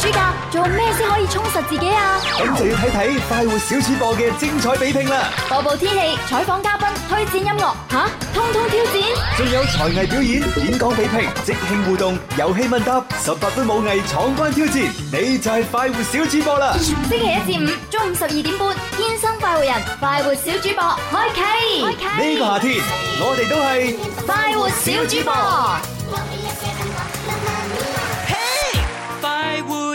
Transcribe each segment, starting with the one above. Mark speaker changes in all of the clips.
Speaker 1: 暑假做咩先可以充實自己啊？
Speaker 2: 咁就要睇睇快活小主播嘅精彩比拼啦，
Speaker 1: 播報天氣、採訪嘉賓、推薦音樂，吓，通通挑戰。
Speaker 2: 仲有才藝表演、演講比拼、即興互動、遊戲問答、十八般武藝闖關挑戰，你就係快活小主播啦！
Speaker 1: 星期一至五中午十二點半，天生快活人，快活小主播開啟，
Speaker 2: 呢個夏天我哋都係
Speaker 1: 快活小主播。
Speaker 3: 嘿，快活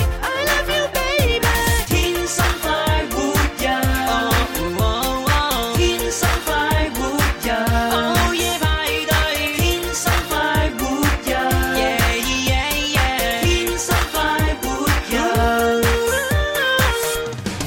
Speaker 3: I love you baby，天生快活人，哦哦天生快活人，午夜派對，天生快活人，yeah yeah yeah，天生快活人。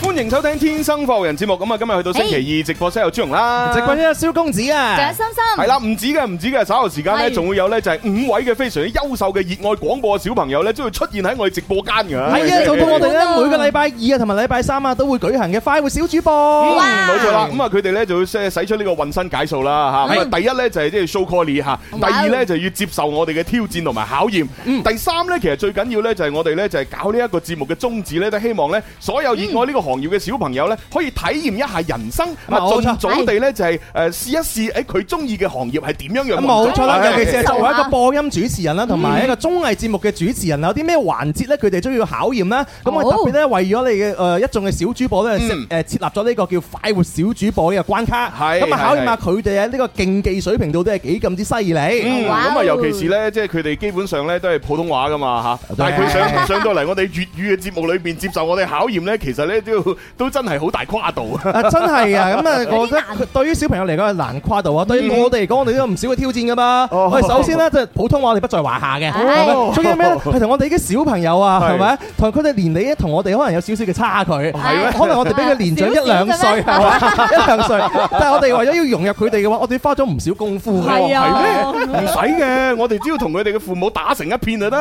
Speaker 4: 欢迎收听《天生浮人》節目，咁啊，今日去到星期二直播室有朱容啦，
Speaker 5: 直播室有蕭公子啊，
Speaker 1: 仲有心心
Speaker 4: 系啦，唔止嘅，唔止嘅，稍後時間咧，
Speaker 1: 係
Speaker 4: 仲會有咧就係五位嘅非常之優秀嘅熱愛廣播嘅小朋友咧，都會出現喺我哋直播間㗎。
Speaker 5: 係啊，做到我哋
Speaker 1: 好啊
Speaker 5: 咧每個禮拜二啊同埋禮拜三啊都會舉行嘅快活小主
Speaker 4: 嗯
Speaker 5: 播，
Speaker 4: 冇錯啦，咁啊佢哋咧就要使使出呢個渾身解數啦嚇。咁啊第一咧就係即係 show call 嚇，
Speaker 5: 嗯
Speaker 4: 第二咧就要接受我哋嘅挑戰同埋考驗。第三咧其實最緊要咧就係我哋咧就係搞呢一個節目嘅宗旨咧，都希望咧所有熱愛呢個行業嘅小朋友咧可以體驗一下人生，啊
Speaker 5: 嗯冇
Speaker 4: 盡
Speaker 5: 錯
Speaker 4: 早地咧就係誒試一試誒佢中意嘅行業係點樣樣運作。
Speaker 5: 冇錯啦，
Speaker 4: 係
Speaker 5: 尤其是係作為一個播音主持人啦，同
Speaker 1: 嗯
Speaker 5: 埋一個綜藝節目嘅主持人，有啲咩環節咧，佢哋都要考驗啦。咁
Speaker 1: 哦
Speaker 5: 我特別咧為咗你嘅呃誒一眾嘅小主播咧，
Speaker 4: 嗯
Speaker 5: 設誒設立咗呢個叫快活小主播呢個關卡，
Speaker 4: 係
Speaker 5: 咁啊考驗下佢哋喺呢個競技水平到底係幾咁之犀利。
Speaker 4: 嗯，
Speaker 1: 哇
Speaker 4: 咁啊，
Speaker 1: 哦
Speaker 4: 尤其是咧，即係佢哋基本上咧都係普通話噶
Speaker 5: 啊
Speaker 4: 嘛嚇，但係佢上 唔上到嚟我哋粵語嘅節目裏邊接受我哋考驗咧，其實咧都要都真係好大跨度。
Speaker 5: 啊，真係啊！咁啊，我覺得佢對於小朋友嚟講係難跨度啊，對於我哋嚟講，我哋都有唔少嘅挑戰噶嘛。
Speaker 4: 嗯哦
Speaker 5: 我哋首先咧，即係普通話我哋不在話下嘅，
Speaker 1: 哦
Speaker 5: 最緊要咩咧？係同我哋啲小朋友啊，
Speaker 4: 係哦
Speaker 5: 係咪？同佢哋年齡咧，同我哋可能有少少嘅差距，
Speaker 4: 係
Speaker 5: 可能我哋比佢年長一兩歲，係嘛？ 一兩歲，但係我哋為咗要融入佢哋嘅話，我哋花咗唔少功夫嘅。
Speaker 4: 係啊，唔使嘅，我哋只要同佢哋嘅父母打成一片就得，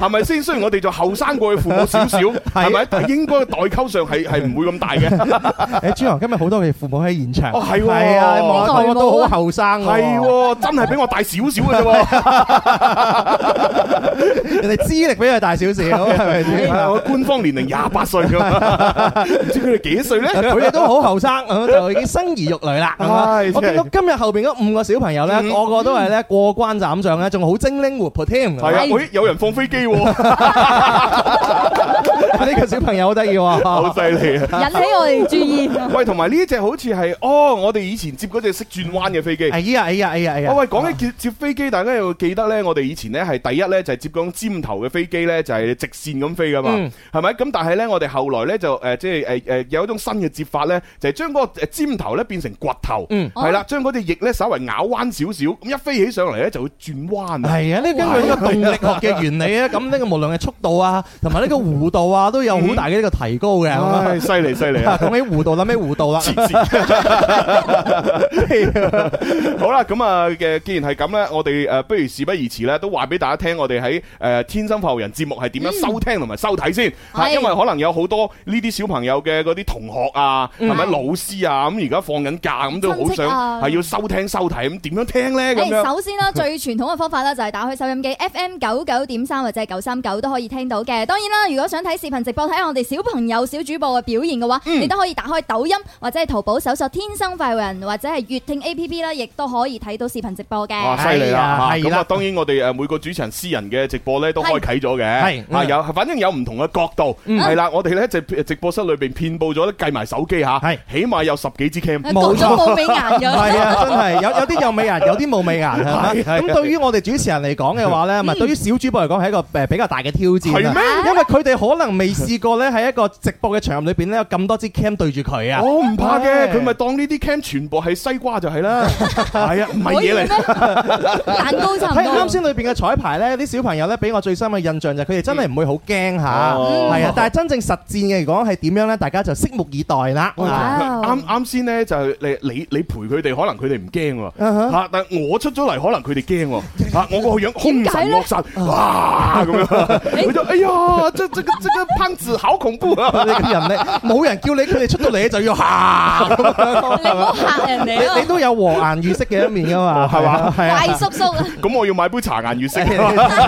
Speaker 4: 係咪先？雖然我哋就後生過佢父母 少少，係咪？但係應該代溝上係係唔會咁大嘅。
Speaker 5: 誒，朱紅今日好多嘅父母喺現場，
Speaker 4: 哦係喎
Speaker 5: 係啊，你望下
Speaker 1: 外
Speaker 5: 佢
Speaker 1: 母
Speaker 5: 都好後生喎
Speaker 4: 係喎，真係比我大少少嘅啫喎。
Speaker 5: 人哋資歷比佢大少少，係咪先？
Speaker 4: 啊我官方年齡廿八歲㗎 嘛，唔知佢哋幾歲咧？
Speaker 5: 呃佢哋都好後 生，咁就已經生兒育女啦。咁
Speaker 4: 唉
Speaker 5: 樣我
Speaker 4: 真係嗯
Speaker 5: 見到今日後邊嗰五個小朋友咧，個個都係咧過關斬將咧，仲好精靈活潑添。
Speaker 4: 係啊，喂，有人放飛機喎。
Speaker 5: 呢個小朋友好得意
Speaker 4: 好
Speaker 5: 喎。
Speaker 4: 犀利啊！
Speaker 6: 引起我哋注意。啊
Speaker 4: 喂，同埋呢只好似係哦，我哋以前接嗰只識轉彎嘅飛機。
Speaker 5: 哎呀哎呀哎呀哎呀
Speaker 4: 哦！喂，講起接接飛機，大家要記得呢，我哋以前呢係第一呢，就係接嗰種尖頭嘅飛機呢，就係直線咁飛噶嘛，
Speaker 5: 嗯
Speaker 4: 係咪？咁但係呢，我哋後來呢，就誒即係誒誒有一種新嘅接法呢，就係將嗰個呃尖頭呢變成骨頭，
Speaker 5: 嗯
Speaker 4: 係啦，將嗰隻翼呢稍為咬彎少少，咁一飛起上嚟呢，就會轉彎啊！
Speaker 5: 係啊，呢根據呢個動力學嘅原理 咧，咁呢個無論係速度啊，同埋呢個弧度啊，都有好大嘅呢個提高嘅。咁啊
Speaker 4: 嗯唉，犀利犀利啊！
Speaker 5: 講起弧度，諗起弧 度啦。
Speaker 4: 黐 線好啦，咁啊嘅，既然係咁咧，我哋呃誒不如事不宜遲咧，都話俾大家聽，我哋喺誒《天生浮人》節目係
Speaker 6: 嗯
Speaker 4: 點樣收聽同埋收睇先嚇，
Speaker 1: 係
Speaker 4: 因為可能有好多呢啲小朋友嘅嗰啲同學啊，係咪老師啊，咁而家放緊假，咁都好
Speaker 6: 嗯親戚
Speaker 4: 想
Speaker 6: 啊
Speaker 4: 係要收聽收睇，咁點樣聽咧咁
Speaker 6: 誒，
Speaker 4: 樣？
Speaker 6: 哎首先 啦，最傳統嘅方法咧就係打開收音機 FM 九九點三或者係九三九都可以聽到嘅。當然啦，如果想睇視頻直播睇下我哋小朋友小主播嘅表現嘅話，
Speaker 4: 嗯
Speaker 6: 你都可以打開抖音或者係淘寶搜索「天生快活人」或者係粵聽 A P P 啦，亦都可以睇到視頻直播嘅。
Speaker 4: 哇！犀利啦嚇
Speaker 5: 係啊係
Speaker 4: 咁啊，
Speaker 5: 啦
Speaker 4: 當然我哋誒每個主持人私人嘅直播咧都開
Speaker 6: 係
Speaker 4: 啟咗嘅，
Speaker 5: 係嗯
Speaker 4: 啊有，反正有唔同嘅角度，係啦，我哋咧直直播室裏邊遍佈咗，計埋手機嚇，
Speaker 5: 係
Speaker 4: 起碼有十幾支 cam。
Speaker 5: 冇錯
Speaker 6: 講呃咗啊冇美顏
Speaker 5: 係
Speaker 6: 嘅。
Speaker 5: 啊，真 係有有啲有 美顏，有啲冇美顏，係嘛？
Speaker 4: 係係啊嗯
Speaker 5: 咁對於我哋主持人嚟講嘅話咧，咪對於小主播嚟講係一個誒比較大嘅挑戰
Speaker 4: 係
Speaker 5: 啊
Speaker 4: 咩
Speaker 5: 因為佢哋可能未試過咧喺一個直播嘅場合裏邊咧有咁多支 cam 對住佢啊。
Speaker 4: 我唔怕嘅，
Speaker 5: 唉
Speaker 4: 佢咪當呢啲 cam 全部係西瓜就係 啦，係啊，唔係
Speaker 6: 可以
Speaker 4: 嘢
Speaker 6: 咩？
Speaker 4: 嚟。
Speaker 6: 蛋糕差唔
Speaker 5: 睇啱
Speaker 6: 多。
Speaker 5: 先裏邊嘅彩排咧，啲小朋友咧俾我最深嘅印象就係佢哋真係唔會好驚嚇，
Speaker 4: 哦
Speaker 5: 係啊。但係真正實戰嘅嚟講係點樣咧？大家就拭目以待啦。啊
Speaker 4: 啱啱先咧就係你你你陪佢哋，可能佢哋唔驚
Speaker 5: 嗯
Speaker 4: 喎，嚇！但係我出咗嚟，可能佢哋 驚喎，嚇！我個樣兇神 惡
Speaker 5: 哦
Speaker 4: 煞，哇咁樣，佢就哎呀，這這個這個胖子好恐怖啊！
Speaker 5: 你個人力，冇人叫你，佢哋出到嚟就要嚇咁樣
Speaker 6: 你唔好嚇人哋
Speaker 5: 你你
Speaker 6: 啊！
Speaker 5: 都有和顏悦色嘅一面噶嘛，
Speaker 4: 係嘛
Speaker 5: 係啊
Speaker 6: 怪叔叔啊！
Speaker 4: 咁我要買杯茶顏悦色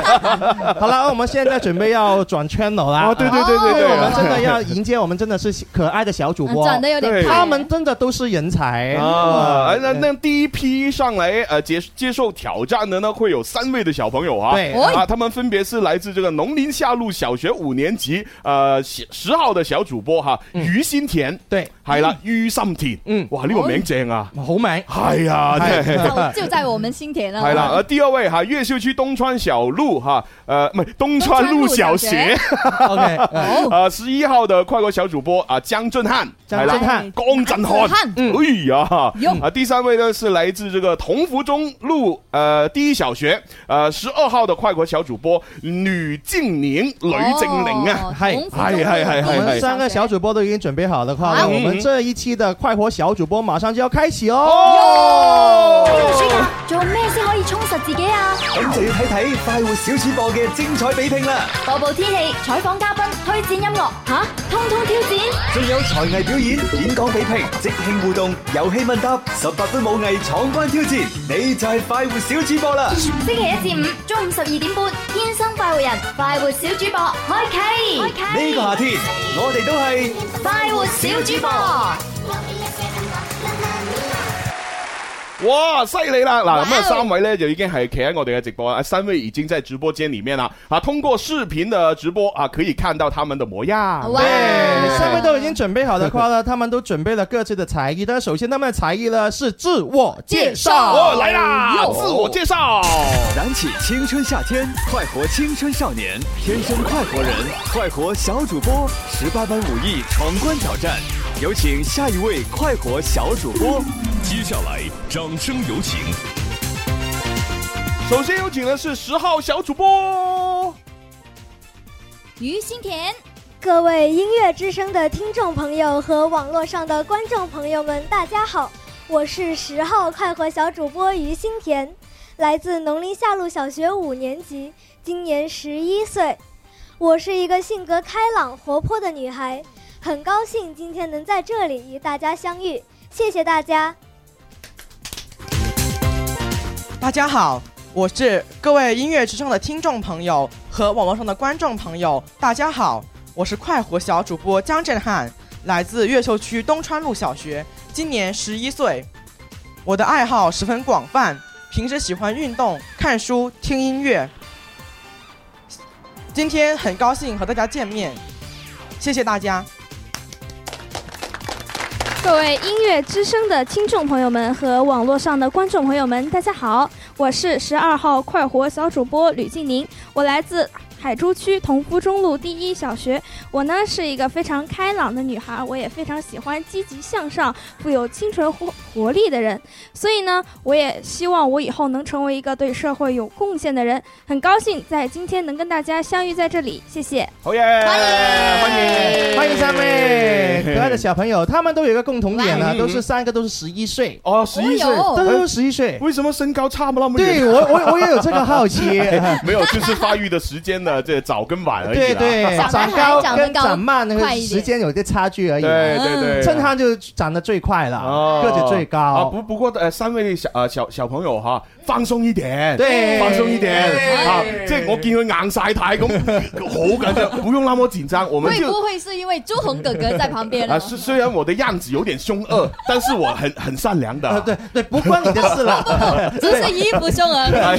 Speaker 5: 好了，我们现在准备要转 channel 啦。
Speaker 4: 啊！對對對對
Speaker 5: 因
Speaker 4: 對
Speaker 5: 为我们真的要迎接我们真的是可爱的小主播，
Speaker 6: 转得啊有点
Speaker 4: 对
Speaker 6: 快
Speaker 5: 他们真的都是人才
Speaker 4: 啊！哎，那
Speaker 5: 对
Speaker 4: 那第一批上来呃接接受挑战的呢，会有三位的小朋友啊，
Speaker 5: 对
Speaker 4: 啊，他们分别是来自这个农林下路小学五年级呃十十号的小主播哈，于心田，
Speaker 5: 嗯对，
Speaker 4: 系啦，于心田，
Speaker 5: 嗯
Speaker 4: 哇，呢個名正啊，
Speaker 5: 好美。
Speaker 4: 係啊，真係。
Speaker 6: 哦就就在我们心田啦。
Speaker 4: 系啦，呃，第二位哈，越秀区东川小路哈，呃，唔系东川路小学，
Speaker 5: OK，呃
Speaker 4: 啊，十一号的快活小主播啊，江振汉，
Speaker 5: 江嗯
Speaker 4: 係啦
Speaker 5: 振汉
Speaker 4: 江振汉
Speaker 6: 江振汉，
Speaker 4: 哎呀
Speaker 6: 哟，
Speaker 4: 啊，第三位呢是来自这个同福中路呃第一小学呃十二号的快活小主播吕静宁，吕静宁啊，
Speaker 6: 哦
Speaker 5: 係
Speaker 6: 孔府
Speaker 4: 係
Speaker 6: 中
Speaker 4: 係係
Speaker 5: 我
Speaker 4: 係
Speaker 5: 们
Speaker 4: 係
Speaker 5: 三个小主播都已经准备好的话，
Speaker 6: 好
Speaker 5: 我们这一期的快活小主播马上就要开始哦。
Speaker 4: 哦，
Speaker 1: 暑假做咩先可以充實自己啊？
Speaker 2: 咁就要睇睇快活小主播嘅精彩比拼啦！
Speaker 1: 播報天氣、採訪嘉賓、推薦音樂，吓，通通挑戰。
Speaker 2: 仲有才藝表演、演講比拼、即興互動、遊戲問答、十八般武藝闖關挑戰，你就係快活小主播啦！
Speaker 1: 星期一至五中午十二點半，天生快活人，快活小主播開啟，
Speaker 2: 呢個夏天，我哋都係。
Speaker 1: 快活小主播。
Speaker 4: 哇，犀利啦！嗱，咁
Speaker 6: 哇
Speaker 4: 啊，
Speaker 6: 哦
Speaker 4: 三位呢就已經係企喺我哋嘅直播啊，三位已經在直播間裡面啦，啊，通過視頻的直播啊，可以看到他們的模樣。
Speaker 6: 哇
Speaker 5: 对，三位都已经准备好的话呢，他们都准备了各自的才艺，但是首先他们的才艺呢是自我介绍。
Speaker 2: 哎
Speaker 4: 哦，来啦，
Speaker 6: 哟
Speaker 4: 自我介绍。
Speaker 2: 燃起青春夏天，快活青春少年，天生快活人，快活小主播，十八般武艺闯关挑战。有请下一位快活小主播。
Speaker 7: 接下来，掌声有请
Speaker 4: 首先有请的是十号小主播，
Speaker 6: 于心田，
Speaker 8: 各位音乐之声的听众朋友和网络上的观众朋友们，大家好，我是十号快活小主播于新田，来自农林下路小学五年级，今年十一岁。我是一个性格开朗活泼的女孩，很高兴今天能在这里与大家相遇，谢谢大家。
Speaker 9: 大家好，我是各位音乐之声的听众朋友和网络上的观众朋友，大家好，我是快活小主播江振汉，来自越秀区东川路小学，今年十一岁。我的爱好十分广泛，平时喜欢运动、看书、听音乐。今天很高兴和大家见面，谢谢大家。
Speaker 8: 各位音乐之声的听众朋友们和网络上的观众朋友们，大家好，我是十二号快活小主播吕静宁，我来自海珠区同福中路第一小学。我呢是一个非常开朗的女孩，我也非常喜欢积极向上、富有青春活活力的人，所以呢，我也希望我以后能成为一个对社会有贡献的人。很高兴在今天能跟大家相遇在这里，谢谢。
Speaker 4: 好嘢，欢迎
Speaker 5: 欢迎三位可爱的小朋友，他们都有一个共同点呢，
Speaker 4: 哇
Speaker 5: 都是三个都是十一岁，
Speaker 4: 嗯哦，十一岁，哎
Speaker 6: 哦
Speaker 5: 都是十一岁。
Speaker 4: 为什么身高差不那么
Speaker 5: 对
Speaker 4: 远？
Speaker 5: 我我我也有这个好奇。
Speaker 4: 没 有，就是发育的时间呢，这早跟晚而已啊
Speaker 5: 对
Speaker 6: 长
Speaker 4: 啦。
Speaker 5: 对，
Speaker 6: 得
Speaker 5: 长
Speaker 6: 还
Speaker 5: 高
Speaker 6: 长得
Speaker 5: 跟
Speaker 6: 高嗯
Speaker 5: 长慢那
Speaker 6: 快
Speaker 5: 个
Speaker 6: 一
Speaker 5: 时间有些差距而已。
Speaker 4: 对对对，
Speaker 5: 郑汉就长得最快了
Speaker 4: 哦，
Speaker 5: 个子最
Speaker 4: 啊，
Speaker 5: 高。
Speaker 4: 不不过呃，三位小呃小小朋友哈，放松一点，
Speaker 5: 对
Speaker 4: 放松一点
Speaker 5: 对
Speaker 4: 啊，即系我见佢硬晒太咁， 好緊張，不用那么紧张，我们
Speaker 6: 会
Speaker 4: 就
Speaker 6: 不会是因为朱红哥哥在旁边
Speaker 4: 啊，
Speaker 6: 呢？
Speaker 4: 虽虽然我的样子有点凶 恶，但是我很很善良的。
Speaker 5: 呃，对对，不关你的事 了。
Speaker 6: 只是衣服胸而已。
Speaker 4: 哎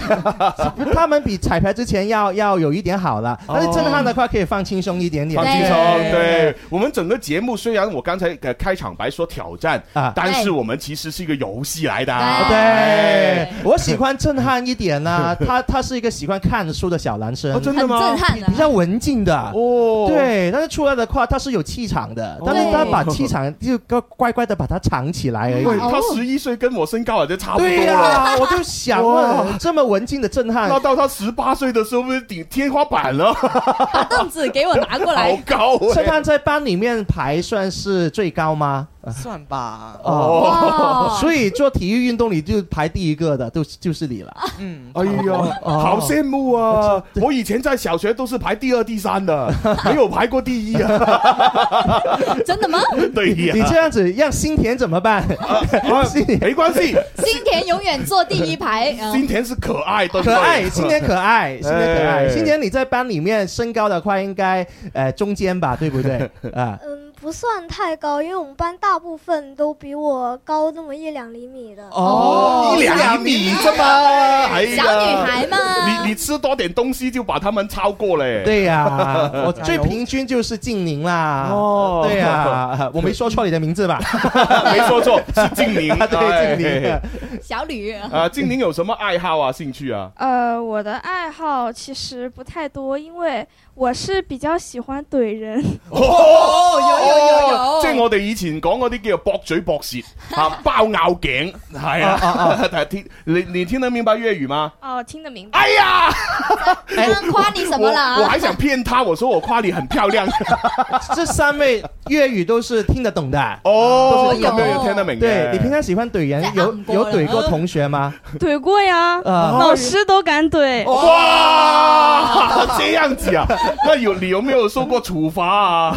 Speaker 5: 他们比彩排之前要要有一点好了，但是震撼的话可以哦放轻松一点点。
Speaker 4: 放轻
Speaker 6: 对
Speaker 4: 松，对我们整个节目，虽然我刚才呃开场白说挑战
Speaker 5: 啊，
Speaker 4: 但是
Speaker 6: 对
Speaker 4: 我们其实是一个游戏来的。啊
Speaker 6: 对
Speaker 5: 对，我喜欢震撼一点呢、 他他是一个喜欢看书的小男生
Speaker 4: 哦，，真
Speaker 6: 很
Speaker 4: 的吗？
Speaker 6: 震撼
Speaker 5: 比
Speaker 6: 啊！
Speaker 5: 较文静的。
Speaker 4: 哦，
Speaker 5: 对，但是出来的话，他是有气场的，但是他把气场就乖乖的把它藏起来而已。
Speaker 4: 喂，他十一岁跟我身高好像差不
Speaker 5: 哦对
Speaker 4: 多
Speaker 5: 呀、
Speaker 4: 了。
Speaker 5: 我就想啊，这么文静的震撼
Speaker 4: 那，到他十八岁的时候，不是顶天花板了？好
Speaker 6: 把凳子给我拿过来。
Speaker 4: 高
Speaker 5: 震
Speaker 4: 哎！
Speaker 5: 撼在班里面排算是最高吗？
Speaker 9: 算吧。
Speaker 5: 哦，所以做体育运动里就排第一个的，都就是你了。
Speaker 9: 嗯，
Speaker 4: 哎呀，
Speaker 5: 哦
Speaker 4: 好羡慕啊！我以前在小学都是排第二、第三 的，没有排过第一啊。
Speaker 6: 真的吗？
Speaker 4: 对
Speaker 5: 你
Speaker 4: 呀，啊
Speaker 5: 这样子让新田怎么办？新田
Speaker 4: 没关系，
Speaker 6: 新田永远坐第一排。嗯
Speaker 4: 今天是可爱，对不
Speaker 5: 可
Speaker 4: 对？
Speaker 5: 爱，新田可爱，新田可爱。
Speaker 4: 哎
Speaker 5: 新田你在班里面身高的话应该呃中间吧，对 不对？啊，
Speaker 10: 嗯，不算太高，因为我们班大部分都比我高那么一两厘米的。
Speaker 5: 哦
Speaker 4: 一两米啫嘛，哎
Speaker 6: 嗯
Speaker 4: 呀，
Speaker 6: 小女孩嘛
Speaker 4: 你，你吃多点东西就把他们超过嘞。
Speaker 5: 对 呀， 我
Speaker 9: 加
Speaker 5: 最
Speaker 9: 油
Speaker 5: 平均就是静宁啦。
Speaker 4: 哎哦
Speaker 5: 对 呀，我没说错你的名字吧？
Speaker 4: 没说错，是静宁。
Speaker 5: 对，静宁
Speaker 4: 哎。
Speaker 6: 小吕。
Speaker 4: 啊，静宁有什么爱好啊、兴趣啊？
Speaker 8: 呃，我的爱好其实不太多，因为我是比较喜欢怼人。
Speaker 4: 哦，
Speaker 6: 有有有有
Speaker 4: 即係我哋以前講嗰啲叫做駁嘴駁 舌嚇，包拗頸係啊， 但係聽你你聽得明白粵語嗎？
Speaker 8: 哦，听得明白。
Speaker 4: 哎呀，
Speaker 5: 哎
Speaker 6: 那夸你什
Speaker 4: 我
Speaker 6: 么啦？
Speaker 4: 我还想骗他，我说我夸你很 漂亮
Speaker 5: 这三位粤语都是听得懂的。
Speaker 4: 哦，
Speaker 6: 都是
Speaker 4: 咁
Speaker 6: 有
Speaker 4: 樣又聽得明嘅
Speaker 5: 对你平常喜欢怼人
Speaker 6: 在，
Speaker 5: 有
Speaker 6: 暗过
Speaker 5: 有
Speaker 6: 了
Speaker 5: 怼过同 学吗？
Speaker 8: 怼过呀，
Speaker 5: 啊
Speaker 8: 老师都敢怼。
Speaker 5: 哦
Speaker 4: 哇，这样啊子啊？那有你有没有受过处罚啊？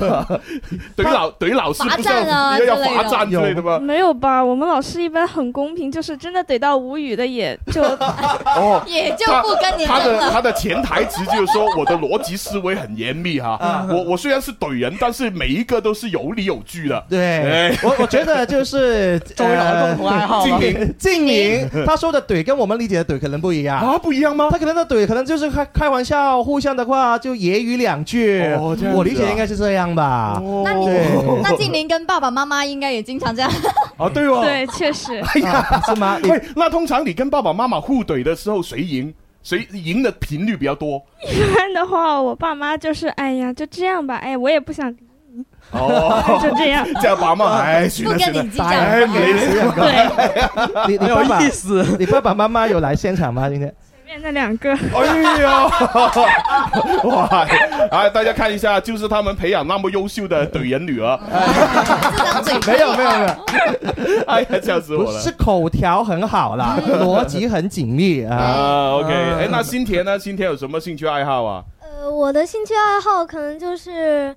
Speaker 4: 怼老怼老师不是
Speaker 6: 罚站啊
Speaker 4: 要要
Speaker 6: 之类
Speaker 4: 罚
Speaker 6: 的
Speaker 4: 站之类的吗？
Speaker 8: 没有吧？我们老师一般很公平，就是真的怼到无语的也就
Speaker 4: 哦。
Speaker 6: 也就
Speaker 4: 他
Speaker 6: 不跟你
Speaker 4: 他
Speaker 6: 争
Speaker 4: 的
Speaker 6: 了。
Speaker 4: 他的潜台词就是说，我的逻辑思维很严密哈、
Speaker 5: 嗯
Speaker 4: 我我虽然是怼人，但是每一个都是有理有据的。
Speaker 5: 对
Speaker 4: 哎，
Speaker 5: 我我觉得就是呃
Speaker 9: 作为老的共同爱好
Speaker 4: 静
Speaker 9: 吧。
Speaker 4: 宁
Speaker 5: 静宁，他说的怼跟我们理解的怼可能不一样。
Speaker 4: 啊，不一样吗？
Speaker 5: 他可能的怼，可能就是开开玩笑，互相的话就揶揄两句。
Speaker 4: 哦这样子啊
Speaker 5: 我理解应该是这样吧。
Speaker 6: 那你
Speaker 5: 对
Speaker 6: 那静玲跟爸爸妈妈应该也经常这样。
Speaker 4: 啊，对 哦。
Speaker 8: 对，确实。
Speaker 5: 哎
Speaker 4: 啊
Speaker 5: 呀，是吗？你
Speaker 4: 喂，那通常你跟爸爸妈妈互怼的时候，谁赢？谁赢的频率比较多？
Speaker 8: 一般的话，我爸妈就是哎呀，就这样吧，哎，我也不想，
Speaker 4: 哦，
Speaker 8: 就这样。
Speaker 4: 这样爸妈，哎，算
Speaker 6: 不
Speaker 4: 了
Speaker 6: 跟
Speaker 4: 算
Speaker 6: 你
Speaker 4: 了，
Speaker 6: 计较。
Speaker 4: 哎，没
Speaker 5: 你
Speaker 4: 事。
Speaker 8: 对，
Speaker 5: 你你
Speaker 9: 没
Speaker 5: 爸
Speaker 9: 有
Speaker 5: 爸
Speaker 9: 意思，
Speaker 5: 你爸爸妈妈有来现场吗？今天
Speaker 8: 随便那两个。
Speaker 4: 哎呀，哇！哎，大家看一下，就是他们培养那么优秀的怼人女儿，
Speaker 5: 哎
Speaker 6: 这张嘴
Speaker 5: 没有没有没有，
Speaker 4: 哎呀，笑死我
Speaker 5: 不
Speaker 4: 了
Speaker 5: 是。口条很 好啦，逻辑很紧密啊。
Speaker 4: 啊，OK，哎，那新田呢？新田有什么兴趣爱好啊？
Speaker 10: 呃，我的兴趣爱好可能就是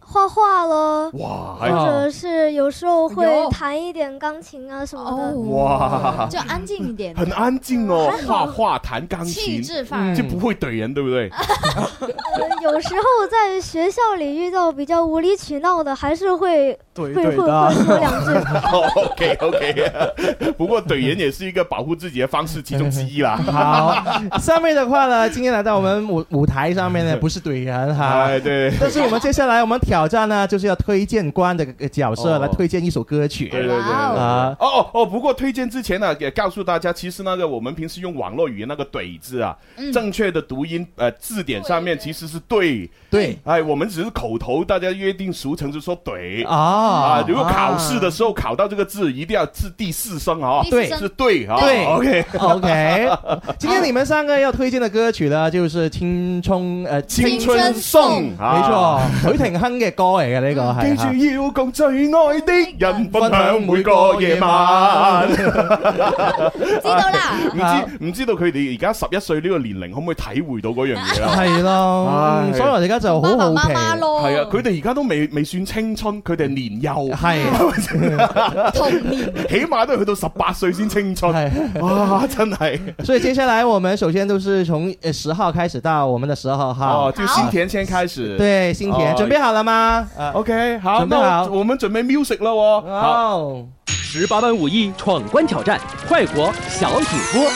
Speaker 10: 画画咯，
Speaker 4: 哇，哎
Speaker 10: 或
Speaker 4: 还
Speaker 10: 者是有时候会
Speaker 6: 哎呦
Speaker 10: 弹一点钢琴啊什么的。
Speaker 6: 哦，
Speaker 4: 哇，
Speaker 6: 就安静一点，
Speaker 4: 很安静哦，画画、弹钢
Speaker 6: 气
Speaker 4: 琴，
Speaker 6: 质范儿。
Speaker 4: 就不会怼人，对不对？
Speaker 10: 呃，有时候在学校里遇到比较无理取闹的，还是会
Speaker 9: 怼
Speaker 10: 会会
Speaker 9: 怼
Speaker 10: 会
Speaker 9: 的。
Speaker 10: 说两句。
Speaker 4: OK OK，不 过怼人也是一个保护自己的方式其中之一啦。
Speaker 5: 好，三位的话呢，今天来到我们舞舞台上面呢，不是怼人哈。
Speaker 4: 哎，对
Speaker 5: 但是我们接下来我们挑战呢，就是要推荐官的呃角色
Speaker 4: 哦
Speaker 5: 来推荐一首歌
Speaker 4: 对
Speaker 5: 曲
Speaker 4: 对对
Speaker 6: 哇
Speaker 4: 对。
Speaker 5: 啊。
Speaker 4: 哦哦哦！不过推荐之前呢，也告诉大家，其实那个我们平时用网络语言那个“怼”字啊，
Speaker 6: 嗯
Speaker 4: 正确的读音呃字典上面其实是对，
Speaker 5: 对
Speaker 4: 哎，我们只是口头大家约定俗成就说怼啊
Speaker 5: 啊。，
Speaker 4: 如果考试的时候考到这个字，一定要是第四声啊，
Speaker 6: 第四声
Speaker 4: 是对啊。
Speaker 5: 对
Speaker 4: OK，
Speaker 5: OK，今 天你们三个要推荐的歌曲呢，就是《青春》呃，
Speaker 4: 青春
Speaker 6: 春
Speaker 4: 颂
Speaker 6: 颂，
Speaker 5: 没
Speaker 4: 啊。
Speaker 5: 錯，許廷鏗嘅歌嚟 嘅呢個係。
Speaker 4: 記
Speaker 5: 啊
Speaker 4: 住要共最愛的人分享每個夜晚。
Speaker 6: 知道啦。
Speaker 4: 唔
Speaker 5: 啊
Speaker 4: 知唔知道佢哋而家十一歲呢個年齡可唔可以體會到嗰樣嘢啦？
Speaker 5: 係咯，
Speaker 4: 唉
Speaker 5: 嗯所以我而家就好
Speaker 6: 爸爸
Speaker 5: 好
Speaker 6: 媽媽
Speaker 5: 奇，
Speaker 6: 咯，
Speaker 4: 係啊，佢哋而家都未未算青春，佢哋係年幼，
Speaker 5: 係
Speaker 6: 童年
Speaker 4: 起碼都去到十八歲先青春。
Speaker 5: 係。
Speaker 4: 哇，真係
Speaker 5: 所以接下來我們首先都是從呃十號開始到我們的十二號
Speaker 4: 哦，。就新田先開始。
Speaker 5: 對，啊新田
Speaker 4: 哦
Speaker 5: 準備好了嗎？啊
Speaker 4: OK，好，
Speaker 5: 準備
Speaker 4: 那
Speaker 5: 好
Speaker 4: 我我們準備 music 啦喎。好。
Speaker 5: 哦，
Speaker 3: 十八般武艺闯关挑战，快活小主播。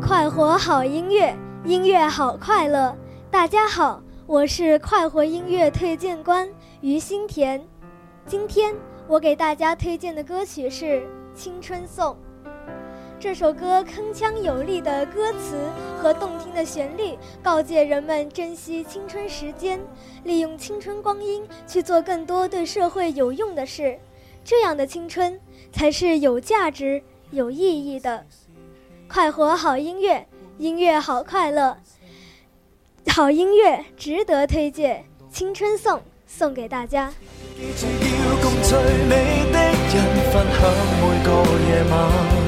Speaker 10: 快活好音乐，音乐好快乐。大家好，我是快活音乐推荐官于新田。今天我给大家推荐的歌曲是《青春颂》。这首歌铿锵有力的歌词和动听的旋律，告诫人们珍惜青春时间，利用青春光阴去做更多对社会有用的事。这样的青春才是有价值、有意义的。快活好音乐，音乐好快乐，好音乐值得推荐，青春颂送给大家。
Speaker 11: 共最美的人分享每個夜晚。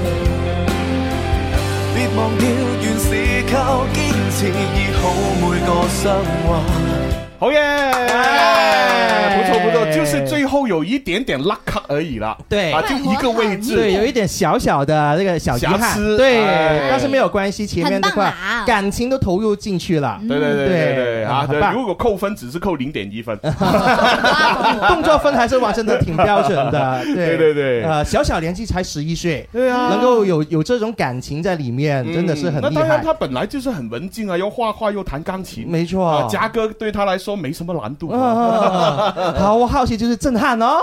Speaker 11: 別忘掉，原是靠堅持醫好每個傷患。
Speaker 4: 好耶！不错不错，就是最后有一点点拉卡而已啦。
Speaker 5: 对
Speaker 4: 啊，就一个位置，
Speaker 5: 对，有一点小小的那个小遗
Speaker 4: 瑕
Speaker 5: 憾，
Speaker 4: 疵
Speaker 5: 对
Speaker 4: 哎，
Speaker 5: 但是没有关系，前面这块感情都投入进去了，
Speaker 4: 对对对对对啊！
Speaker 5: 很
Speaker 4: 对
Speaker 5: 棒
Speaker 4: 如果扣分只是扣零点一分，
Speaker 5: 动作分还是完成的挺标准 的，
Speaker 4: 对对对
Speaker 5: 呃，小小年纪才十一岁，
Speaker 4: 对啊嗯
Speaker 5: 能够有有这种感情在里面，真的是很
Speaker 4: 那
Speaker 5: 厉
Speaker 4: 当然，
Speaker 5: 害。
Speaker 4: 他本来就是很文静啊，又画画又弹钢琴，
Speaker 5: 没错
Speaker 4: 啊夹哥对他来说没什么难度。
Speaker 5: 啊好，我好奇就是震撼哦，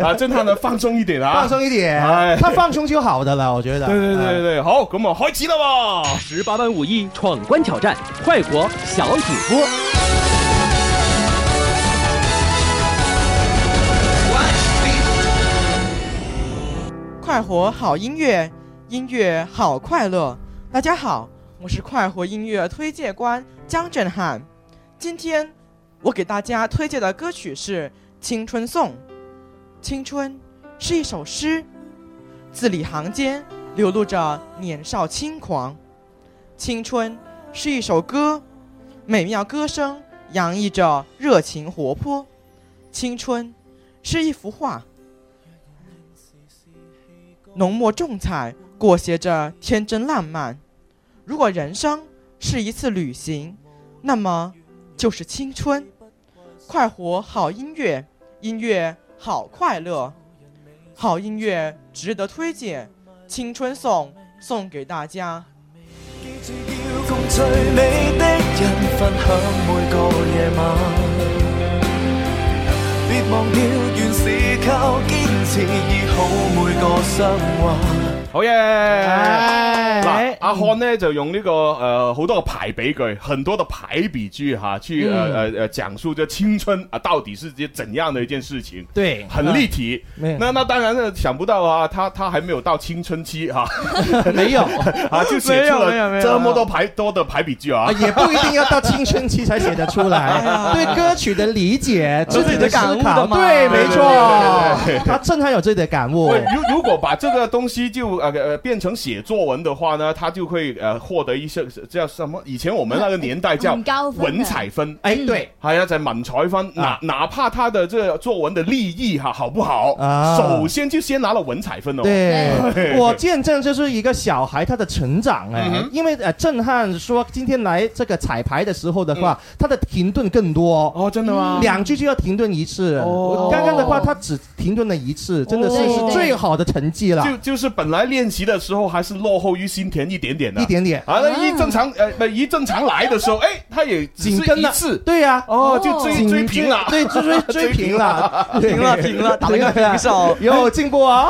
Speaker 4: 啊，震撼呢，放松一点啊，
Speaker 5: 放松一点
Speaker 4: 哎，
Speaker 5: 他放松就好的了，我觉得。
Speaker 4: 对对对对对，好，咁啊，开始啦喎！
Speaker 12: 十八般武艺闯关挑战，快活小主播。
Speaker 9: 快活好音乐，音乐好快乐。大家好，我是快活音乐推介官江振汉。今天我给大家推荐的歌曲是《青春颂》。青春是一首诗，字里行间流露着年少轻狂。青春是一首歌，美妙歌声洋溢着热情活泼。青春是一幅画。浓墨重彩，裹挟着天真烂漫。如果人生是一次旅行，那么就是青春。快活好音乐，音乐好快乐，好音乐值得推荐，青春颂送给大家。
Speaker 11: 共最美的人分享每個夜晚。別忘掉，原是靠堅持醫好每個傷患。
Speaker 4: 好耶！嗱，阿汉呢就用呢、个呃好多个排比句，很多的排比句哈，去呃
Speaker 5: 嗯
Speaker 4: 呃呃讲述这青春啊到底是件怎样的一件事情。
Speaker 5: 对
Speaker 4: 很立体。
Speaker 5: 嗯
Speaker 4: 那那当然呢，想不到啊，他他还没有到青春期 哈，
Speaker 5: 没有
Speaker 4: 啊，就写
Speaker 5: 没
Speaker 4: 出
Speaker 5: 有没有没
Speaker 4: 了
Speaker 5: 有
Speaker 4: 这么多排多的排比句啊哎
Speaker 5: 啊，， 也不一定要到青春期才写得 出来，对歌曲的理解、自己的思考，
Speaker 4: 对
Speaker 5: 对，没
Speaker 4: 对对对
Speaker 5: 错
Speaker 4: 对，
Speaker 5: 他正常有自己的感悟
Speaker 4: 对，。如如果把这个东西就呃呃变成写作文的话呢，他就会呃获得一些叫什么？以前我们那个年代叫
Speaker 5: 很嗯高分的
Speaker 4: 文采分，
Speaker 5: 哎对
Speaker 4: 系啊，就係文采分。哪哪怕他的这作文的立意哈好不好
Speaker 5: 啊，
Speaker 4: 首先就先拿了文采分哦。
Speaker 5: 对，我
Speaker 4: 见
Speaker 5: 见证就是一个小孩他的成长哎、
Speaker 4: 嗯哼
Speaker 5: 因为呃，震撼说今天来这个彩排的时候的话，他的停顿更多
Speaker 4: 嗯哦，真的吗
Speaker 5: 两句就要停顿一次，
Speaker 4: 哦
Speaker 5: 刚刚的话他只停顿了一次，真的是、
Speaker 4: 哦
Speaker 5: 是最好的成绩了。
Speaker 4: 就就是本来练习的时候还是落后于新田一点点的，
Speaker 5: 一点点
Speaker 4: 啊，那一正常呃不一正常来的 时候，哎，他也只
Speaker 5: 紧
Speaker 4: 是
Speaker 5: 跟
Speaker 4: 一
Speaker 5: 了
Speaker 4: 次，
Speaker 5: 对呀、
Speaker 4: 哦就追
Speaker 5: 紧
Speaker 4: 追平了
Speaker 5: 对，追追 追
Speaker 4: 追平
Speaker 5: 平了，
Speaker 4: 了
Speaker 5: 对
Speaker 4: 停了停了打了个
Speaker 5: 对啊
Speaker 4: 平手
Speaker 5: 有进步 啊，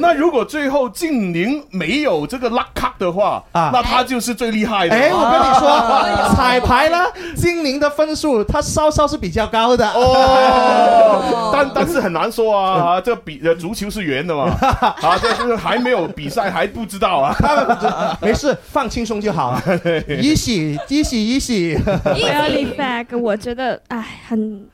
Speaker 4: 那如果最后静宁没有这个拉卡的话，那他就是最厉害的。
Speaker 5: 啊
Speaker 4: 啊
Speaker 5: 哎，我跟你
Speaker 4: 哦
Speaker 5: 说，彩排呢，精灵的分数它稍稍是比较高的
Speaker 4: 哦。但但是很难说啊，啊这比呃足球是圆的嘛，啊，这就是还没有比赛还不知道啊。
Speaker 5: 没事，放轻松就 好了。一喜一喜一喜，
Speaker 8: 不要立 flag，我觉得哎很。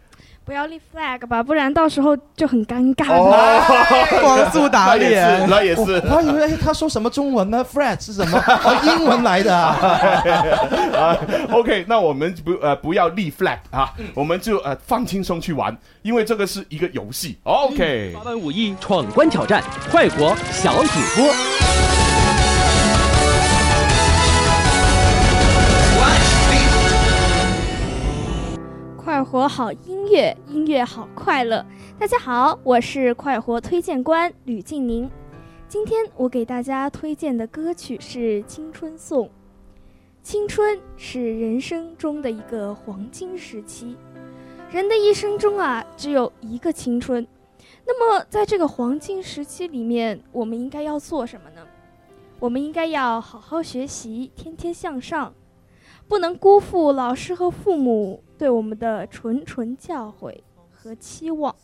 Speaker 8: 不要立 flag 吧，不然到时候就很尴尬了。
Speaker 9: 光速打脸
Speaker 4: 哦那也是那也是
Speaker 5: 我我还以为哎他说什么中文呢？Fred 是什么？哦，英文来的啊。
Speaker 4: 啊，OK，那我们不呃不要立 flag 啊，我们就呃放轻松去玩，因为这个是一个游戏。OK，
Speaker 12: 八般武艺闯关挑战，快活小主播。
Speaker 8: 快活好音乐，音乐好快乐。大家好，我是快活推荐官吕静宁。今天我给大家推荐的歌曲是《青春颂》。青春是人生中的一个黄金时期，人的一生中啊，只有一个青春。那么，在这个黄金时期里面，我们应该要做什么呢？我们应该要好好学习，天天向上，不能辜负老师和父母对我们的谆谆教诲和期望。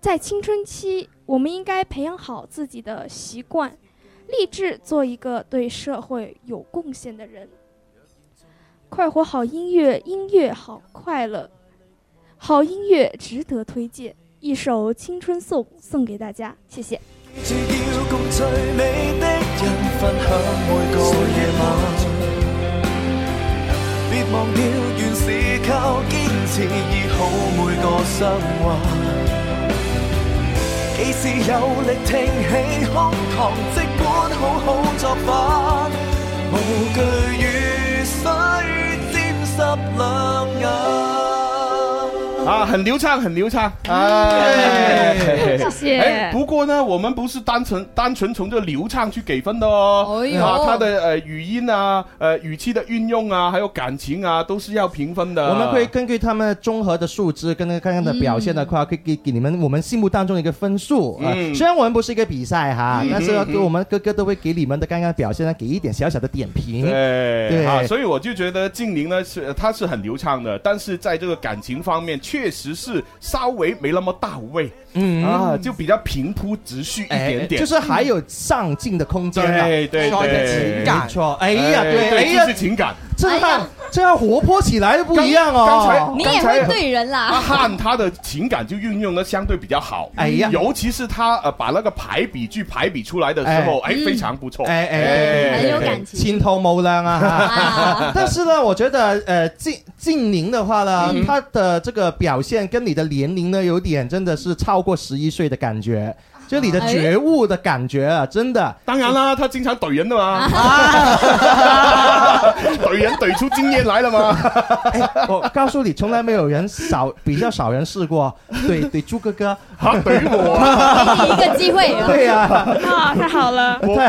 Speaker 8: 在青春期，我们应该培养好自己的习惯，立志做一个对社会有贡献的人。快活好音乐，音乐好快乐，好音乐值得推荐。一首《青春颂》送给大家，谢谢。
Speaker 11: 要共最美的人分享每个夜晚。別忘掉，原是靠堅持醫好每個生活。幾時有力挺起胸膛，即管好好作反，無懼雨水沾濕兩眼。
Speaker 4: 啊，很流畅，很流畅，
Speaker 5: 嗯
Speaker 4: 哎，
Speaker 11: 谢谢
Speaker 4: 哎不过呢，我们不是单纯单纯从这个流畅去给分的哦
Speaker 13: 哎，呦
Speaker 4: 啊，它的呃语音啊，呃语气的运用啊，还有感情啊，都是要评分的。
Speaker 5: 我们会根据他们综合的数值跟那个刚刚的表现的话，可以给给你们我们心目当中的一个分数。啊
Speaker 4: 嗯
Speaker 5: 虽然我们不是一个比赛哈
Speaker 4: 嗯，
Speaker 5: 但是
Speaker 4: 嗯嗯
Speaker 5: 我们哥哥都会给你们的刚刚表现呢给一点小小的点评。
Speaker 4: 对
Speaker 5: 对
Speaker 4: 啊，所以我就觉得静宁呢是她是很流畅的，但是在这个感情方面确实是稍微没那么到位，
Speaker 5: 嗯
Speaker 4: 啊，就比较平铺直叙一点点，
Speaker 5: 哎就是还有上进的空间啊
Speaker 4: 对对
Speaker 5: 说的
Speaker 4: 对
Speaker 5: 情感，没错。哎呀，
Speaker 4: 哎
Speaker 5: 对，
Speaker 4: 对
Speaker 5: 哎呀，
Speaker 4: 就是情感，
Speaker 5: 这样这样活泼起来就不一样
Speaker 4: 刚才
Speaker 5: 哦。
Speaker 6: 你也会对人啦。
Speaker 4: 阿汉他的情感就运用的相对比较好，
Speaker 5: 哎呀
Speaker 4: 尤其是他呃把那个排比句排比出来的时候，哎
Speaker 5: 哎，嗯
Speaker 4: 非常不错，
Speaker 5: 哎哎哎，哎哎
Speaker 4: 情。
Speaker 5: 情，前途无量啊！哈但是呢，我觉得呃，静静宁的话呢，
Speaker 4: 嗯
Speaker 5: 她的这个表现跟你的年龄呢，有点真的是超过十一岁的感觉。就你的觉悟的感觉啊，真的。
Speaker 4: 当然啦，他经常怼人的 嘛， 怼人怼出经验来了 嘛。
Speaker 5: 哎我告诉你，从来没有人少，比较少人试过。 对对，朱哥哥，
Speaker 4: 好怼啊
Speaker 6: 给你一个机会
Speaker 5: 对呀、
Speaker 8: 啊，太好了，
Speaker 6: 太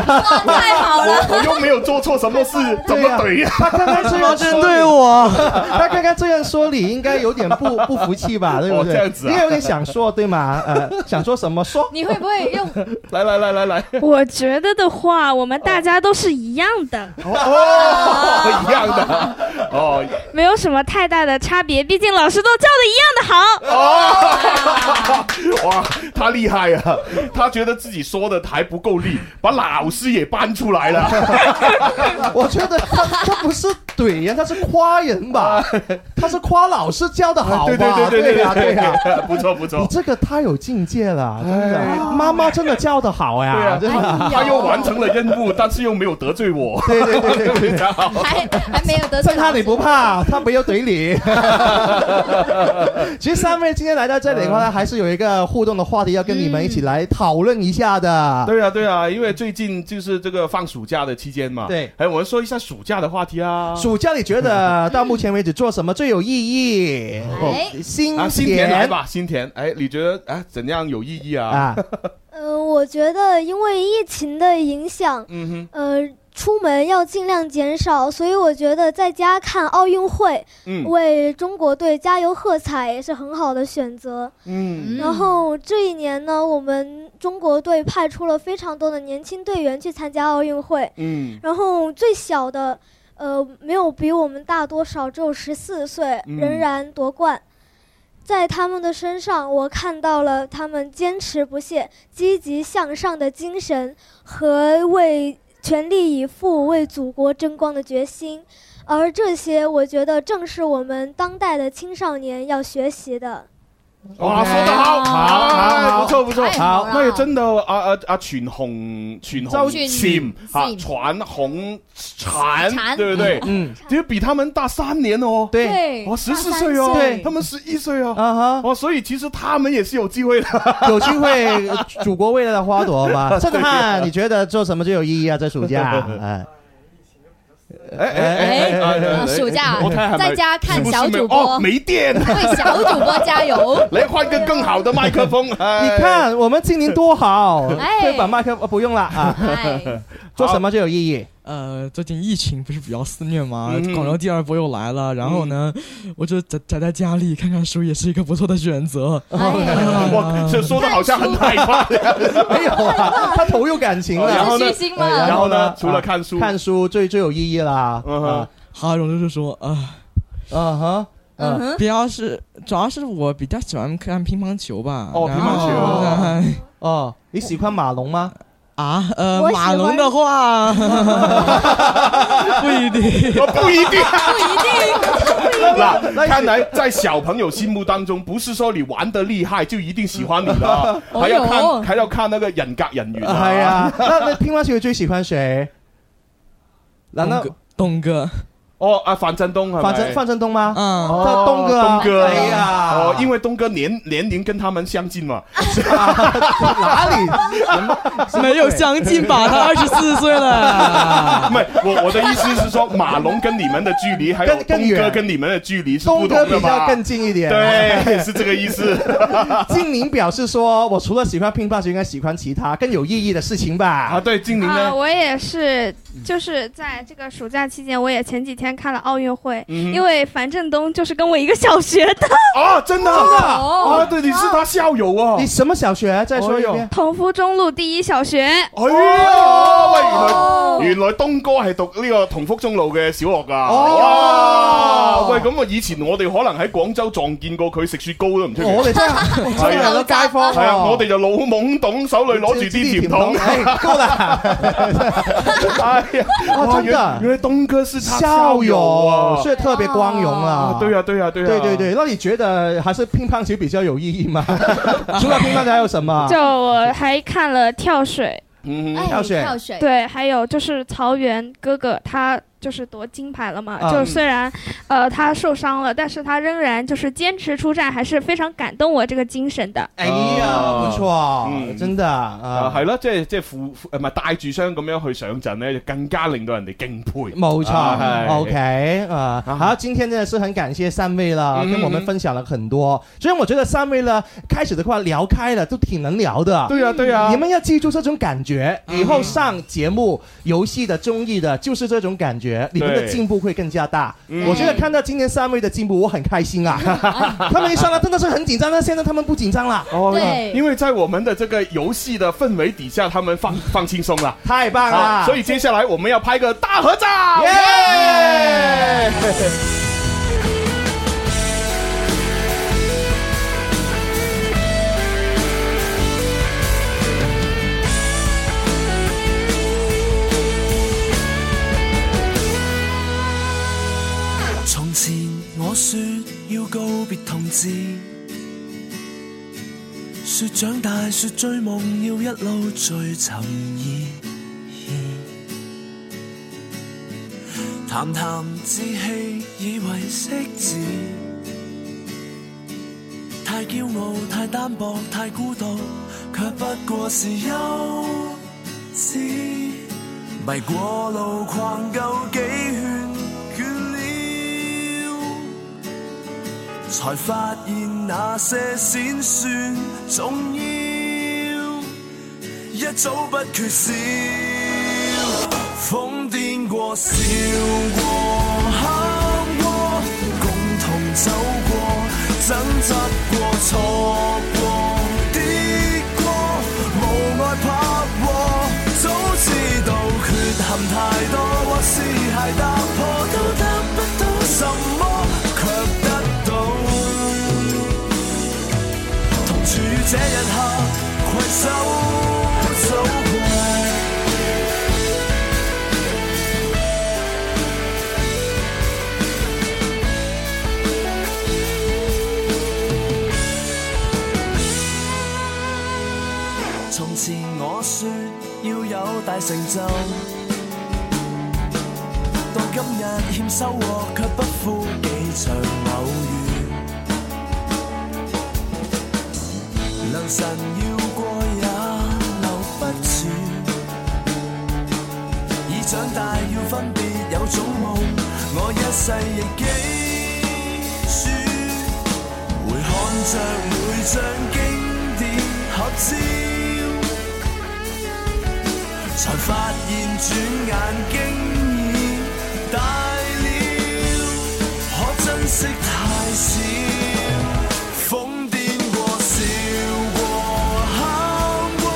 Speaker 6: 好了，
Speaker 4: 我又没有做错什么事，怎么怼呀？
Speaker 5: 他刚刚这样针对
Speaker 9: 我，
Speaker 5: 他刚刚这样说你，应该有点不不服气吧？对不
Speaker 4: 哦
Speaker 5: 对？
Speaker 4: 这样子啊
Speaker 5: 应该有点想说对吗？呃，想说什么说？
Speaker 6: 你会不会用？
Speaker 4: 来来来来来，
Speaker 8: 我觉得的话，我们大家都是一样的，
Speaker 4: 哦，一样的，哦，
Speaker 8: 没有什么太大的差别，毕竟老师都教的一样的好。
Speaker 4: 哦哇，他厉害啊！他觉得自己说的还不够力，把老师也搬出来了。
Speaker 5: 我觉得他他不是怼人，他是夸人 吧？他是夸老师教的好吧？
Speaker 4: 对对对对
Speaker 5: 呀啊对呀。
Speaker 4: 不错不
Speaker 5: 你
Speaker 4: 错。
Speaker 5: 这个太有境界了，真的，妈妈真的教的好
Speaker 4: 对
Speaker 5: 哎呀，哎
Speaker 4: 啊，
Speaker 5: 真的。
Speaker 4: 他又完成了任务，但是又没有得罪我。
Speaker 5: 对对对对对
Speaker 4: 非常 好。
Speaker 5: 哎
Speaker 6: 还还没有得罪
Speaker 5: 正他你不怕，他没有怼你。 其实三位今天来到这里的话呢，还是有一个互动的话题要跟你们一起来讨论一下的。
Speaker 4: 对啊，对啊，因为最近就是这个放暑假的期间嘛。
Speaker 5: 对，
Speaker 4: 哎，我们说一下暑假的话题啊。
Speaker 5: 暑假你觉得到目前为止做什么最有意义？新
Speaker 4: 啊，新
Speaker 5: 田
Speaker 4: 田来吧，新田。哎，你觉得哎怎样有意义啊？
Speaker 5: 啊，
Speaker 10: 呃，我觉得因为疫情的影响，
Speaker 4: 嗯
Speaker 10: 呃，出门要尽量减少，所以我觉得在家看奥运会，
Speaker 4: 嗯
Speaker 10: 为中国队加油喝彩也是很好的选择。
Speaker 4: 嗯
Speaker 10: 然后这一年呢，我们中国队派出了非常多的年轻队员去参加奥运会，
Speaker 4: 嗯
Speaker 10: 然后最小的，呃，没有比我们大多少，只有十四岁，
Speaker 14: 嗯
Speaker 10: 仍然夺冠。在他们的身上，我看到了他们坚持不懈、积极向上的精神和为全力以赴为祖国争光的决心，而这些，我觉得正是我们当代的青少年要学习的。
Speaker 4: 哇，说得好，
Speaker 5: 好好
Speaker 4: 哎
Speaker 5: 好
Speaker 4: 不错不错，
Speaker 5: 太好啦
Speaker 4: 那個真的啊啊啊，全紅全
Speaker 5: 周
Speaker 4: 紅
Speaker 5: 旋
Speaker 4: 閃啊，
Speaker 5: 閃
Speaker 4: 全紅蝉，
Speaker 5: 蝉
Speaker 4: 對不對？
Speaker 5: 嗯，
Speaker 4: 其實比他們大三年哦，
Speaker 5: 对
Speaker 4: 哇，十四
Speaker 5: 大三
Speaker 4: 歲哦，
Speaker 5: 歲
Speaker 4: 他們十一歲哦，
Speaker 5: 啊哈，
Speaker 4: 哇，所以其實他們也是有機會的，
Speaker 5: 有机会，祖国未来的花朵 嘛。震撼，你觉得做什么最有意义啊？在 暑假，哎，
Speaker 4: 哎
Speaker 6: 哎啊暑假在家看小主播，
Speaker 4: 哦，沒電，
Speaker 6: 为小主播加油。
Speaker 4: 來換個更好的麥克風，
Speaker 5: 你
Speaker 4: 你
Speaker 5: 看我们今年 多好
Speaker 6: 哎，
Speaker 5: 对把麦克呃不用了啊
Speaker 6: 哎，
Speaker 5: 做什么最有意义？
Speaker 9: 呃，最近疫情不是比较肆虐吗
Speaker 5: 嗯？
Speaker 9: 广州第二波又来了，然后呢，我就宅宅在家里看看书，也是一个不错的选择。
Speaker 5: 啊
Speaker 4: 哇，哦这说的好像很害怕的樣子。
Speaker 5: 没有啊，他投入感情了。
Speaker 4: 哦然后呢这是虚心嘛
Speaker 5: 哎
Speaker 4: 然后呢除了看书
Speaker 5: 啊看书最最有意义啦。啊
Speaker 9: 还有一种就是说啊，
Speaker 5: 啊哈，
Speaker 9: 呃
Speaker 5: 嗯哼
Speaker 9: 比较是主要是我比较喜欢看乒乓球吧。
Speaker 5: 哦乒乓球
Speaker 9: 然后
Speaker 5: 哦，你喜欢马龙吗？
Speaker 9: 啊，呃，
Speaker 11: 我喜
Speaker 9: 马
Speaker 11: 欢
Speaker 9: 龙的话， 不一定，
Speaker 4: 哦不一定，
Speaker 11: 不一定
Speaker 4: 那看来在小朋友心目当中，不是说你玩的厉害就一定喜欢你 的，啊还要
Speaker 5: 哎呦
Speaker 4: 看还要看那个人格人缘。啊
Speaker 5: 哎呀，那那乒乓球最喜欢谁？难道
Speaker 9: 东哥？
Speaker 4: 哦啊，范振东系咪
Speaker 5: 范振范振东吗？
Speaker 9: 嗯
Speaker 5: 他东哥啊，
Speaker 4: 哦东哥，
Speaker 5: 哎呀，
Speaker 4: 哦，因为东哥年年龄跟他们相近嘛，
Speaker 5: 哪里
Speaker 9: 没有相近 吧？他二十四岁了，
Speaker 4: 唔系我我的意思是说，马龙跟你们的距离，还有
Speaker 5: 更更
Speaker 4: 东哥
Speaker 5: 远
Speaker 4: 跟你们的距离是不
Speaker 5: 东哥
Speaker 4: 同的
Speaker 5: 比较
Speaker 4: 嘛？
Speaker 5: 更近一点，
Speaker 4: 对，是这个意 思。
Speaker 5: 金宁表示说：“我除了喜欢乒乓球，应该喜欢其他更有意义的事情吧？”啊，
Speaker 4: 对，金
Speaker 8: 啊，我也是，就是在这个暑假期间，我也前几天看了奥运会，
Speaker 4: 嗯
Speaker 8: 因为樊振东就是跟我一个小学的。哦
Speaker 4: 哦，真的啊
Speaker 8: 真的
Speaker 4: 啊，对，你是他校友哦。
Speaker 5: 你什么小学？再说一遍。
Speaker 8: 哦同福中路第一小学。
Speaker 4: 哎
Speaker 5: 哦
Speaker 4: 呀，喂，原来原來東哥係讀呢個同福中路嘅小啊學㗎。
Speaker 5: 哦
Speaker 4: 哇！喂，咁我以前我哋可能喺廣州撞見過佢食雪糕都唔出奇。
Speaker 5: 哦
Speaker 4: 啊
Speaker 5: 我哋真係真係有街坊喎
Speaker 4: 係啊，我哋就老懵懂，手裏攞住啲甜 筒。
Speaker 5: 哎夠啦！
Speaker 4: 哎 呀，
Speaker 5: 哇，啊哦真
Speaker 4: 原
Speaker 5: 的，
Speaker 4: 原来东哥是他校友啊
Speaker 5: 友，所以特别光荣啊！
Speaker 4: 对呀，对呀，对呀，
Speaker 5: 对对对，那你觉得还是乒乓球比较有意义 吗？除了乒乓球还有什么？
Speaker 8: 就哎我还看了跳水，
Speaker 4: 嗯
Speaker 5: 哼跳水，
Speaker 8: 对，还有就是曹原哥哥他。就是夺金牌了嘛，
Speaker 5: 啊
Speaker 8: 就虽然，呃，他受伤了，但是他仍然就是坚持出战，还是非常感动我这个精神的。
Speaker 5: 哎呀，不错，真的啊
Speaker 4: 嗯啊，，系咯，即係即係負誒唔係帶住傷咁樣去上陣咧，就更加令到人哋敬佩。
Speaker 5: 冇错嗯
Speaker 4: 啊係
Speaker 5: ，OK 啊，好，今天真的是很感谢三位了，
Speaker 4: 嗯
Speaker 5: 跟我们分享了很多。虽然我觉得三位呢，开始的话聊开了，都挺能聊的。
Speaker 4: 对呀对呀嗯
Speaker 5: 你们要记住这种感觉，以后上节目、游戏的、综艺的，就是这种感觉，你们的
Speaker 4: 对
Speaker 5: 进步会更加大。
Speaker 4: 嗯
Speaker 5: 我觉得看到今天三位的进步，我很开 心啊。他们一上来真的是很紧张，啊但现在他们不紧张了。
Speaker 4: 哦
Speaker 5: 对
Speaker 4: 因为在我们的这个游戏的氛围底下，他们放放轻松了，
Speaker 5: 太棒了
Speaker 4: 好所以接下来我们要拍个大合照，
Speaker 5: 耶！
Speaker 13: 從前我說要告別同志，說長大，說追夢要一路追尋意義。談談志氣，以為識字，太驕傲，太單薄，太孤獨，卻不過是幼稚。迷過路逛夠幾圈，倦了，才發現那些閃算重要，一早不缺少。瘋癲過，笑過，喊過，共同走過，掙扎過，錯過，跌過，無礙怕過。早知道缺陷太多，或是鞋踏破都得不到什麼，卻得到。同處這一刻，攜手走過。從前我說要有大成就，到今日欠收穫卻不負幾場偶遇。良辰要過也留不住，已長大要分別有種夢，我一世亦記住。回看着每張經典合照，才發現轉眼經已大了，可珍惜太少。瘋癲過，笑過，喊過，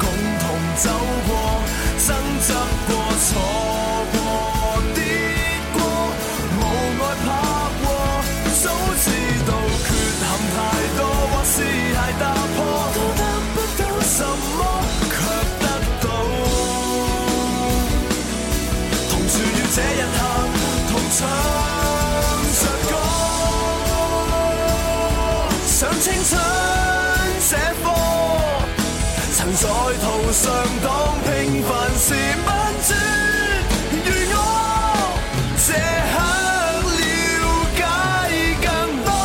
Speaker 13: 共同走過，掙扎過，錯過，跌過。無愛怕過，早知道缺陷太多，或是鞋踏破，都得不到什麼，卻得到。上黨，平凡是民主。願我這刻了解更多。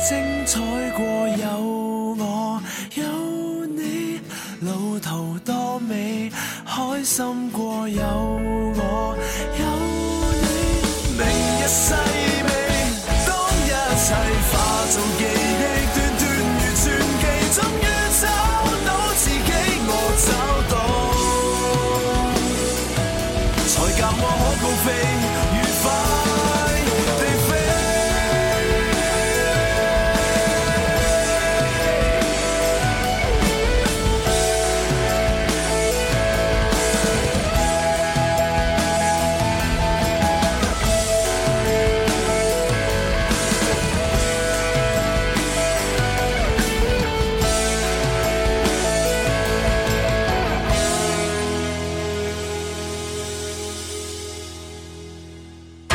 Speaker 13: 精彩過有我有你，路途多美，開心過有我有你，明日細味，當一切化做記憶，段段如傳記，終於找到自己，我找到。才教我可高飛，愉快地飛。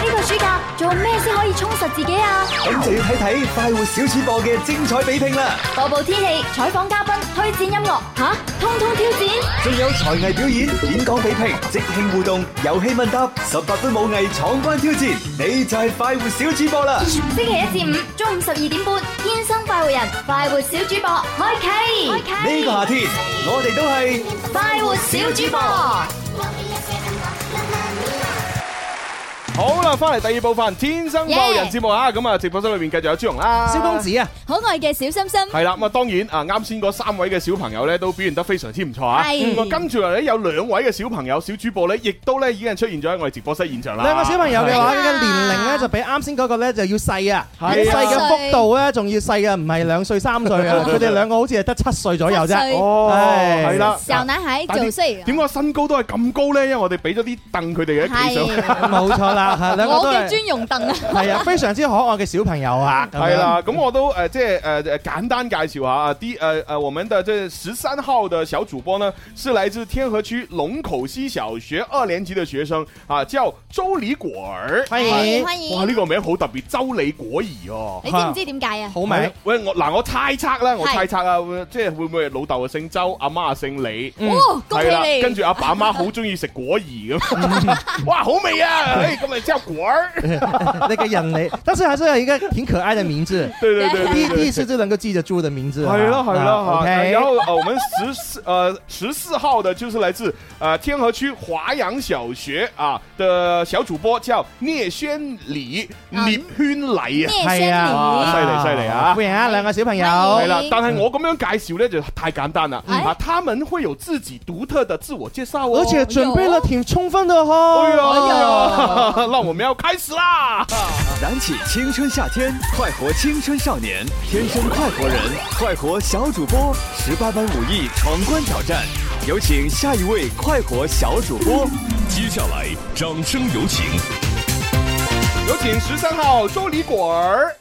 Speaker 1: 呢個暑假做咩先可以充實自己啊？
Speaker 2: 咁就要睇睇快活小主播嘅精彩比拼啦，
Speaker 1: 播報天氣、採訪嘉賓、推薦音樂，吓，通通挑戰。
Speaker 2: 仲有才藝表演、演講比拼、即興互動、遊戲問答、十八般武藝闖關挑戰，你就係快活小主播啦！
Speaker 1: 星期一至五中午十二點半，天生快活人，快活小主播開啟。開
Speaker 2: 呢個夏天，我哋都係
Speaker 1: 快活小主播。
Speaker 4: 好啦，翻嚟第二部分《天生快活人》節目啊！咁啊，直播室裏面繼續有朱容啦，
Speaker 5: 蕭公子啊。
Speaker 6: 可愛嘅小心心，
Speaker 4: 系啦，咁啊，當然啊，啱先嗰三位嘅小朋友咧都表現得非常之唔錯啊。
Speaker 6: 係
Speaker 4: 咁啊跟住嚟咧有兩位嘅小朋友小主播咧，亦都咧已經係出現咗喺我哋直播室現場啦。
Speaker 5: 兩個小朋友嘅話，
Speaker 4: 啊係
Speaker 5: 佢嘅年齡咧就比啱先嗰個咧就要細啊，
Speaker 4: 係啊
Speaker 5: 細嘅幅度咧仲要細嘅，唔係兩歲三歲 啊，佢哋兩個好似係得七歲左右
Speaker 6: 七歲
Speaker 5: 啫。
Speaker 4: 哦係啦
Speaker 6: 小男孩九歲。
Speaker 4: 點解身高都係咁高咧？因為我哋俾咗啲凳佢哋嘅企上，
Speaker 6: 係
Speaker 5: 冇錯啦嚇兩個
Speaker 6: 我
Speaker 5: 都
Speaker 6: 嘅
Speaker 5: 係
Speaker 6: 專用凳啊，
Speaker 5: 係啊，非常之可愛嘅小朋友啊。 咁樣
Speaker 4: 係 啦，，咁我都呃誒即係誒誒簡單介紹下啊，啲誒誒我們的這十三號的小主播呢，是來自天河區龍口西小學二年級的學生啊，叫周李果兒，
Speaker 5: 歡迎
Speaker 4: 係
Speaker 6: 歡迎
Speaker 4: 哇，呢個名好特別，周李果兒哦，
Speaker 6: 你知唔知點解啊？
Speaker 5: 味
Speaker 4: 係啊喂，我嗱我猜測啦，我
Speaker 6: 係
Speaker 4: 猜測啊，會即係會唔會係老豆啊姓周，阿媽啊姓李，
Speaker 6: 嗯哦恭喜
Speaker 4: 係啦
Speaker 6: 你
Speaker 4: 跟住阿爸阿媽好中意食果 兒咁，哇，好味啊，誒咁咪叫果兒。
Speaker 5: 那個人嚟，但是還是有一個挺可愛的名字。
Speaker 4: 對對對對
Speaker 5: 第
Speaker 4: 對
Speaker 5: 第一次就能夠記得住的名字啊。
Speaker 4: 係咯係咯
Speaker 5: 啊
Speaker 4: 哈，
Speaker 5: ，OK。
Speaker 4: 然後呃，我們十四呃十四號的，就是來自呃天河區華陽小學啊的小主播叫聶宣禮，聶圈禮啊，
Speaker 5: 係
Speaker 4: 哇犀利犀利啊！
Speaker 5: 歡迎啊，兩個小朋友。
Speaker 4: 係啦，但係我咁樣介紹咧就太簡單啦。啊，他們會有自己獨特的自我介紹哦。
Speaker 5: 而且準備了挺充分的哦哈。
Speaker 4: 哎呀，那我們要開始啦！
Speaker 2: 燃起青春夏天，快活青春少年，天生快活人，快活小主播，十八般武艺闯关挑战，有请下一位快活小主播。
Speaker 7: 接下来，掌声有请。
Speaker 4: 有請十三號周李果兒。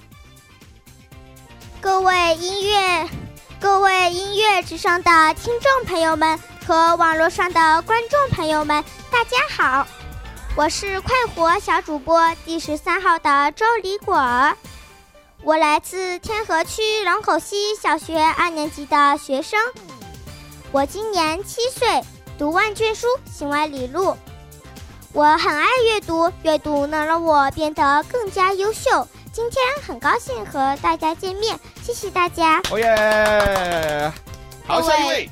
Speaker 14: 各位音乐、各位音乐之声的听众朋友们和网络上的观众朋友们，大家好，我是快活小主播第十三号的周李果儿，我来自天河区龙口西小学二年级的学生，我今年七岁，读万卷书，行万里路。我很爱阅读，阅读能让我变得更加优秀。今天很高兴和大家见面，谢谢大家。
Speaker 4: 哦耶！好，下一位。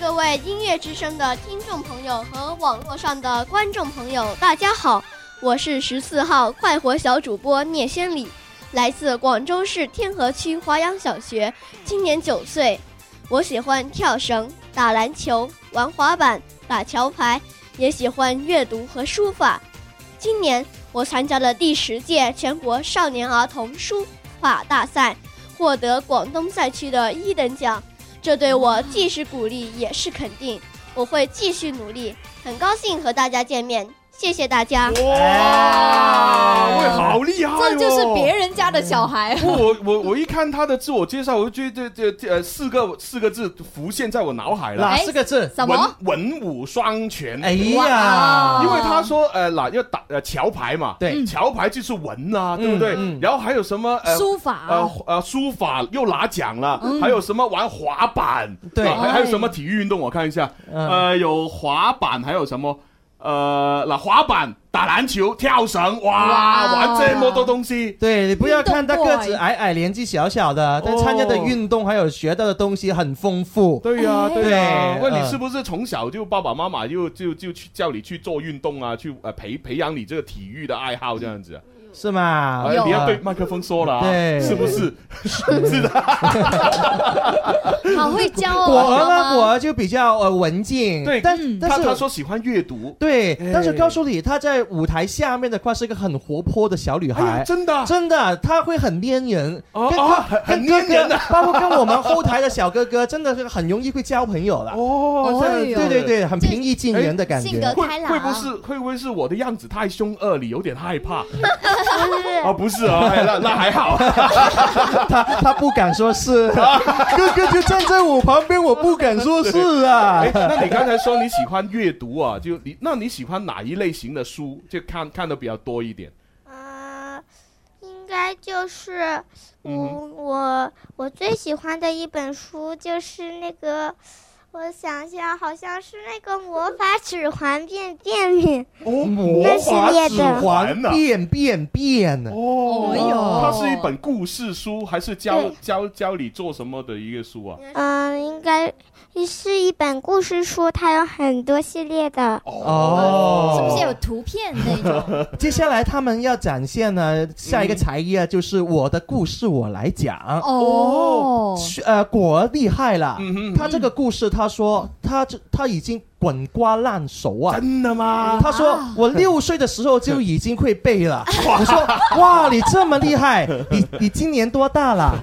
Speaker 15: 各位音乐之声的听众朋友和网络上的观众朋友，大家好，我是十四号快活小主播聂先礼，来自广州市天河区华阳小学，今年九岁。我喜欢跳绳、打篮球、玩滑板、打桥牌，也喜欢阅读和书法。今年我参加了第十届全国少年儿童书法大赛，获得广东赛区的一等奖。这对我既是鼓励也是肯定。我会继续努力。很高兴和大家见面，谢谢大家。
Speaker 4: 哇，喂，好厉害、哦！
Speaker 6: 这就是别人家的小孩。啊
Speaker 4: 不，我我我一看他的自我介绍，我就觉得这这呃四个四个字浮现在我脑海了。
Speaker 5: 哪四个字
Speaker 6: 哎什么哦
Speaker 4: 文文武双全。
Speaker 5: 哎呀
Speaker 4: 因为他说呃哪要打呃桥牌嘛，
Speaker 5: 对嗯
Speaker 4: 桥牌就是文啊，对不对？然后还有什么呃
Speaker 6: 书法
Speaker 4: 呃呃书法又拿奖了
Speaker 6: 嗯，哎
Speaker 4: 还有什么玩滑板，
Speaker 5: 对嗯
Speaker 4: 啊还还有什么体育运动？我看一下，呃，有滑板，还有什么？呃，嗱，滑板、打篮球、跳绳，哇，
Speaker 5: 哇
Speaker 4: 玩这么多东西，哦
Speaker 5: 对你不要看他
Speaker 4: 运动
Speaker 5: 个子
Speaker 4: boy
Speaker 5: 矮矮，年纪小小的，但参加的运动还有学到的东西很丰富。
Speaker 4: 对啊呀，对呀。问哎你
Speaker 5: 嗯
Speaker 4: 是不是从小就爸爸妈妈就就就去叫你去做运动啊，去呃培培养你这个体育的爱好这样子啊？
Speaker 5: 是吗？
Speaker 4: 哎你要对麦克风说了啊，
Speaker 5: 对
Speaker 4: 是不是？
Speaker 6: 好会教哦。
Speaker 5: 果儿
Speaker 6: 妈妈
Speaker 5: 呢？果儿就比较呃文静，
Speaker 4: 对嗯
Speaker 5: 但但
Speaker 4: 他
Speaker 5: 是
Speaker 4: 他说喜欢阅读，
Speaker 5: 对，但是
Speaker 4: 哎
Speaker 5: 告诉你，她在舞台下面的话是一个很活泼的小女
Speaker 4: 哎
Speaker 5: 孩
Speaker 4: 呀，真的
Speaker 5: 真的，她会很粘人，
Speaker 4: 哦
Speaker 5: 跟
Speaker 4: 哦
Speaker 5: 她
Speaker 4: 很很
Speaker 5: 跟哥
Speaker 4: 粘人
Speaker 5: 哥
Speaker 4: 啊，
Speaker 5: 包括跟我们后台的小哥哥，真的是很容易会交朋友了。
Speaker 4: 哦
Speaker 5: 真的对对对，很平易近人的感觉。
Speaker 4: 会哎会不会是会不会是我的样子太凶恶，你有点害 怕？啊，不是啊，哎那那还好。
Speaker 5: 他他不敢 说是，哥哥就站在我旁边，我 不敢说是啊
Speaker 4: 哎，。那你刚才说你喜欢阅读啊？就你，那你喜欢哪一类型的书？就看看的比较多一点。
Speaker 14: 呃应该就是我、
Speaker 4: 嗯
Speaker 14: 我我最喜欢的一本书就是那个，我想想好像是那个魔法指环变变变，
Speaker 5: 哦
Speaker 14: 那系列的
Speaker 4: 啊
Speaker 5: 环变变变
Speaker 4: 哦
Speaker 14: 哎呦
Speaker 4: 它是一本故事书，还是教
Speaker 14: 对
Speaker 4: 教教你做什么的一个书啊？
Speaker 14: 嗯、应该是一本故事书，它有很多系列的。
Speaker 5: 哦
Speaker 6: 是不是有图片那种？
Speaker 5: 接下来他们要展现呢，下一个才艺啊，就是我的故事我来讲。
Speaker 6: 哦
Speaker 5: 是，呃，果儿厉害了
Speaker 6: 嗯哼，
Speaker 5: 他这个故事，他说他这他已经滚瓜烂熟啊。
Speaker 4: 真的吗
Speaker 5: 他说我六岁的时候就已经会背了。我说哇，你这么厉害，你你今年多大了？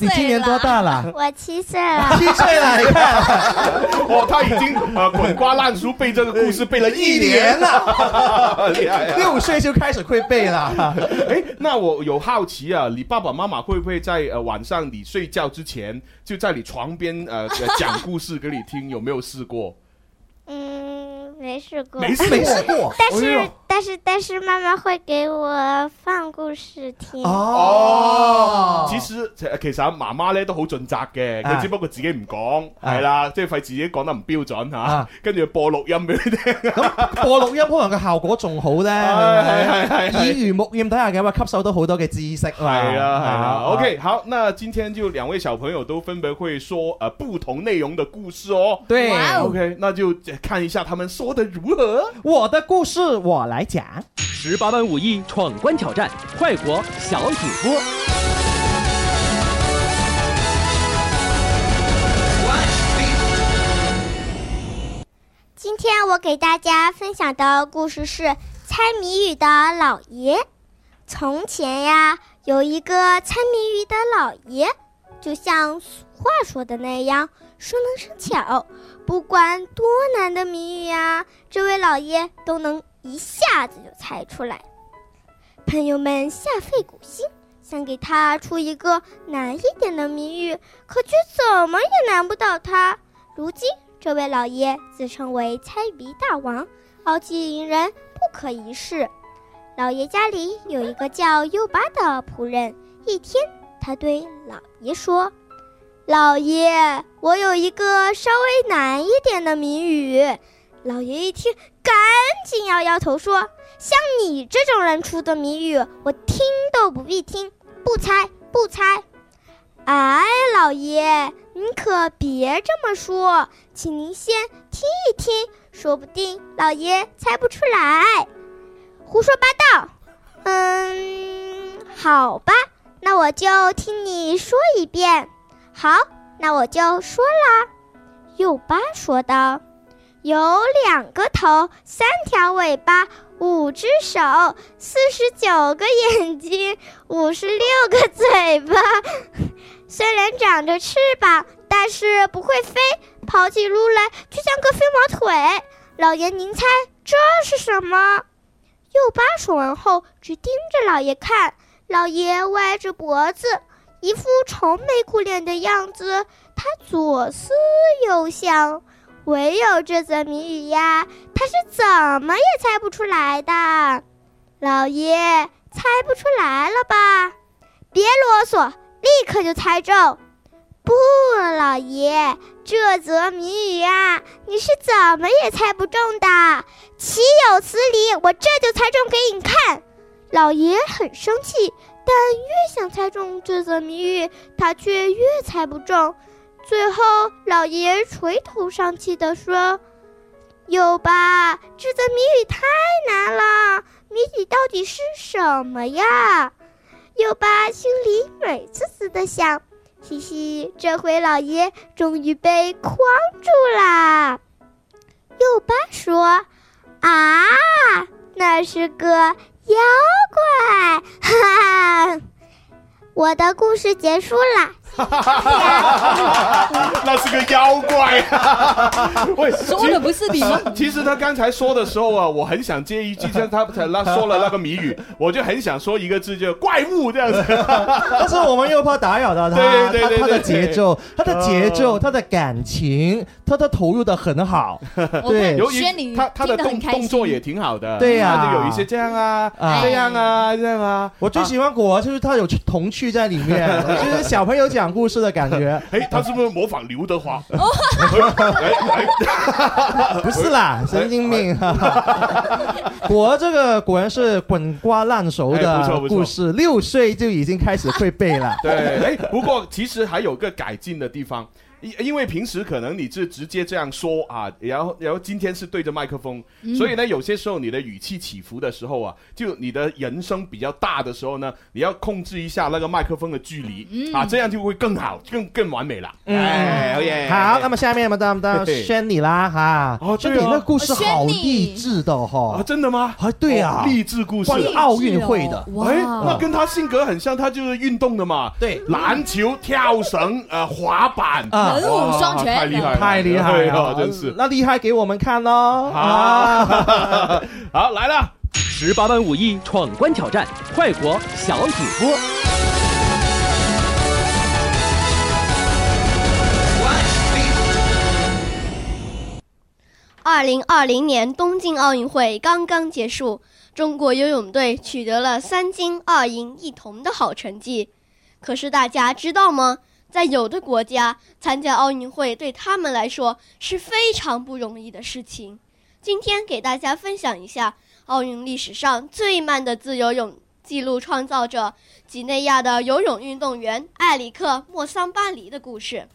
Speaker 5: 你今年多大了？
Speaker 14: 我七岁了。
Speaker 5: 七岁了，你看。
Speaker 4: 哦，他已经呃滚瓜烂熟背这个故事背了一
Speaker 5: 一年
Speaker 4: 了， 厉害啊！
Speaker 5: 六岁就开始会背了。
Speaker 4: 哎，那我有好奇啊，你爸爸妈妈会不会在呃晚上你睡觉之前就在你床边呃呃讲故事给你听？有没有试过？
Speaker 14: 嗯，没试过，
Speaker 4: 没试过没试过
Speaker 14: 但是、
Speaker 4: 哎呦
Speaker 14: 但是但是妈妈会给我放故事听。
Speaker 4: 哦，其實其實阿媽媽咧都好盡責嘅，
Speaker 5: 啊
Speaker 4: 佢只不過自己唔講，
Speaker 5: 啊
Speaker 4: 係啦，即係費自己講得唔標準嚇
Speaker 5: 啊，
Speaker 4: 跟住播錄音俾佢聽。
Speaker 5: 播錄音可能個效果仲好
Speaker 4: 哎
Speaker 5: 咧，
Speaker 4: 係係係係
Speaker 5: 耳濡目染底下嘅話，吸收到好多嘅知識
Speaker 4: 哎係
Speaker 5: 啦。
Speaker 4: 啦，係啦
Speaker 5: 啊
Speaker 4: ，OK，好，那今天就兩位小朋友都分別會說呃不同內容的故事哦。
Speaker 5: 對哇哦
Speaker 4: ，OK，那就看一下他們說的如何。
Speaker 5: 我的故事我来讲。
Speaker 12: 十八般武艺闯关挑战，快活小主播。
Speaker 14: 今天我给大家分享的故事是《猜谜语的老爷》。从前呀，有一个猜谜语的老爷，就像俗话说的那样，熟能生巧。不管多难的谜语呀，这位老爷都能一下子就猜出来。朋友们下费苦心，想给他出一个难一点的谜语，可却怎么也难不倒他。如今，这位老爷自称为猜谜大王，傲气凌人，不可一世。老爷家里有一个叫优巴的仆人，一天，他对老爷说：“老爷，我有一个稍微难一点的谜语。”老爷一听，赶紧摇摇头说：“像你这种人出的谜语，我听都不必听，不猜，不猜。”哎，老爷，您可别这么说，请您先听一听，说不定老爷猜不出来。胡说八道。嗯，好吧，那我就听你说一遍。好，那我就说啦。右巴说道：“有两个头，三条尾巴，五只手，四十九个眼睛，五十六个嘴巴。虽然长着翅膀，但是不会飞，跑起路来就像个飞毛腿。老爷，您猜这是什么？右巴说完后，只盯着老爷看。老爷歪着脖子，一副愁眉苦脸的样子。他左思右想，唯有这则谜语呀，他是怎么也猜不出来的。老爷，猜不出来了吧？别啰嗦，立刻就猜中。不，老爷，这则谜语啊，你是怎么也猜不中的。岂有此理！我这就猜中给你看。老爷很生气，但越想猜中这则谜语，他却越猜不中。最后，老爷垂头丧气地说：“有吧，这则谜语太难了。谜底到底是什么呀？”又巴心里美滋滋的想：“嘻嘻，这回老爷终于被框住啦。”又巴说：“啊，那是个妖怪！”哈哈，我的故事结束啦。
Speaker 4: 那是个妖怪、啊。喂，
Speaker 16: 说了不是你吗
Speaker 4: 其其实他刚才说的时候啊，我很想接 一句，像他才那说了那个谜语，我就很想说一个字，就怪物这样子。
Speaker 5: 但是我们又怕打扰到他，
Speaker 4: 对对对对
Speaker 5: 他他的节奏，他的节
Speaker 4: 啊
Speaker 5: 奏，他的感情，他都投入的很好，对，
Speaker 4: 由于他他的动动作也挺好的，
Speaker 5: 对呀
Speaker 4: 他就有一些这样啊，
Speaker 16: 哎
Speaker 5: 啊
Speaker 4: 这样啊，这样啊。
Speaker 5: 我最喜欢果就是他有童趣在里 面，就是小朋友讲故事的感觉。
Speaker 4: 哎，他是不是模仿刘德华？ 啊
Speaker 5: 不是啦，神经病！哎 果这个果然是滚瓜烂熟
Speaker 4: 哎不错
Speaker 5: 的
Speaker 4: 不错
Speaker 5: 故事，六岁就已经开始会背了。
Speaker 4: 对， 哎，不过其实还有个改进的地方，因因为平时可能你是直接这样说啊，然后然后今天是对着麦克风，
Speaker 2: 嗯
Speaker 4: 所以呢，有些时候你的语气起伏的时候啊，就你的人声比较大的时候呢，你要控制一下那个麦克风的距离、
Speaker 5: 嗯
Speaker 4: 啊，这样就会更好，更更完美了。
Speaker 5: 嗯
Speaker 4: 哎，好耶！
Speaker 5: 好，那么下面我们到到
Speaker 4: 嘿嘿
Speaker 5: 轩你啦哈，哦
Speaker 4: 对啊
Speaker 5: 你那故事
Speaker 4: 哦轩
Speaker 5: 好
Speaker 4: 尼
Speaker 5: 励志的哈，
Speaker 4: 真的吗？
Speaker 5: 啊，对呀
Speaker 4: 哦，励志故事
Speaker 5: 关于奥运会的，
Speaker 4: 哎，那跟他性格很像，他就是运动的嘛，
Speaker 5: 对，
Speaker 4: 篮球、跳绳、呃，滑板，
Speaker 5: 啊
Speaker 4: 哇
Speaker 5: 文武双全
Speaker 4: 太厉害了，
Speaker 5: 太厉害
Speaker 4: 哎呀
Speaker 5: 了，
Speaker 4: 真是。
Speaker 5: 那厉害给我们看喽
Speaker 4: 啊
Speaker 5: 啊！
Speaker 4: 好，来了，
Speaker 12: 十八般武艺闯关挑战，快活小主播。
Speaker 15: 二零二零年东京奥运会刚刚结束，中国游泳队取得了三金二银一铜的好成绩。可是大家知道吗？在有的国家，参加奥运会对他们来说是非常不容易的事情。今天给大家分享一下奥运历史上最慢的自由泳纪录创造者——几内亚的游泳运动员埃里克·莫桑巴黎的故事。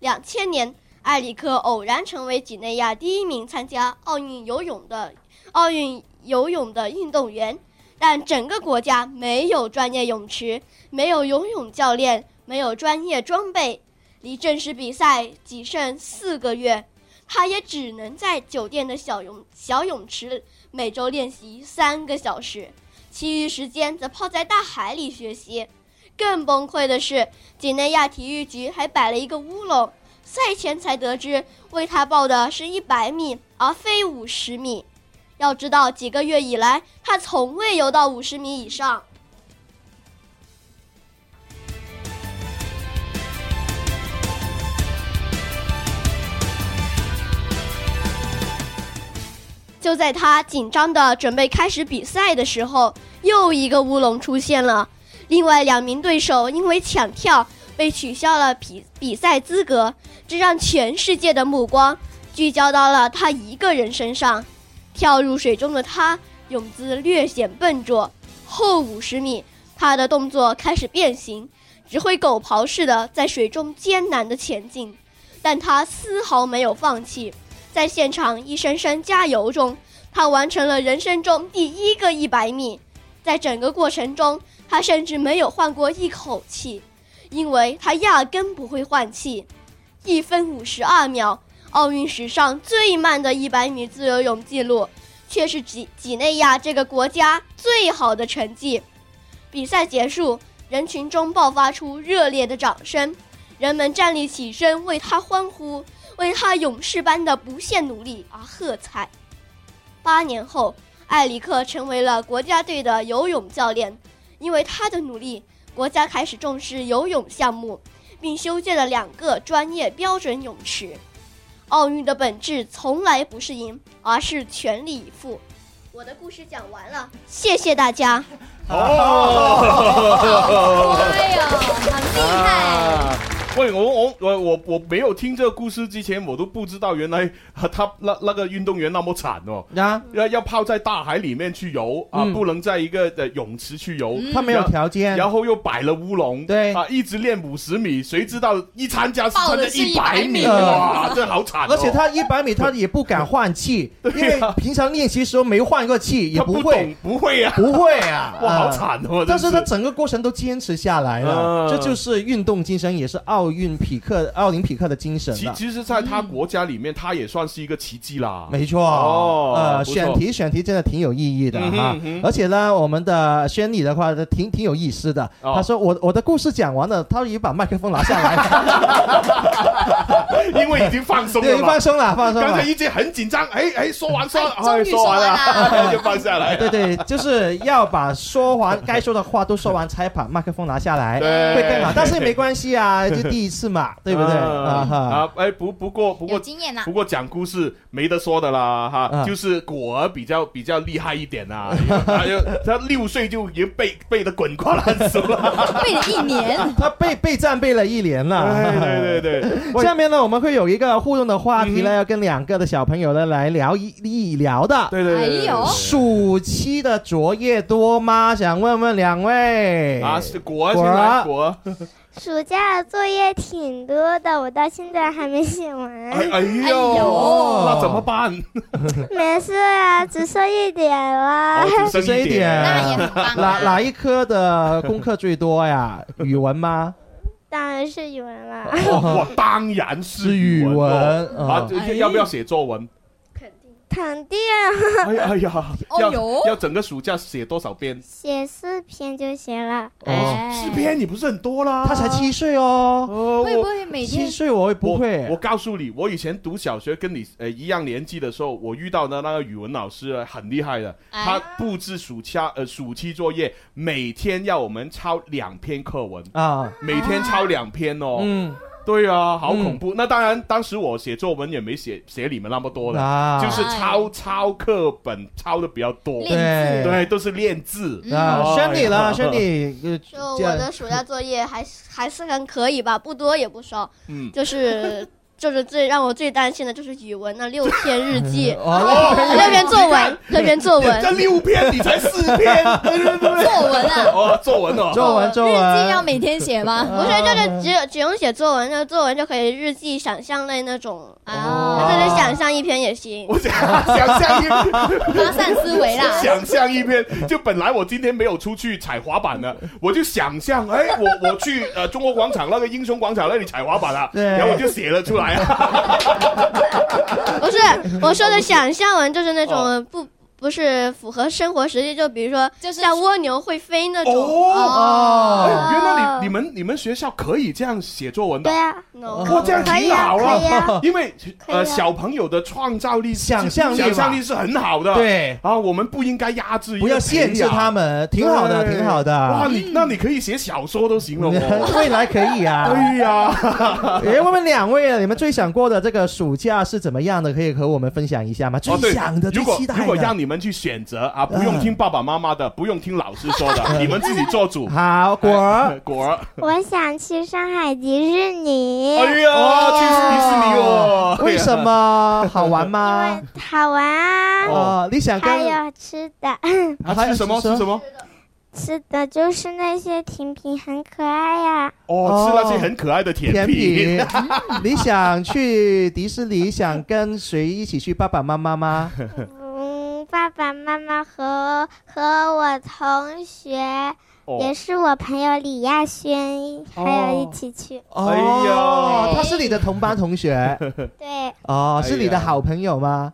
Speaker 15: 两千年，埃里克偶然成为几内亚第一名参加奥运游泳的奥运游泳的运动员，但整个国家没有专业泳池，没有游泳教练，没有专业装备，离正式比赛仅剩四个月，他也只能在酒店的小泳小泳池每周练习三个小时，其余时间则泡在大海里学习。更崩溃的是，几内亚体育局还摆了一个乌龙，赛前才得知为他报的是一百米而非五十米。要知道，几个月以来他从未游到五十米以上。就在他紧张的准备开始比赛的时候，又一个乌龙出现了。另外两名对手因为抢跳被取消了比比赛资格，这让全世界的目光聚焦到了他一个人身上。跳入水中的他，泳姿略显笨拙。后五十米，他的动作开始变形，只会狗刨似的在水中艰难的前进。但他丝毫没有放弃，在现场一声声加油中，他完成了人生中第一个一百米。在整个过程中，他甚至没有换过一口气，因为他压根不会换气。一分五十二秒，奥运史上最慢的一百米自由泳记录，却是几几内亚这个国家最好的成绩。比赛结束，人群中爆发出热烈的掌声，人们站立起身为他欢呼，为他勇士般的不懈努力而喝彩。八年后，埃里克成为了国家队的游泳教练。因为他的努力，国家开始重视游泳项目，并修建了两个专业标准泳池。奥运的本质从来不是赢，而是全力以赴。我的故事讲完了，谢谢大家。
Speaker 4: 哦，
Speaker 15: 哎呀，
Speaker 4: 啊喂，我我我我我没有听这个故事之前，我都不知道原来 啊他那那个运动员那么惨哦，
Speaker 5: 啊，
Speaker 4: 要要泡在大海里面去游啊，
Speaker 5: 嗯
Speaker 4: 不能在一个呃泳池去游，
Speaker 5: 他没有条件
Speaker 4: 然然后又摆了乌龙，
Speaker 5: 对
Speaker 4: 啊，一直练五十米，谁知道一参加是
Speaker 5: 报
Speaker 4: 参
Speaker 5: 的
Speaker 4: 加
Speaker 5: 是
Speaker 4: 一百米，
Speaker 5: 100米
Speaker 4: 哇，这好惨哦！
Speaker 5: 而且他一百米他也不敢换气，因为平常练习时候没换过气，也
Speaker 4: 他不
Speaker 5: 会
Speaker 4: 懂不会啊
Speaker 5: 不会啊，
Speaker 4: 哇
Speaker 5: 啊
Speaker 4: 好惨哦真是
Speaker 5: 但是他整个过程都坚持下来了
Speaker 4: 嗯，
Speaker 5: 这就是运动精神，也是奥运匹克奥林匹克的精神啊
Speaker 4: 其
Speaker 5: 了。
Speaker 4: 其实，在他国家里面，他也算是一个奇迹啦。
Speaker 5: 没错，
Speaker 4: 哦，
Speaker 5: 呃，
Speaker 4: 不错
Speaker 5: 选题选题真的挺有意义的
Speaker 4: 嗯哼
Speaker 5: 哈
Speaker 4: 嗯哼，
Speaker 5: 而且呢，我们的轩丽的话挺挺有意思的，
Speaker 4: 哦
Speaker 5: 他说我我的故事讲完了，他也把麦克风拿下来了。
Speaker 4: 因为已经放松了
Speaker 5: 对
Speaker 4: 嘛，
Speaker 5: 放松了放松了
Speaker 4: 刚才一直很紧张，哎哎，说完说完，
Speaker 5: 哎终于
Speaker 4: 哎说
Speaker 5: 说完了
Speaker 4: 了，就放下来。
Speaker 5: 哎对对，就是要把说完该说的话都说完，才把麦克风拿下来，
Speaker 4: 对
Speaker 5: 会更好。但是没关 系啊，就第一次嘛，对不对？啊
Speaker 4: 啊
Speaker 5: 哈，
Speaker 4: 啊，哎，不不过不过
Speaker 6: 有经验啦
Speaker 4: 不过讲故事没得说的啦哈，
Speaker 5: 嗯
Speaker 4: 就是果儿比较比较厉害一点啊哎呐，他就 他六岁就已经背背的滚瓜烂熟了， 啊
Speaker 6: 背了一年，
Speaker 5: 他备备战备了一年了。
Speaker 4: 对对嗯对对，
Speaker 5: 下面呢，我们会有一个互动的话题呢，要跟两个的小朋友呢来聊一一聊的。
Speaker 4: 对对对对对哎呦
Speaker 5: 暑期的作业多吗？想问问两位。
Speaker 4: 啊，是果儿先来果儿，
Speaker 14: 暑假作业挺多的，我到现在还没写完。
Speaker 4: 哎呦，那怎么办？
Speaker 14: 没事啊，只剩一点
Speaker 4: 哦
Speaker 5: 哎
Speaker 14: 了。
Speaker 5: 只剩一点，
Speaker 14: 那也很棒啊
Speaker 5: 哪哪一科的功课最多呀？语文 吗？
Speaker 14: 当然是语文啦。
Speaker 4: 哇，当然是语文
Speaker 5: 文
Speaker 4: 咯啊
Speaker 5: 哦！
Speaker 4: 要要不
Speaker 14: 哎
Speaker 4: 要写作文？
Speaker 14: 肯定
Speaker 4: 哎呀哎呀，
Speaker 14: 哦
Speaker 4: 要
Speaker 14: 哟
Speaker 4: 要整个暑假写多少 遍？
Speaker 14: 写四篇就行了。哎
Speaker 4: 四篇你不是很多啦？
Speaker 5: 哦他才七岁哦，
Speaker 4: 会
Speaker 14: 不会 每天
Speaker 5: 七岁我也不会
Speaker 4: 我。我告诉你，我以前读小学跟你呃一样年纪的时候，我遇到的那个语文老师啊很厉害的，他布置暑假呃暑期作业，每天要我们抄两篇课文
Speaker 5: 啊，
Speaker 4: 每天抄两篇哦。
Speaker 5: 嗯。
Speaker 4: 对啊，好恐怖！那当然，当时我写作文也没写写你们那么多的，
Speaker 5: 啊
Speaker 4: 就是抄抄课本抄的比较多，
Speaker 5: 练字
Speaker 4: 对，都是练字。
Speaker 5: 啊，
Speaker 4: 哎
Speaker 5: 轩丽
Speaker 4: 呀
Speaker 5: 呢？轩丽，呃，
Speaker 15: 就我的暑假作业还是还是很可以吧，不多也不少，
Speaker 4: 嗯
Speaker 15: 就是。就是最让我最担心的就是语文那六篇日记
Speaker 5: 哦
Speaker 15: 六篇作文，
Speaker 4: 你看
Speaker 15: 六篇作文，
Speaker 4: 这六篇你才四篇，
Speaker 15: 作文啊，
Speaker 4: 哦，作文哦，
Speaker 5: 作文作文
Speaker 6: 日记要每天写吗？
Speaker 15: 不是，就是只有只用写作文，那作文就可以日记想象类那种啊，就是想象一篇也行。
Speaker 4: 哦我想想象一
Speaker 6: 发散思维啦
Speaker 4: 想象一遍。就本来我今天没有出去踩滑板的，我就想象，哎，我我去呃中国广场那个英雄广场那里踩滑板啊，
Speaker 5: 对
Speaker 4: 然后我就写了出来啊。
Speaker 15: 不是， 我说的想象文就是那
Speaker 4: 哦
Speaker 15: 种不不是符合生活实际，就比如说像蜗牛会飞那种。
Speaker 4: 哦，原来你你们你们学校可以这样写作文的？
Speaker 15: 对啊
Speaker 5: 哦
Speaker 4: 哇，这样挺好
Speaker 15: 可以啊可以啊
Speaker 4: 了，因为
Speaker 15: 可以啊
Speaker 4: 呃小朋友的创造力、
Speaker 5: 想象力嘛
Speaker 4: 想象力是很好的。
Speaker 5: 对
Speaker 4: 啊，我们不应该压制，
Speaker 5: 不要限制他们
Speaker 4: 应
Speaker 5: 挺
Speaker 4: 该培养
Speaker 5: 好的
Speaker 4: 对
Speaker 5: 挺好的
Speaker 4: 哇，
Speaker 15: 嗯
Speaker 4: 你那你可以写小说都行了哦。
Speaker 5: 未来可以啊。
Speaker 4: 对呀，
Speaker 5: 哎，问问两位，你们最想过的这个暑假是怎么样的？可以和我们分享一下吗？ 最
Speaker 4: 哦，对
Speaker 5: 想的、，最
Speaker 4: 如果
Speaker 5: 期待的。
Speaker 4: 如果让你们去选择啊，不用
Speaker 5: 嗯
Speaker 4: 听爸爸妈妈的，不用听老师说 的，你们自己做主。
Speaker 5: 好，果儿，
Speaker 4: 果儿，
Speaker 14: 我想去上海迪士尼。
Speaker 4: 哎呀，去迪士尼哦！ 啊
Speaker 5: 为什么好 玩吗？
Speaker 14: 好玩啊！
Speaker 5: 哦你想跟
Speaker 14: 还有吃的，
Speaker 4: 啊，吃什么？吃什么？
Speaker 14: 吃的就是那些甜品，很可爱啊呀、
Speaker 4: 哦，吃那些很可爱的甜
Speaker 5: 甜
Speaker 4: 品
Speaker 5: 品。，你想去迪士尼，想跟谁一起去？爸爸妈妈 吗？
Speaker 14: 嗯，爸爸妈妈和和我同学，
Speaker 5: 哦
Speaker 14: 也是我朋友李亚轩，还有
Speaker 4: 哦
Speaker 14: 一起去。
Speaker 5: 哎呀，他是你的同班同 学，
Speaker 14: 对，
Speaker 5: 哦，
Speaker 4: 哎
Speaker 5: 是你的好朋友吗？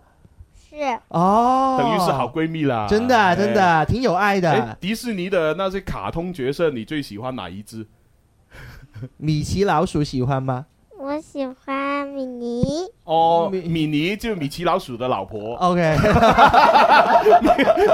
Speaker 14: 是
Speaker 5: 哦，
Speaker 4: 等于是好闺蜜啦，
Speaker 5: 真的真的
Speaker 4: 哎
Speaker 5: 挺有爱
Speaker 4: 哎
Speaker 5: 的。
Speaker 4: 迪士尼的那些卡通角色，你最喜欢哪一只？
Speaker 5: 米奇老鼠喜欢吗？
Speaker 14: 我我喜欢米妮。
Speaker 4: 哦，米妮就是米奇老鼠的老婆。
Speaker 5: OK，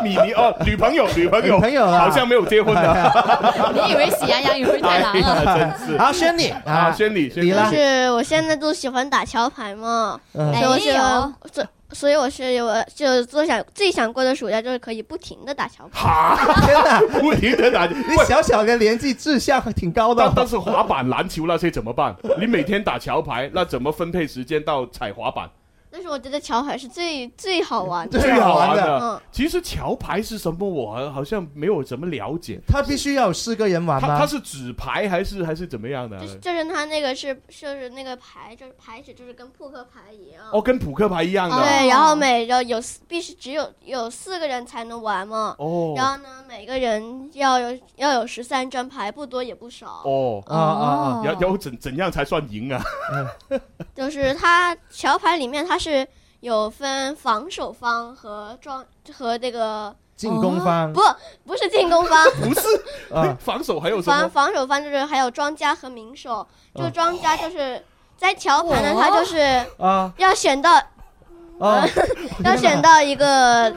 Speaker 4: 米妮哦，女朋友，女朋友，
Speaker 5: 女朋友啊
Speaker 4: 好像没有结婚 的。
Speaker 16: 你以为喜羊羊与灰太狼
Speaker 4: 哎
Speaker 16: 啊？
Speaker 4: 呀真是
Speaker 5: 好，轩你
Speaker 4: 啊，轩你，轩你
Speaker 15: 就。是我现在都喜欢打桥牌嘛，
Speaker 5: 嗯
Speaker 15: 所以我喜
Speaker 16: 哎
Speaker 15: 欢，所所以我是有就最想最想过的暑假就是可以不停的打桥牌。
Speaker 5: 天 哪，
Speaker 4: 不停的打，
Speaker 5: 你小小的年纪志向挺高的
Speaker 4: 但。但是滑板、篮球那些怎么办？你每天打桥牌，那怎么分配时间到踩滑板？
Speaker 15: 但是我觉得桥牌是最最好 玩的，
Speaker 4: 最好玩的
Speaker 15: 嗯，。
Speaker 4: 其实桥牌是什么，我好好像没有怎么了解。
Speaker 5: 他必须要有四个人玩
Speaker 4: 它
Speaker 5: 吗？
Speaker 4: 它是纸牌还是还是怎么样的？
Speaker 15: 就是它那个是就是那个牌，就是牌纸，就是跟扑克牌一样。
Speaker 4: 哦，跟扑克牌一样的。哦
Speaker 15: 对，然后每周有四必须只有有四个人才能玩嘛。
Speaker 4: 哦
Speaker 15: 然后呢，每个人要有要有十三张牌，不多也不少。
Speaker 4: 哦
Speaker 5: 啊啊啊
Speaker 4: 要要怎怎样才算赢啊？
Speaker 15: 就是它桥牌里面它是有分防守方和装和这个
Speaker 5: 进攻方
Speaker 16: 哦
Speaker 15: 不不是进攻方，
Speaker 4: 不是
Speaker 5: 啊，
Speaker 4: 哎防守还有什
Speaker 15: 防
Speaker 4: 么？
Speaker 15: 防守方就是还有庄家和名手，就
Speaker 4: 啊
Speaker 15: 庄家就是在桥牌呢，
Speaker 16: 哇
Speaker 15: 他就是
Speaker 5: 啊
Speaker 15: 要选到
Speaker 5: 啊！
Speaker 15: 要选到一个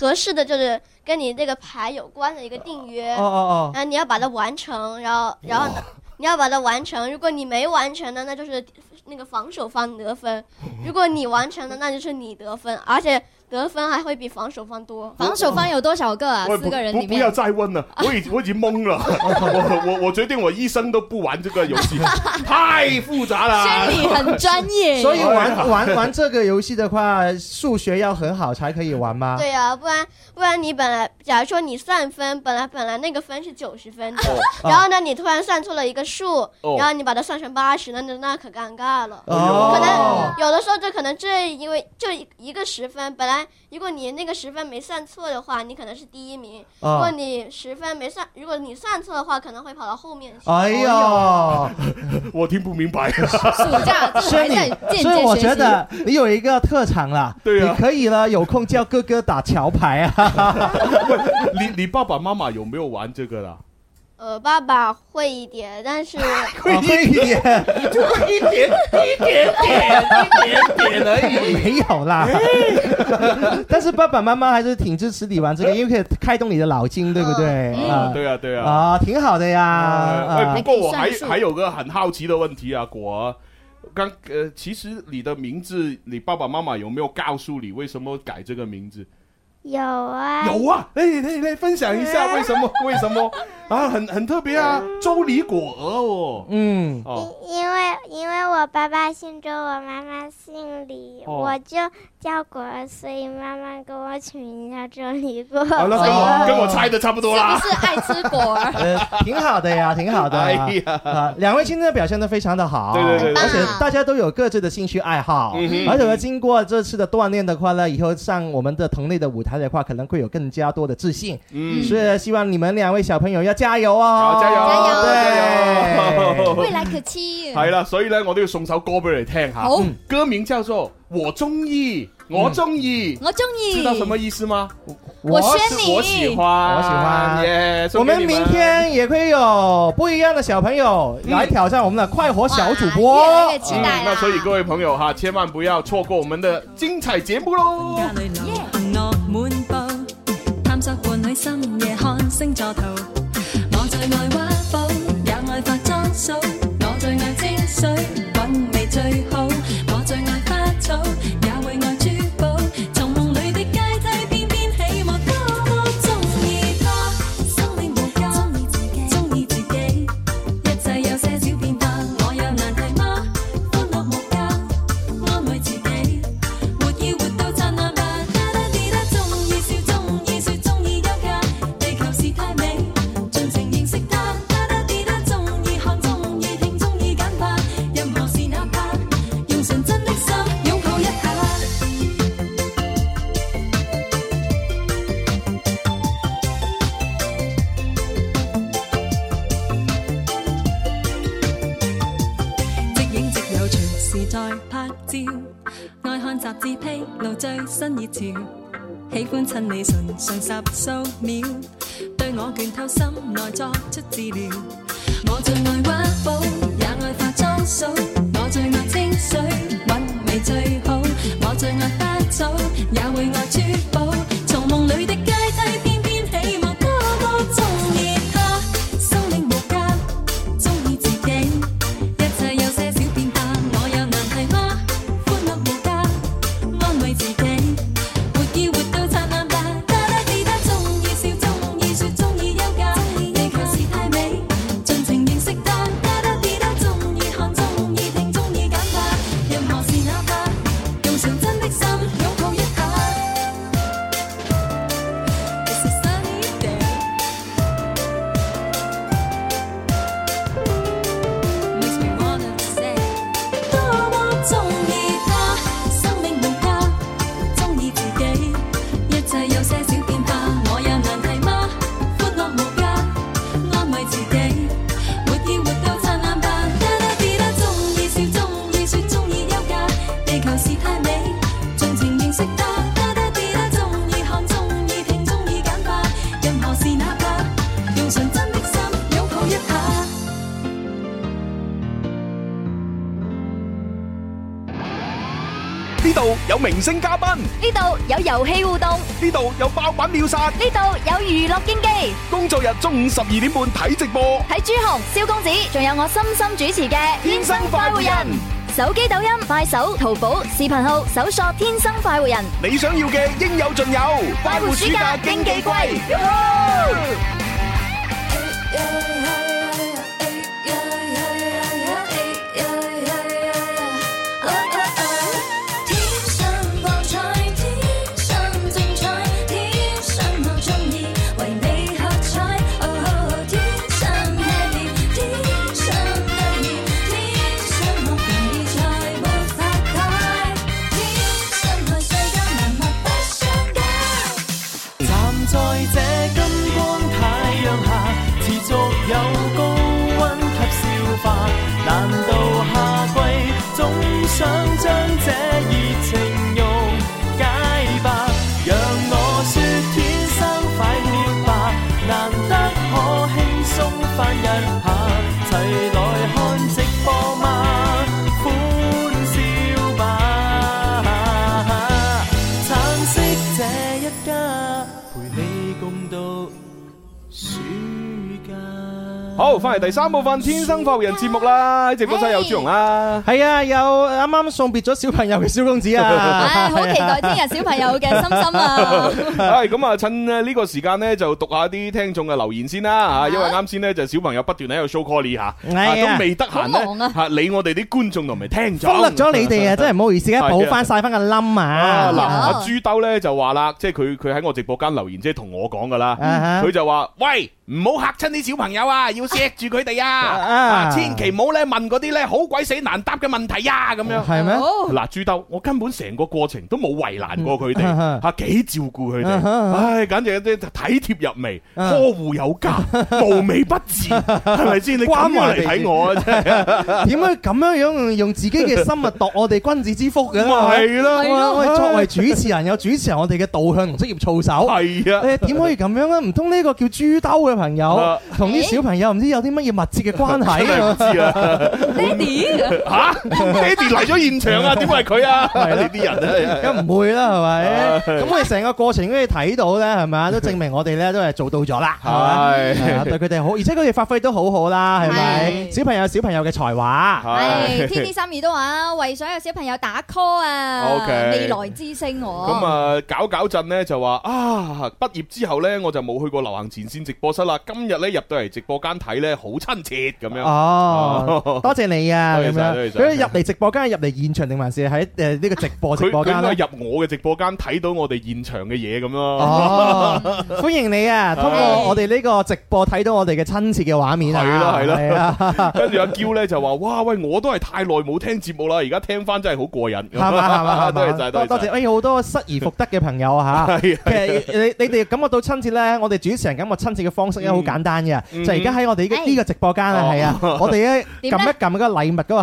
Speaker 15: 合适的，就是跟你这个牌有关的一个定约，
Speaker 5: 哦哦哦
Speaker 15: 然后你要把它完成，然后然后呢，你要把它完成，如果你没完成的，那就是那个防守方得分；如果你完成的，那就是你得分，而且得分还会比防守方多。
Speaker 16: 防守方有多少个啊？
Speaker 4: 我
Speaker 16: 四
Speaker 4: 不
Speaker 16: 个人
Speaker 4: 不
Speaker 16: 里
Speaker 4: 不要
Speaker 16: 面，
Speaker 4: 再 问了，我已我已经懵 了，我我我决定我一生都不玩这个游 戏，太复杂了。
Speaker 16: 轩里很专业。
Speaker 5: 所以
Speaker 4: 哎呀
Speaker 5: 玩玩玩这个游戏的话，数学要很好才可以玩吗？
Speaker 16: 啊
Speaker 15: 对呀、不然不然你本来，假如说你算分，本来本来那个分是九十分的，
Speaker 5: 哦
Speaker 15: 然后呢你突然算错了一个数，
Speaker 5: 哦
Speaker 15: 然后你把它算成八十，那那那可尴尬了。
Speaker 5: 哦
Speaker 15: 可能有的时候就可能这因为就一个十分，本来如果你那个十分没算错的话，你可能是第一名；
Speaker 5: 哦
Speaker 15: 如果你十分没算，如果你算错的话，可能会跑到后面去。
Speaker 5: 哎呦，
Speaker 4: 我听不明白。
Speaker 16: 暑假这
Speaker 5: 所以
Speaker 16: 还在间
Speaker 5: 你，
Speaker 16: 接
Speaker 5: 所以我觉得
Speaker 16: 学习
Speaker 5: 你有一个特长了，
Speaker 4: 对啊
Speaker 5: 你可以了，有空叫哥哥打桥牌 啊。
Speaker 4: 你你爸爸妈妈有没有玩这个的？
Speaker 15: 呃，爸爸会一点，但 是
Speaker 5: 会一点，
Speaker 4: 就会一点一点点一点点而已。
Speaker 5: 没有啦。
Speaker 4: 哎
Speaker 5: 但是爸爸妈妈还是挺支持你玩这个，因为可以开动你的脑筋，对不对？
Speaker 4: 啊，对啊，对啊。
Speaker 5: 啊，挺好的呀。
Speaker 4: 哎，
Speaker 5: 啊
Speaker 4: 不过我还
Speaker 16: 还可以算数
Speaker 4: 还有个很好奇的问题啊，果儿，刚呃，其实你的名字，你爸爸妈妈有没有告诉你为什么改这个名字？
Speaker 14: 有
Speaker 16: 哎
Speaker 14: 啊，
Speaker 4: 有啊，来来来，分享一下为什么？为 什么啊？很很特别啊，周李果儿哦，
Speaker 5: 嗯，
Speaker 4: 哦，
Speaker 14: 因为因为我爸爸姓周，我妈妈姓李，
Speaker 4: 哦
Speaker 14: 我就叫果儿，所以妈妈给我取名叫周李果。
Speaker 4: 好了，
Speaker 5: 哦
Speaker 4: 跟我猜的差不多啦。
Speaker 16: 哎是不是爱吃果儿？
Speaker 5: 呃，挺好 的呀，挺好的。
Speaker 4: 哎呀
Speaker 5: 啊，两位今天表现的非常的好，
Speaker 4: 对对对对
Speaker 5: 而且大家都有各自的兴趣爱好，
Speaker 4: 嗯哼
Speaker 5: 而且呢，经过这次的锻炼的话呢，以后上我们的同类的舞台的话，可能会有更加多的自信。
Speaker 4: 嗯
Speaker 5: 所以希望你们两位小朋友要加油哦
Speaker 4: 好，，加油，加
Speaker 5: 对
Speaker 4: 油，
Speaker 16: 未来可期。
Speaker 4: 系啦，所以咧，我都要送首歌俾你聽下嗯
Speaker 16: 好，
Speaker 4: 歌名叫做《我中意》，我中意，
Speaker 16: 我中意。
Speaker 4: 知道什么意思吗？
Speaker 16: 我选
Speaker 4: 是
Speaker 16: 你，
Speaker 4: 我喜欢，
Speaker 5: 我喜欢
Speaker 4: 耶！
Speaker 5: 我
Speaker 4: 送给
Speaker 5: 们
Speaker 4: 你
Speaker 5: 明天也会有不一样的小朋友来挑战我们的快活小主播。
Speaker 16: 哇越来越期
Speaker 4: 嗯
Speaker 16: 待啊
Speaker 4: 那
Speaker 16: 啦。
Speaker 4: 所以各位朋友哈，千万不要錯過我們的精彩節目喽！
Speaker 17: 家里流行樂滿布，探索伴侶深夜看星座圖。我最愛畫布，也愛化妝掃，我最愛清水，品味最好。我最愛花草，也會愛珠寶。從夢裏的階梯翩翩起，我多麼中意他，生命無價，中意自己，一切有些少變化，我有難題嗎？歡樂無價，安慰自己。活要活到燦爛吧，啦啦地啦，中意笑，中意說，中意休假。地球是太美，盡情認識它。啦啦地啦，中意看，中意聽，中意揀吧。任何事哪怕用純真的心擁抱一下。即影即有，隨時在拍照。愛看雜誌披露最新熱潮，喜歡襯你唇上十數秒，對我倦透心內作出治療。我最愛畫布，也愛愛化妝掃，我最愛清水，韻味最好。我最愛花草，也會愛珠寶。從夢裏的階梯，偏偏起舞，個個中意他，生命無價，中意自己，一切有些少變化，我有難題嗎？歡樂無價，安慰自己。活要活到燦爛吧，得得地得，中意笑，中意説，中意休假。地球是太美，盡情認識它。得得地得，中意看，中意聽，中意揀吧。任何事哪怕用純真的心擁抱一下。It's a sunny day, makes me wanna say，多麼中意它，生命無價。中意自己，一切有些小變化，我有難題嗎？歡樂無價，安慰自己，活要活到燦爛吧。得得地得，中意笑，中意説，中意休假，地球是太美，盡情認識它。得得地得，中意看，中意聽，中意揀吧，任何事哪怕用純真的心擁抱一下。
Speaker 4: 呢度有明星嘉賓，呢
Speaker 1: 度有遊戲互動，
Speaker 4: 呢度有爆品秒殺，
Speaker 1: 呢度有娛樂經機。
Speaker 4: 工作日中午十二點半睇直播。
Speaker 1: 睇朱紅、蕭公子，仲有我深深主持嘅《天生快活人》。手機抖音、快手、淘寶、視頻號搜索《天生快活人》。
Speaker 4: 你想要嘅應有盡有，
Speaker 1: 快活暑假經紀季。
Speaker 17: 天生博彩，天生精彩，天生我中意，為你喝彩。哦，天生 happy，天生得意，天生我願意財運發大，天生愛世間萬物不相解。
Speaker 13: 站在這金光太陽下，持續有高温及消化。難道夏季總想將這熱情溶解吧？讓我説天生快活吧，難得可輕鬆翻一下，齊來看直播嗎？歡笑吧，橙色這一家。
Speaker 4: 好，翻嚟第三部分《天生快活人》節目啦，喺直播室有朱容啦，
Speaker 5: 係啊，有啱啱送別咗小朋友嘅蕭公子啊，
Speaker 6: 唉，好期待聽日小朋友嘅心心啊！
Speaker 4: 系咁啊，趁咧呢個時間咧，就讀下啲聽眾嘅留言先
Speaker 5: 啊
Speaker 4: 啦吓，啊因為啱先咧就小朋友不斷喺度 show call 吓，啊
Speaker 5: 係啊
Speaker 4: 都未得閒
Speaker 5: 好忙
Speaker 4: 咧
Speaker 5: 啊
Speaker 4: 吓理我哋啲觀眾同埋聽眾，
Speaker 5: 忽略咗你哋啊，真係唔好意思，而家補翻晒翻個冧
Speaker 4: 啊
Speaker 5: 啊，
Speaker 4: 嗱，阿朱兜咧就話啦，即係佢佢喺我直播間留言，即係同我講噶啦，
Speaker 5: 啊哈
Speaker 4: 佢就話：喂，唔好嚇親啲小朋友啊，要錫住佢哋啊，啊千祈唔好咧問嗰啲咧好鬼死難答嘅問題啊，咁樣
Speaker 5: 係咩哦
Speaker 4: 嗱，朱兜，我根本成個過程都冇為難過佢
Speaker 5: 嗯
Speaker 4: 哋
Speaker 5: 啊，
Speaker 4: 嚇幾照顧佢
Speaker 5: 啊哈
Speaker 4: 哋，
Speaker 5: 啊哈
Speaker 4: 唉，簡直即係體貼入微，呵護有加， 無微不至，係咪先？你關埋嚟睇我啊，真係
Speaker 5: 點解咁樣樣用自己嘅心啊度我哋君子之福嘅咧？
Speaker 4: 咪係咯係咯
Speaker 5: 我我哋作為主持人有主持人我哋嘅導向同職業操守。
Speaker 4: 係啊
Speaker 5: 誒點可以咁樣咧？唔通呢個叫豬兜嘅朋友同啲小朋友唔知有啲乜嘢密切嘅關係？
Speaker 4: 真係 唔知啊
Speaker 6: 爹
Speaker 4: 嚇，爹哋啊嚟咗現場啊，點會係佢啊？呢啲 人啊真係。
Speaker 5: 梗唔會啦，係咪？
Speaker 4: 係
Speaker 5: 咁我哋成個過程都可以睇到咧，係 咪啊？都證明我哋咧都係做到咗啦，係咪？
Speaker 4: 係
Speaker 5: 係啊對佢哋好，而且佢哋發揮都好好啦，係咪？
Speaker 6: 係
Speaker 5: 小朋友有小朋友嘅才華，
Speaker 6: 唉，天 天三二都話啊，為所有小朋友打 call 啊
Speaker 4: OK
Speaker 6: 未來之星
Speaker 5: 哦
Speaker 6: 我。
Speaker 4: 咁啊，搞搞震呢就話啊，畢業之後呢，我就冇去過流行前線直播室啦。今日呢，入到嚟直播間睇呢，好親切咁樣。
Speaker 5: 哦，多謝你啊，
Speaker 4: 多謝
Speaker 5: 咁
Speaker 4: 晒多謝
Speaker 5: 樣。
Speaker 4: 晒
Speaker 5: 佢入嚟直播間，係入嚟現場定還是喺誒呢個直 播
Speaker 4: 佢
Speaker 5: 直播
Speaker 4: 佢
Speaker 5: 間啊
Speaker 4: 應該
Speaker 5: 咧？
Speaker 4: 入我嘅直播間睇到我哋現場嘅嘢咁咯。
Speaker 5: 哦，歡迎你啊！通過我哋呢個直播睇到我哋嘅親切嘅畫面啊！
Speaker 4: 係啦係
Speaker 5: 係
Speaker 4: 啦
Speaker 5: 啊，
Speaker 4: 跟住阿嬌呢就話：哇喂，我都係太耐冇聽節目啦，而家聽翻真係好過癮。
Speaker 5: 係嘛係嘛係 嘛，
Speaker 4: 多謝晒，多
Speaker 5: 多多
Speaker 4: 謝
Speaker 5: 謝，
Speaker 4: 晒。
Speaker 5: 哎 好多失而復得嘅朋友啊嚇。
Speaker 4: 係
Speaker 5: 其實你你哋感覺到親切咧，我哋主持人感覺親切嘅方式咧好簡單嘅，
Speaker 4: 嗯
Speaker 5: 就係而家喺我哋呢個呢個直播間啊， 係啊，
Speaker 4: 哦
Speaker 5: 我哋咧
Speaker 4: 點
Speaker 5: 撳
Speaker 4: 咧
Speaker 5: 一撳嗰個禮物嗰個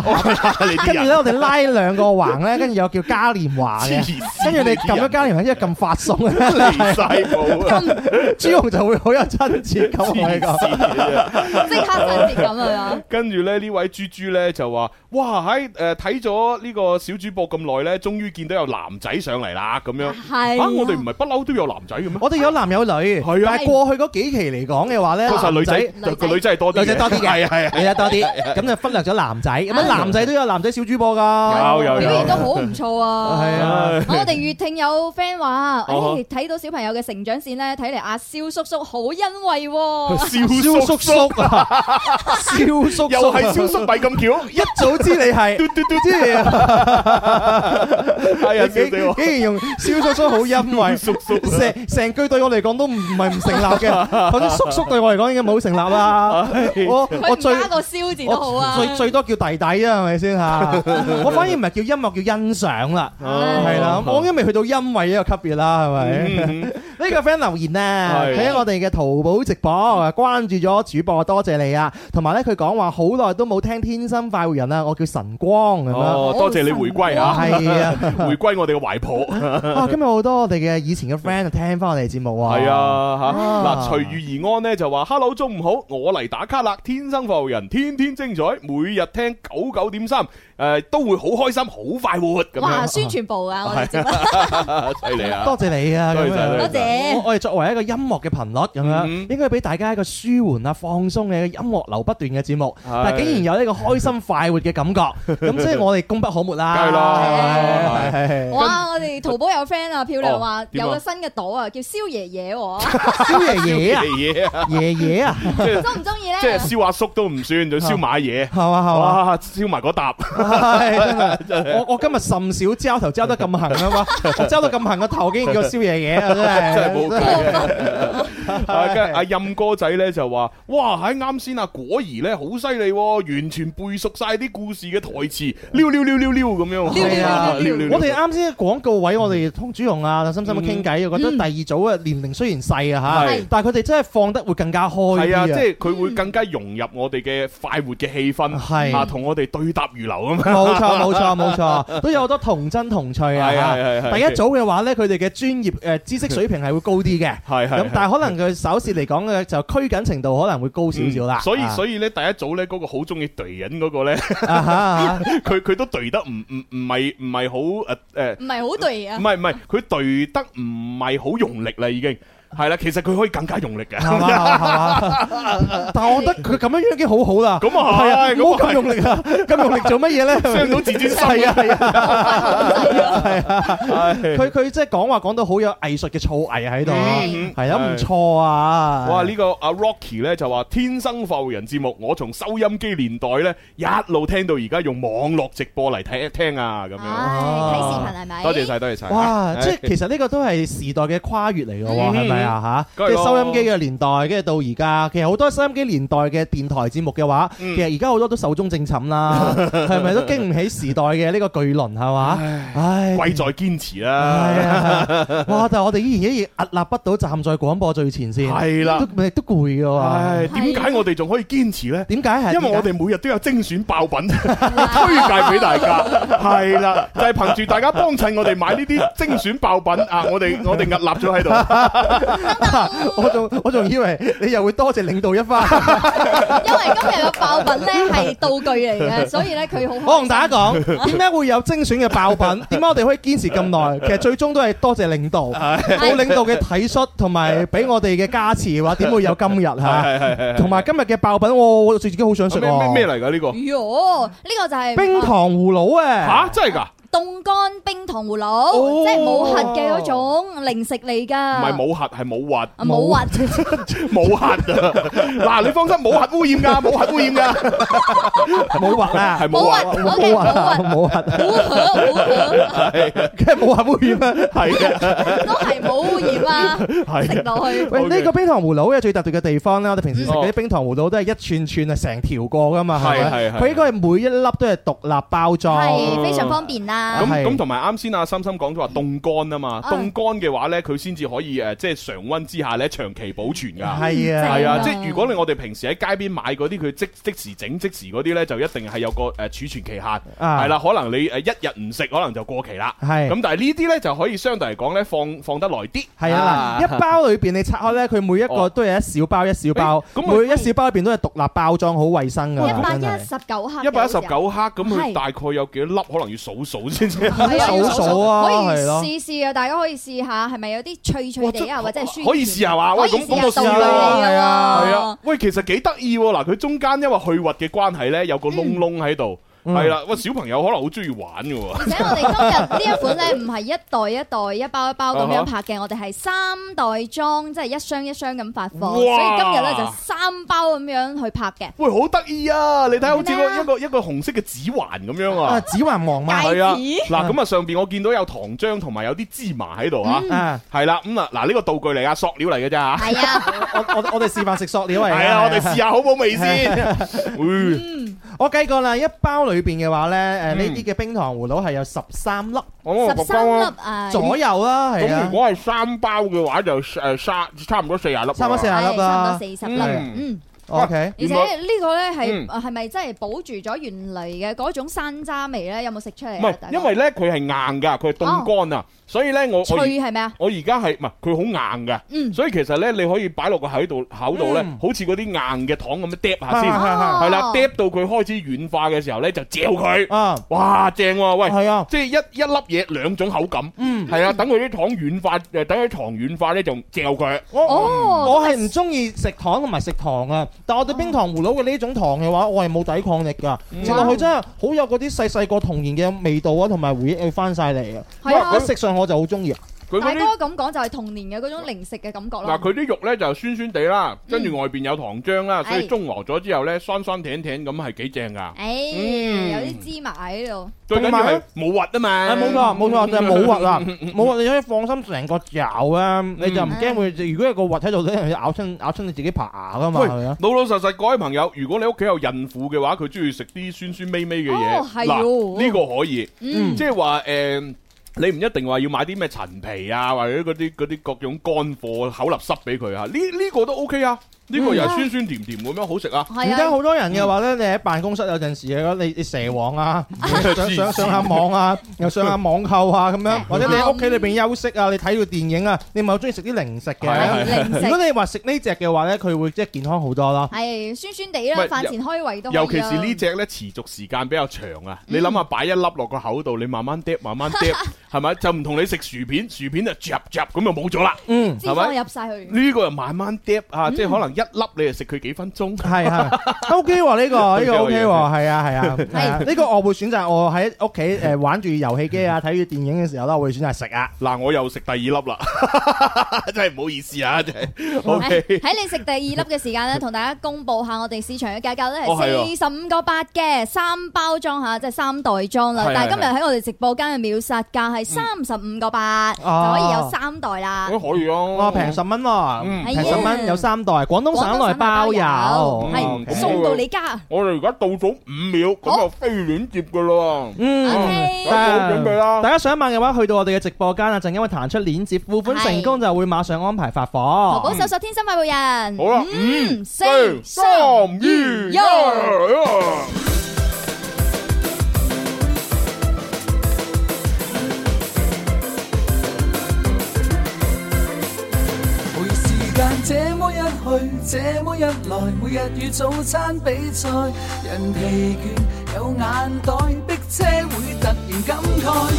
Speaker 5: 盒
Speaker 4: 你啲人
Speaker 5: 跟住咧我哋拉兩個橫咧，跟住有叫嘉年華
Speaker 4: 黐
Speaker 5: 嘅
Speaker 4: 線，
Speaker 5: 跟住你撳咗嘉年華之後撳發送咧，
Speaker 4: 離晒譜啊
Speaker 5: 朱紅就會好有親切感，我
Speaker 4: 黐
Speaker 5: 係
Speaker 4: 線 嘅
Speaker 6: 即刻親切感啊！
Speaker 4: 跟住咧呢位豬豬咧就話：，哇喺誒睇咗呢個小主播咁耐咧，終於見到有男仔上嚟啦咁樣。
Speaker 5: 係啊
Speaker 4: 啊，我哋唔係不嬲都有男仔嘅咩？
Speaker 5: 我哋有男有女，
Speaker 4: 係啊
Speaker 5: 但係過去嗰幾期嚟講嘅話咧，
Speaker 4: 確實女
Speaker 5: 啊男
Speaker 4: 仔個女仔係多啲嘅，
Speaker 5: 女仔多啲
Speaker 4: 係
Speaker 5: 嘅，
Speaker 4: 啊係啊
Speaker 5: 女仔多啲，咁就忽略咗男仔，咁啊男仔都有男仔小主播噶，
Speaker 4: 有有有
Speaker 6: 表現都好唔錯啊！
Speaker 5: 係啊
Speaker 6: 我哋粵聽有 friend 話：，
Speaker 5: 哦
Speaker 6: 誒睇到小朋友嘅成長線咧，睇嚟阿蕭叔叔好欣慰
Speaker 5: 哦
Speaker 6: 喎。
Speaker 5: 蕭叔 叔啊，蕭叔叔啊
Speaker 4: 又係蕭叔咪咁巧，
Speaker 5: 一早知 你係，知你
Speaker 4: 係啊，笑
Speaker 5: 啊，
Speaker 4: 死我
Speaker 5: 竟！然用蕭叔叔好欣 慰，
Speaker 4: 叔叔啊
Speaker 5: 成成句對我嚟講都唔唔係唔成立 嘅，或者叔叔對我嚟講已經冇成立啦，我
Speaker 6: 佢
Speaker 5: 我
Speaker 6: 唔
Speaker 5: 最。
Speaker 6: 加個蕭字都好
Speaker 5: 我
Speaker 6: 啊。
Speaker 5: 最最多叫弟弟啊，係咪先嚇？ 我反而唔係叫音樂，叫欣賞啦，
Speaker 4: 哦
Speaker 5: 係啦。我應該未去到欣慰呢個級別啦，係 咪？
Speaker 4: 嗯
Speaker 5: 呢個 friend 留言啊，
Speaker 4: 係
Speaker 5: 喺我哋嘅淘寶直播關注咗主播，多謝你啊！同埋咧，佢講話好耐都冇聽《天生快活人》啊啦，我叫晨光咁樣。
Speaker 4: 哦，多謝你回歸啊！
Speaker 5: 係啊，
Speaker 4: 回歸我哋嘅懷抱。
Speaker 5: 啊，今日好多我哋嘅以前嘅 friend 聽翻我哋節目喎。
Speaker 4: 系啊，吓嗱，隨遇而安呢就話，Hello，中午好，我嚟打卡啦，天生浮人，天天精彩，每日聽九九點三，诶，都會好開心，好快活咁樣
Speaker 6: 哇！宣傳部啊，我哋節目
Speaker 4: 係 犀利啊！
Speaker 5: 多謝你啊！
Speaker 4: 多謝嗯
Speaker 5: 咁樣
Speaker 4: 多
Speaker 6: 謝
Speaker 5: 我我哋作為一個音樂嘅頻率咁樣，應該俾大家一個舒緩啊、放鬆嘅音樂流不斷嘅節目，
Speaker 4: 係
Speaker 5: 但係竟然有呢個開心快活嘅感覺， 咁即係我哋功不可沒啦。
Speaker 4: 梗係啦
Speaker 5: 係係係
Speaker 6: 哇！我哋淘寶有 friend 啊，漂亮話
Speaker 5: 哦點啊
Speaker 6: 有個新嘅島啊，叫蕭爺爺喎。
Speaker 5: 蕭爺爺
Speaker 4: 爺
Speaker 5: 啊，
Speaker 4: 爺啊，
Speaker 5: 爺爺啊，
Speaker 6: 中唔中意咧？
Speaker 4: 即係燒阿叔都唔算，就燒馬爺，
Speaker 5: 係嘛係嘛
Speaker 4: 哇，燒埋嗰笪，
Speaker 5: 係
Speaker 4: 真
Speaker 5: 真
Speaker 4: 係
Speaker 5: 係我我今日甚少交頭交得咁行啊嘛，我交得咁行個頭竟然叫蕭爺爺啊，真
Speaker 4: 真係
Speaker 5: 係
Speaker 4: 冇計啊！跟住阿任哥仔咧就話：，哇！喺啱先啊，果兒咧好犀利喎，完全背熟晒啲故事嘅台詞，溜溜溜溜溜咁樣。
Speaker 5: 係啊
Speaker 4: 溜溜，溜
Speaker 5: 我哋啱先廣告位，我哋同朱紅啊、
Speaker 4: 嗯
Speaker 5: 阿心心傾偈，我覺得第二組嘅年齡雖然細啊
Speaker 4: 係
Speaker 5: 嚇，但係佢哋真係放得會更加開
Speaker 4: 係
Speaker 5: 啲
Speaker 4: 啊，即係佢會更加融入我哋嘅快活嘅氣氛，
Speaker 5: 係
Speaker 4: 啊，同我哋對答如流咁。啊
Speaker 5: 冇錯冇錯冇錯，都有好多童真童趣啊！
Speaker 4: 係
Speaker 5: 嚇
Speaker 4: 係係係
Speaker 5: 第一組嘅話咧，佢哋嘅專業誒知識水平係會高啲嘅，
Speaker 4: 係係
Speaker 5: 咁但係可能佢首次嚟講嘅就拘緊程度可能會高少少啦。
Speaker 4: 嗯所以
Speaker 5: 啊
Speaker 4: 所以咧，第一組咧嗰個好中意隊人嗰個咧，
Speaker 5: 啊
Speaker 4: 佢佢都隊得唔唔唔係唔係好誒誒
Speaker 6: 唔。係好對啊
Speaker 4: 唔。係唔係，佢對得唔係好用力啦，已經係啦。其實佢可以更加用力嘅，
Speaker 5: 係嘛係嘛但 係我覺得佢咁樣樣已經好好啦。咁
Speaker 4: 啊係
Speaker 5: 係啊，
Speaker 4: 咁
Speaker 5: 唔
Speaker 4: 啊
Speaker 5: 好咁用力 啊，咁用力做乜嘢咧？
Speaker 4: 傷到自尊心
Speaker 5: 係啊係啊。
Speaker 4: 係
Speaker 5: 佢佢即係講話講到好有藝術嘅造詣喺度啊，
Speaker 4: 嗯
Speaker 5: 係啊，唔錯 啊！
Speaker 4: 哇！呢個阿 Rocky 咧就話天生浮人節目，我從收音機年代咧一路聽到而家用網絡直播嚟睇聽啊，咁樣
Speaker 5: 唉睇視頻
Speaker 6: 係咪
Speaker 4: 多謝晒，多謝晒。
Speaker 5: 哇！
Speaker 4: 啊唉
Speaker 5: 即係其實呢個都係時代嘅跨越嚟嘅
Speaker 4: 嗯
Speaker 5: 喎，係咪啊嚇？
Speaker 4: 梗係
Speaker 5: 即
Speaker 4: 咯
Speaker 5: 係收音機嘅年代，跟住到而家，其實好多收音機年代嘅電台節目嘅話，
Speaker 4: 嗯
Speaker 5: 其實而家好多都壽終正 寢啦，係咪都經唔起時代嘅呢個巨輪係嘛？唉，
Speaker 4: 貴在堅持
Speaker 5: 係
Speaker 4: 啦
Speaker 5: 啊！ 哇！但係我哋依然依然屹立不倒，站在廣播最前線，
Speaker 4: 係啦
Speaker 5: 都咪都攰嘅
Speaker 4: 唉，
Speaker 5: 喎。
Speaker 4: 點解我哋仲可以堅持呢？
Speaker 5: 點解係？
Speaker 4: 因為我哋每日都有精選爆 品推介俾大家，係啦，就係憑住大家幫襯我哋買呢啲精選爆品啊！我哋我哋屹立咗喺度。
Speaker 5: 我仲我仲以為你又會多謝領導一番。
Speaker 6: 因為今日嘅爆品咧係道具嚟嘅，所以咧佢好開心
Speaker 5: 我同大家 講，點解會有精選嘅 爆品？點解我哋可以堅持咁耐？其實最終都係多謝領導，冇領導嘅體恤同埋俾我哋嘅加持嘅話，點會有今日
Speaker 4: 係係係
Speaker 5: 嚇
Speaker 4: 係？
Speaker 5: 同埋今日嘅爆品，我我自己好想食
Speaker 4: 咩
Speaker 5: 喎。
Speaker 4: 咩咩嚟㗎呢個？
Speaker 6: 哟，呢個就係
Speaker 5: 冰糖葫蘆啊！
Speaker 4: 吓，真係㗎？
Speaker 6: 凍乾冰糖葫蘆，即係冇核嘅嗰種零食嚟
Speaker 4: 哦唔
Speaker 6: 㗎。
Speaker 4: 係冇核，係冇核。
Speaker 6: 啊冇核，
Speaker 4: 冇核啊！嗱，你放心，冇核污染㗎，冇核污染㗎。
Speaker 5: 冇核啊！
Speaker 4: 係冇核
Speaker 5: 冇核啊！冇核，
Speaker 4: 係
Speaker 5: 梗係冇核污染啦，
Speaker 4: 係啊，
Speaker 6: 都係冇污染啊！食落去，
Speaker 5: 喂，呢個冰糖葫蘆嘅最特別嘅地方咧，我哋平時食嗰啲冰糖葫蘆都係一串串啊，成條過噶嘛，係
Speaker 4: 係係
Speaker 5: 咪？
Speaker 4: 係
Speaker 5: 佢應該係每一粒都係獨立包裝，
Speaker 6: 係非常方便啦。嘛。
Speaker 4: 咁咁同埋啱先阿心心講咗話凍乾啊嘛，
Speaker 6: 啊
Speaker 4: 凍乾嘅話咧，佢先至可以呃誒，即係常温之下咧長期保存㗎。
Speaker 5: 係啊
Speaker 4: 係啊，
Speaker 5: 正啊
Speaker 4: 即係如果你我哋平時喺街邊買嗰啲，佢即即時整即時嗰啲咧，就一定係有個誒呃儲存期限，
Speaker 5: 啊
Speaker 4: 係啦，可能你誒一日唔食，可能就過期啦。
Speaker 5: 係
Speaker 4: 咁，但係呢啲咧就可以相對嚟講咧放放得耐啲。
Speaker 5: 係啊，嗱一包裏邊你拆開咧，佢每一個都係一小包一小包，每一小包裏邊都係獨立包裝，好衞生㗎。
Speaker 6: 一百
Speaker 5: 真係
Speaker 6: 一十九克，
Speaker 4: 一百一十九克，咁佢
Speaker 6: 啊係
Speaker 4: 大概有幾多粒？可能要數數先知。
Speaker 6: 係啊
Speaker 5: 數數啊
Speaker 6: 可以
Speaker 5: 係咯
Speaker 6: 試試啊！大家可以試下係咪有啲脆脆地啊，或者係酸
Speaker 4: 可以試下話，喂，咁咁我試
Speaker 6: 道理
Speaker 4: 啦，
Speaker 6: 嚟㗎喎
Speaker 4: 係啊，喂，其實幾得意喎，嗱，佢中間因為去核嘅關係咧，有個窿窿喺度，
Speaker 5: 嗯
Speaker 4: 係啦，喂，小朋友可能好中意玩嘅喎，
Speaker 6: 而且我哋今日呢一款咧，唔係一袋一袋、一包一包
Speaker 4: Uh-huh
Speaker 6: 咁樣拍嘅，我哋係三袋裝，即係一箱一箱咁發
Speaker 4: 哇
Speaker 6: 放，所以今日咧就三包咁樣去拍嘅。
Speaker 4: 喂，好得意啊！你睇下好似個一個一個紅色嘅指環咁樣啊
Speaker 5: 啊，，指環黃嘛，
Speaker 4: 係啊，嗱，咁啊上邊我見到有糖漿同埋有啲芝麻喺度啊
Speaker 5: 嗯，
Speaker 4: 係啦，咁啊嗱呢個道具嚟噶，塑料嚟嘅咋嚇，
Speaker 6: 係啊，
Speaker 5: 我我我哋示範食塑料 嚟㗎。
Speaker 4: 係啊，我哋試下好冇味 先，嗯
Speaker 5: 我計過啦，一包裏邊嘅話咧，誒
Speaker 4: 嗯
Speaker 5: 呢啲嘅冰糖葫蘆係有十三粒，
Speaker 4: 哦十三粒
Speaker 6: 啊
Speaker 5: 左右啦，係
Speaker 4: 咁如
Speaker 5: 啊，
Speaker 4: 果係三包嘅話就誒三差唔多四廿粒，
Speaker 5: 差唔多四十粒啦，
Speaker 6: 係啊差唔多40粒嗯
Speaker 5: ，OK，
Speaker 6: 而且呢個咧
Speaker 4: 嗯
Speaker 6: 係係咪真係保住咗原嚟嘅嗰種山楂味咧？有冇食出嚟
Speaker 4: 唔
Speaker 6: 啊大，
Speaker 4: 係？
Speaker 6: 家哦
Speaker 4: 因為咧佢係硬㗎，佢係凍乾啊，所以咧我我而
Speaker 6: 脆係咪啊？
Speaker 4: 我而家係唔係佢好硬㗎，
Speaker 6: 嗯
Speaker 4: 所以其實咧你可以擺落個口度口度咧
Speaker 5: 嗯，
Speaker 4: 好似嗰啲硬嘅糖咁樣嗒下先，
Speaker 5: 啊啊啊
Speaker 4: 係啦，嗒到佢開始軟化嘅時候咧就嚼佢，
Speaker 5: 啊，
Speaker 4: 哇正喎，喂，
Speaker 5: 係啊嗯
Speaker 4: 即係一一粒嘢兩種口感，係啊，等佢啲糖軟化，誒等佢糖軟化咧就嚼佢，
Speaker 5: 我
Speaker 6: 哦
Speaker 5: 我
Speaker 6: 啊
Speaker 5: 我係唔中意食糖同埋食糖啊，但我對冰糖葫蘆嘅呢種糖嘅話，我係冇抵抗力㗎，
Speaker 4: 嗯
Speaker 5: 食落去真係好有嗰啲細細個童年嘅味道啊，同埋回憶會翻晒嚟啊！
Speaker 6: 係啊
Speaker 5: 我食上我就好中意啊，
Speaker 4: 佢
Speaker 6: 大
Speaker 4: 嗰啲。
Speaker 6: 哥咁講就係童年嘅嗰種零食嘅感覺
Speaker 4: 嗱，
Speaker 6: 咯。
Speaker 4: 佢啲肉咧就酸酸地啦，跟住外邊有糖漿啦，所以
Speaker 6: 嗯係
Speaker 4: 中和咗之後咧，酸酸甜甜咁係幾正噶。
Speaker 6: 誒，有啲芝麻喺度。
Speaker 4: 嗯最緊要係冇核啊嘛。
Speaker 5: 啊冇錯 冇錯，就係冇核啦，冇核你可以放心成個嚼啊，你就唔
Speaker 4: 嗯
Speaker 5: 驚會。如果有個核喺度咧，咬親咬親你自己爬牙㗎嘛，
Speaker 4: 喂，
Speaker 5: 係咪啊？
Speaker 4: 老老實實，各位朋友，如果你屋企有孕婦嘅話，佢中意食啲酸酸味味嘅嘢
Speaker 6: 哦，係
Speaker 4: 嗱
Speaker 6: 喎
Speaker 4: 呢個可以，
Speaker 6: 嗯
Speaker 4: 即係話誒。你唔一定話要買啲咩陳皮啊，或者嗰啲嗰啲各種乾貨口立濕俾佢啊，呢呢個都 OK 啊，呢個又係酸酸甜甜咁樣好食啊。
Speaker 5: 嗯
Speaker 4: 嗯
Speaker 5: 而家好多人嘅話咧，你喺辦公室有陣時嘅你你蛇王 啊，上上上下網啊，又上下網購啊咁樣，或者你喺屋企裏邊休息啊，你睇個電影啊，你咪好中意食啲零食
Speaker 4: 係係係零
Speaker 5: 嘅。
Speaker 4: 食
Speaker 5: 如果你話食呢只嘅話咧，佢會即係健康好多啦。
Speaker 6: 係酸酸地
Speaker 4: 唔
Speaker 6: 啦，
Speaker 4: 係
Speaker 6: 飯前開胃都可以啊嗯
Speaker 4: 尤其是呢只咧，持續時間比較長啊！你諗下，擺一粒落個口度，你慢慢嗒，慢慢 嗒，係咪？就唔同你食薯片，薯片就嚼嚼咁就冇咗啦。
Speaker 5: 嗯
Speaker 6: 脂
Speaker 4: 係
Speaker 6: 肪
Speaker 4: 咪
Speaker 6: 入？晒去。
Speaker 4: 呢個又慢慢嗒啊，
Speaker 6: 嗯
Speaker 4: 即係可能一粒你就食佢幾分鐘。
Speaker 5: 係係 OK 喎，呢 個呢個 OK 喎，係啊係啊係啊，
Speaker 4: 係
Speaker 5: 呢個我會選擇我喺屋企誒玩住遊戲 機啊，睇住電影嘅時候咧，我會選擇食啊。
Speaker 4: 嗱，我又食第二粒啦， 真係唔好意思啊，真係。O
Speaker 6: 喺
Speaker 4: K，
Speaker 6: 喺你食第二粒嘅時間 咧，同大家公佈下我哋市場嘅價格咧
Speaker 4: 哦係啊
Speaker 6: 係四十五個八嘅三包裝嚇，即係三袋裝啦
Speaker 4: 係。
Speaker 6: 但
Speaker 4: 係
Speaker 6: 係今日
Speaker 4: 係
Speaker 6: 喺我哋直播間嘅秒殺價係三十五個八，就
Speaker 5: 哦
Speaker 6: 可以有三袋啦。
Speaker 4: 可以啊咯。
Speaker 5: 哇，哦平十蚊
Speaker 4: 嗯
Speaker 5: 喎，平十蚊有三袋，廣東省內包郵，
Speaker 4: 嗯
Speaker 6: 係送到你家。
Speaker 4: 我哋而家倒數五秒，咁就飛鏈接噶咯。
Speaker 5: 嗯
Speaker 4: ，OK，好準備啦。
Speaker 5: 大家想買嘅話，去到我哋嘅直播間啊，陣間會彈出鏈接，付款成功就會馬上安排發
Speaker 6: 淘寶
Speaker 5: 貨。
Speaker 6: 搜索天生快活人。
Speaker 5: 好啦
Speaker 6: 五、四、
Speaker 5: 三二
Speaker 6: 一
Speaker 18: 每時間這麼一去，這麼一來，每日與早餐比賽，人疲倦有眼袋，逼車會突然感慨，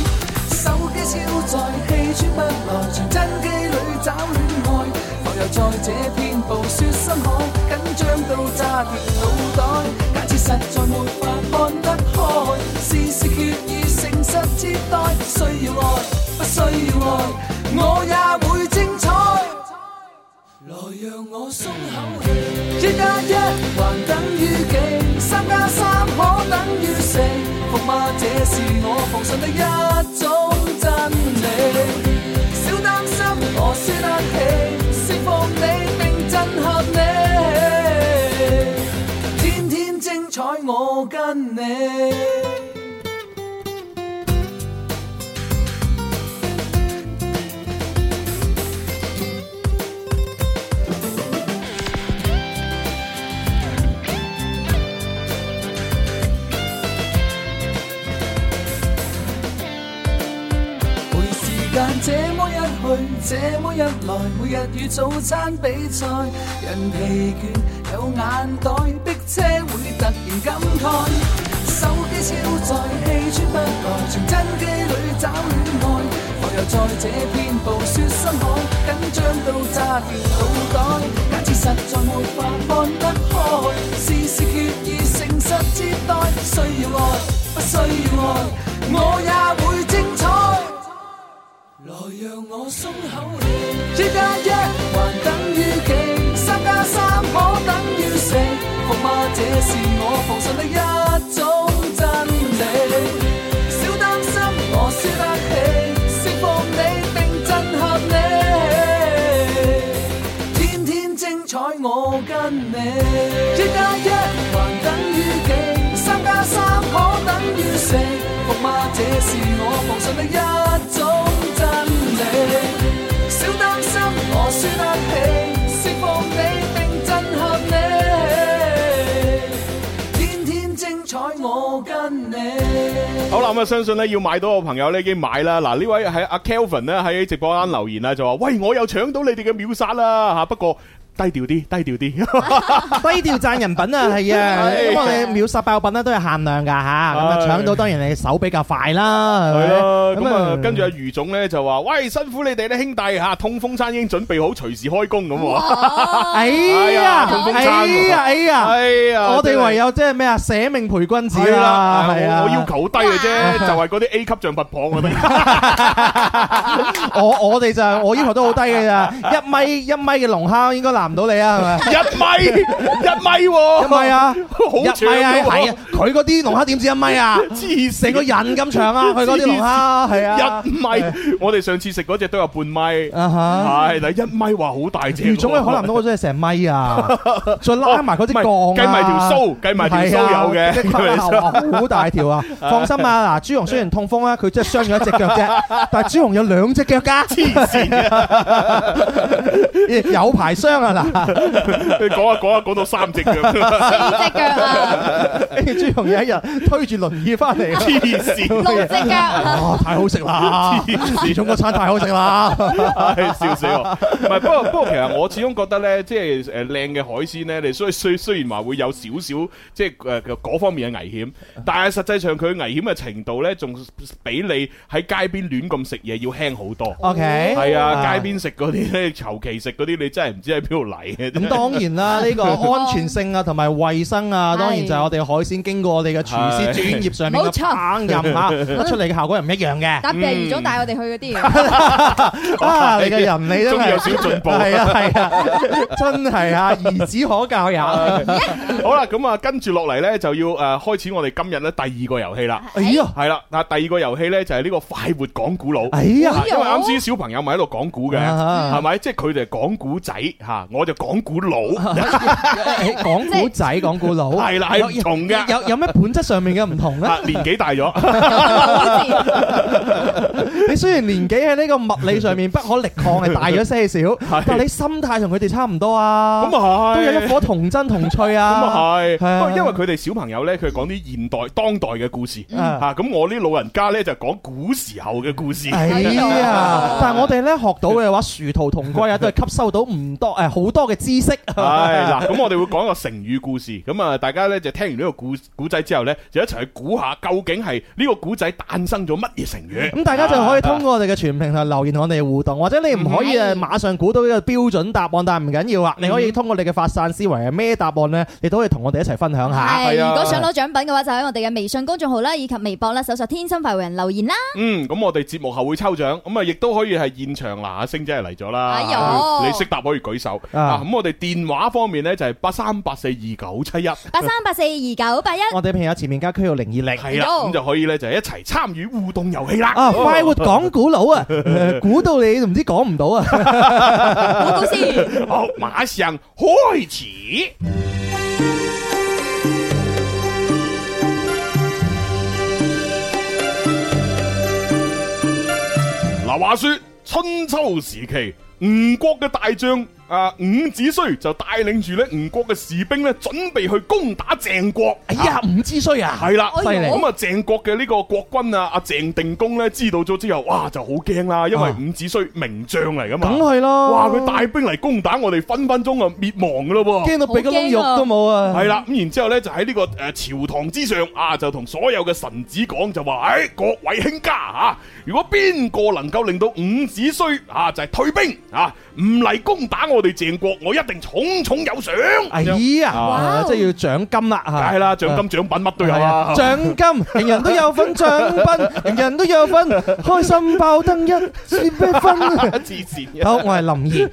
Speaker 18: 手機超載，氣喘不來，傳真機裏找戀愛，浮游在這片暴雪深海，緊張到炸斷腦袋，假設實在沒法看得開，事事決意誠實接待，需要愛，不需要愛，我也會精彩。來讓我鬆口氣，一加一還等於幾？三加三可等於四？服嗎？這是我奉信的一種真理。小擔心，我輸得起，釋放你並震撼你，天天精彩我跟你。這麼一來，每日與早餐比賽，人疲倦有眼袋，逼車會突然感慨。手機超載，氣喘不來，從真機裏找戀愛。我又在這片暴雪深海，緊張到炸掉腦袋。假設實在沒法看得開，事事決意誠實接待，需要愛，不需要愛，我也會精彩。來讓我鬆口氣，一加一還等於幾？三加三可等於四？伏嗎？這是我奉信的一種真理。小擔心，我輸得起，釋放你並震撼你，天天精彩我跟你。一加一還等於幾？三加三可等於四？服嗎？這是我奉信的一種真理。小擔心，我輸得起，釋放你並震撼你，天天精彩我跟你。
Speaker 4: 好啦，咁啊，相信咧要買到嘅朋友咧已經買啦。嗱，呢位喺阿 Kelvin 咧喺直播間留言啦，就話：喂，我又搶到你哋嘅秒殺啦嚇，不過低調啲，低調啲。
Speaker 5: 低調讚 人品啊，係
Speaker 4: 係
Speaker 5: 啊，因為我哋秒殺爆品咧都係限量㗎吓，咁啊
Speaker 4: 係
Speaker 5: 搶到當然你手比較快啦，
Speaker 4: 係
Speaker 5: 咪
Speaker 4: 咯，咁啊，跟
Speaker 5: 住
Speaker 4: 住阿余總咧就話：喂，辛苦你哋咧，兄弟嚇，痛風餐已經準備好，隨時開工咁喎。
Speaker 5: 哎呀，哎呀，哎呀，
Speaker 4: 哎呀
Speaker 5: 我哋
Speaker 4: 真係
Speaker 5: 唯有即係咩啊，捨命陪君子
Speaker 4: 係
Speaker 5: 啦，
Speaker 4: 我
Speaker 5: 係啊，
Speaker 4: 我要求好低嘅啫，就係嗰啲 A 級象拔蚌嗰啲。
Speaker 5: 我我哋就我要求都好低嘅咋，一米一米嘅龍蝦應該難唔到你啊，
Speaker 4: 係咪？一米一米喎，
Speaker 5: 一米啊，
Speaker 4: 好長
Speaker 5: 一米啊
Speaker 4: 㗎喎
Speaker 5: 係啊，佢嗰啲龍蝦點止一米啊？
Speaker 4: 黐線
Speaker 5: 成個人咁 長啊！佢嗰啲龍蝦係啊，
Speaker 4: 一
Speaker 5: 啊
Speaker 4: 米，我哋上次食嗰只都有半米，
Speaker 5: 哈
Speaker 4: 係但係一米話好大隻喎，
Speaker 5: 魚種佢可能都真係成米 啊，再拉埋嗰啲
Speaker 4: 唔係
Speaker 5: 鋼啊，
Speaker 4: 計埋條鬚計埋條鬚
Speaker 5: 係啊
Speaker 4: 有嘅
Speaker 5: 即係
Speaker 4: 計埋條鬚
Speaker 5: 好 大條啊！放心啊，嗱，朱紅雖然痛風啊，佢真係傷咗一隻腳 啫，但係朱紅有兩隻腳㗎，
Speaker 4: 黐
Speaker 5: 線，有排傷 啊 嗱。
Speaker 4: 你講下講下講到三隻腳，
Speaker 5: 四隻腳啊！朱紅有一日推住輪椅翻嚟，
Speaker 4: 黐線六隻腳
Speaker 5: 哇！太好食啦，
Speaker 4: 黐線
Speaker 5: 魚種嗰餐太好食啦，
Speaker 4: 唉笑死我！唔係，不過不過，其實我始終覺得咧，即係誒靚嘅海鮮咧，你雖雖雖然話會有少少即係誒嗰方面嘅 危險，但係實際上佢危險嘅程度咧，仲比你喺街邊亂咁食嘢要輕好多。
Speaker 5: OK
Speaker 4: 係啊，
Speaker 5: 啊
Speaker 4: 街邊食嗰啲咧， 求其食嗰啲，你真係唔知喺邊度嚟嘅。
Speaker 5: 咁當 然啦，呢個
Speaker 4: 哦
Speaker 5: 安全性啊，同埋衞生啊，當然就係我哋海鮮經過我哋嘅廚師專業上面嘅烹飪 嚇，
Speaker 6: 冇錯
Speaker 5: 出嚟嘅效果係唔一樣嘅。嗯
Speaker 6: 特別係余總帶我哋去嗰啲。
Speaker 5: 啊！你嘅人你真
Speaker 4: 終於
Speaker 5: 係
Speaker 4: 有少進步
Speaker 5: 係啊係啊，真 係啊，兒子可教也。
Speaker 4: 好啦，咁啊，跟住落嚟呢，就要誒開始我哋今日咧第二個遊戲啦。
Speaker 5: 哎呀，
Speaker 4: 係啦，嗱，第二個遊戲呢，就係呢個快活講古佬。
Speaker 5: 哎呀
Speaker 4: 因為啱先小朋友咪喺度講古嘅，
Speaker 5: 啊
Speaker 4: 係咪？即係佢哋係講古仔嚇，我就講古 佬。
Speaker 5: 講古仔講古佬
Speaker 4: 係啦係唔同嘅
Speaker 5: 有有咩本質上面嘅唔同咧
Speaker 4: 啊？年紀大咗。
Speaker 5: 你雖然年紀喺呢個物理上面不可力抗係大咗 些少，但你心態同佢哋差唔多啊。
Speaker 4: 咁啊係
Speaker 5: 都有一顆童真童趣啊。
Speaker 4: 咁啊係，
Speaker 5: 係啊
Speaker 4: 不過因為佢哋小朋友咧，佢係講啲現代當代嘅故事
Speaker 5: 嗯
Speaker 4: 嚇，咁我啲老人家咧就講古時候嘅故事。
Speaker 5: 哎呀！但係我哋咧學到嘅話，殊途同歸啊，都係吸收到唔多誒好多嘅知識。係
Speaker 4: 係 嗱，咁我哋會講一個成語故事，咁啊，大家咧就聽完呢個故古仔之後咧，就一齊去估下究竟係呢個古仔誕生咗乜嘢成語。
Speaker 5: 嗯
Speaker 4: 啊
Speaker 5: 咁大家就可以通過我哋嘅全平台留言同我哋互動，或者你唔可以誒馬上估到呢個標準答案，
Speaker 6: 嗯
Speaker 5: 但係唔緊要啊，你可以通過你嘅發散思維係咩答案呢？你都可以同我哋一齊分享下。
Speaker 6: 係，
Speaker 4: 啊
Speaker 6: 如果想攞獎品嘅話，就喺我哋嘅微信公眾號啦，以及微博啦，搜索「天生快活人」留言啦。
Speaker 4: 嗯，咁我哋節目後會抽獎，咁啊亦都可以係現場嗱，阿星姐係嚟咗啦，
Speaker 6: 哎呦
Speaker 4: 你識答可以舉手
Speaker 5: 啊
Speaker 4: 啊。咁我哋電話方面咧就係八三八四二九七一，
Speaker 6: 八三八四二九八一，
Speaker 5: 我哋朋友前面加區號零二零，
Speaker 4: 係啦，咁就可以咧就一齊參與互動遊戲啦。
Speaker 5: 啊，快活講古佬啊，誒估到你都唔知講唔到啊！
Speaker 4: 好先，好，馬上開始。嗱，話說春秋時期，吳國嘅大將啊伍子胥就帶領住咧吳國嘅士兵咧，準備去攻打鄭國。哎
Speaker 5: 呀，伍子胥啊
Speaker 4: 係啦，
Speaker 5: 哎呦犀利
Speaker 4: 咁啊，鄭國嘅呢個國君啊，阿鄭定公咧，知道咗之後，哇，就好驚啦，因為伍子胥名將嚟噶嘛，
Speaker 5: 啊梗係啦
Speaker 4: 哇，佢帶兵嚟攻打我哋，分分鐘啊滅亡噶咯喎，
Speaker 5: 驚到鼻哥窿肉都冇啊
Speaker 4: 係啦，咁然之後咧就喺呢個誒朝堂之上啊，就同所有嘅臣子講就話，誒各位卿家嚇，如果邊個能夠令到伍子胥啊就係退兵啊，唔嚟攻打我哋鄭國，我一定重重有賞。啊
Speaker 5: 哎呀，即係要獎金啦嚇！
Speaker 4: 梗係啦，獎金獎品乜都有啊。
Speaker 5: 獎金，人人都有份獎品，人人都有份，開心爆燈一 千咩分？
Speaker 4: 黐線嘅
Speaker 5: 好，我係林怡。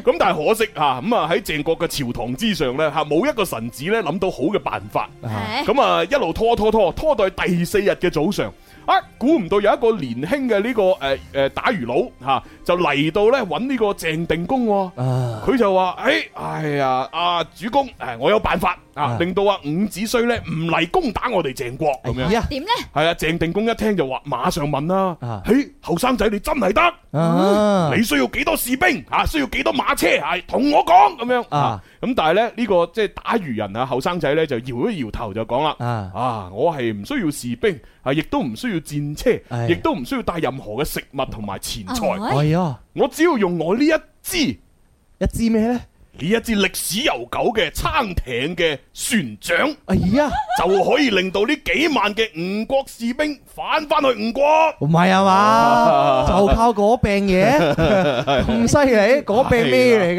Speaker 4: 咁但係可惜嚇，咁啊喺鄭國嘅朝堂之上咧嚇，冇一個臣子咧諗到好嘅辦法，
Speaker 5: 係
Speaker 4: 咁啊一路拖拖拖拖到第四日嘅早上。啊！估唔到有一個年輕嘅呢個誒誒、呃打魚佬嚇、就嚟到咧揾呢個鄭定公喎、
Speaker 5: 啊
Speaker 4: 佢就話：，誒、哎呀，啊主公，誒我有辦法啊，令到啊伍子胥咧唔嚟攻打我哋鄭國咁樣。
Speaker 6: 點咧？
Speaker 4: 係啊，鄭定公一聽就話，馬上問啦。嘿，後生仔你真係
Speaker 5: 啊
Speaker 4: 得，你需要幾多士兵啊？需要幾多馬車啊？同我講咁樣啊。咁但係咧呢個即係打漁人啊，後生仔咧就搖一搖頭就講啦。啊，我係唔需要士兵，啊，亦都唔需要戰車，亦都唔需要帶任何嘅食物同埋錢財。
Speaker 5: 哎呀，
Speaker 4: 我只要用我呢一支，
Speaker 5: 一支咩咧？
Speaker 4: 呢一支歷史悠久嘅撐艇嘅船長，
Speaker 5: 哎呀，
Speaker 4: 就可以令到呢幾萬嘅吳國士兵反翻去吳國。
Speaker 5: 唔係啊嘛，就靠嗰 病嘢咁犀利，嗰病咩嚟
Speaker 4: 係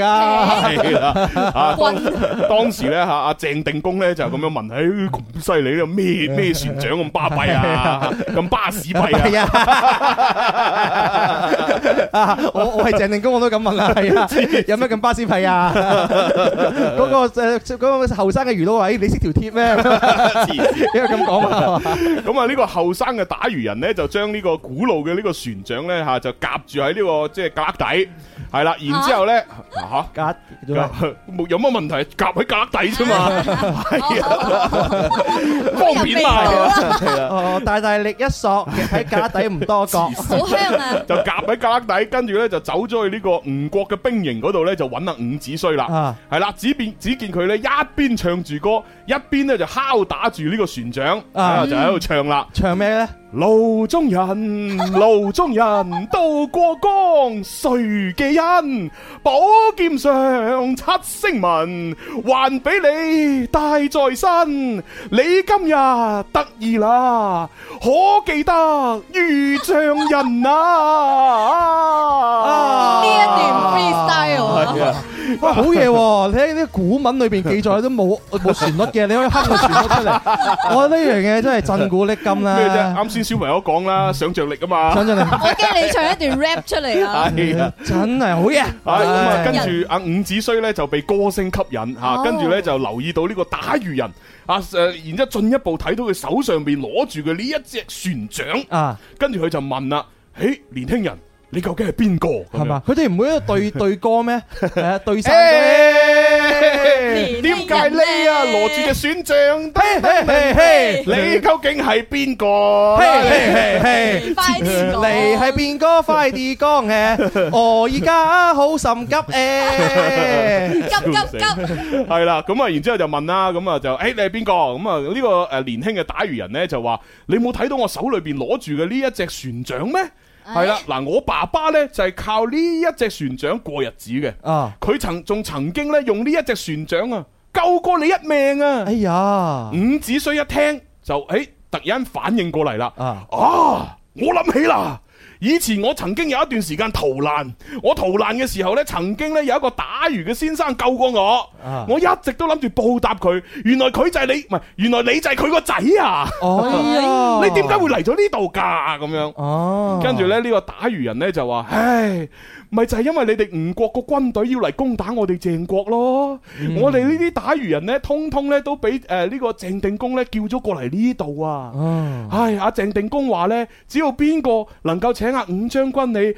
Speaker 4: 啦，
Speaker 5: 㗎？
Speaker 4: 啊當當時咧嚇阿鄭定公咧就咁樣問，誒咁犀利啊，咩咩船長咁巴閉 啊，咁巴士
Speaker 5: 係
Speaker 4: 閉啊，
Speaker 5: 啊！ 我我係鄭定公，我都咁 問啦，係啊，有咩咁巴士費啊？嗰個誒嗰個後生嘅魚佬話：，咦你識條貼 咩？因為咁講啊，
Speaker 4: 咁啊呢個後生嘅打魚人咧就將呢個古老嘅呢個船長咧嚇就夾住喺呢個即係格底，係啦，然之後咧嚇
Speaker 5: 夾
Speaker 4: 啊冇 有乜問題，夾喺格底啫嘛，係 啊，方便嘛，係啊。 哦
Speaker 5: 哦，大大力一索，喺架底唔多角，好香 啊！
Speaker 4: 就夾喺格底，跟住咧就走咗去呢個吳國嘅兵營嗰度咧，就揾阿伍子胥啦
Speaker 5: 啊。
Speaker 4: 係啦，只見只見佢咧一邊唱住歌，一邊咧就敲打住呢個船槳，啊就喺度唱啦。
Speaker 5: 唱咩咧？
Speaker 4: 路中人，路中人，渡過江，誰嘅恩？寶劍上七星文，還俾你帶在身。你今日得意啦，可記得遇象人啊！
Speaker 6: 呢一段 freestyle 啊
Speaker 4: 係啊
Speaker 5: 哇，好嘢喎！你喺啲古文裏邊記載都冇 冇旋律嘅，你可以哼個旋律 出嚟。我覺得呢樣嘢真係震古瀝今
Speaker 4: 咩啫？
Speaker 5: 啦！
Speaker 4: 啱先小朋友講啦，想像力啊嘛，
Speaker 5: 想像力
Speaker 6: 我驚你唱一段 rap 出嚟啊！
Speaker 4: 係啊。
Speaker 5: 真係好嘢。
Speaker 4: 啊，咁啊，
Speaker 5: 唉
Speaker 4: 跟住阿伍子胥咧就被歌聲吸引嚇，
Speaker 5: 哦
Speaker 4: 跟住咧就留意到呢個打魚人啊，誒，然之後進一步睇到佢手上邊攞住嘅呢一隻船槳
Speaker 5: 啊，
Speaker 4: 跟住佢就問啦：，誒，年輕人，你究竟係邊個？
Speaker 5: 係嘛？佢哋唔會 喺度對對歌咩？係啊，對手。
Speaker 4: 誒 點解你啊攞住嘅選象？
Speaker 5: 嘿嘿嘿
Speaker 4: 你究竟係邊個？
Speaker 5: 嘿嘿嘿，你係邊個？快啲 講嘅，我而家好心急誒！
Speaker 4: 急急急！係啦，咁啊，然之後就問啦，咁啊就，誒你係邊個？咁啊呢個誒年輕嘅打魚人咧就話：你冇睇到我手裏邊攞住嘅呢一隻船槳咩？係啦，嗱，我爸爸咧就係靠呢一隻船槳過日子嘅。
Speaker 5: 啊，
Speaker 4: 佢曾仲曾經咧用呢一隻船槳啊救過你一命啊！
Speaker 5: 哎呀，
Speaker 4: 伍子胥一聽就，誒突然反應過嚟啦。啊，我諗起啦。以前我曾經有一段時間逃難，我逃難嘅時候呢，曾經呢有一個打魚嘅先生救過我，
Speaker 5: 啊
Speaker 4: 我一直都諗住報答佢，原來佢就係你，唔係原來你就係佢個仔啊！
Speaker 5: 哎呀
Speaker 4: 你點解會嚟咗呢度㗎？咁樣，
Speaker 5: 哦
Speaker 4: 跟住咧呢個打魚人呢就話：，唉，咪就係因為你哋吳國個軍隊要嚟攻打我哋鄭國咯，
Speaker 5: 嗯
Speaker 4: 我哋呢啲打魚人呢，通通呢都俾誒呢個鄭定公呢叫咗過嚟呢度啊！
Speaker 5: 哦
Speaker 4: 唉，阿鄭定公話呢，只要邊個能夠請阿伍將軍你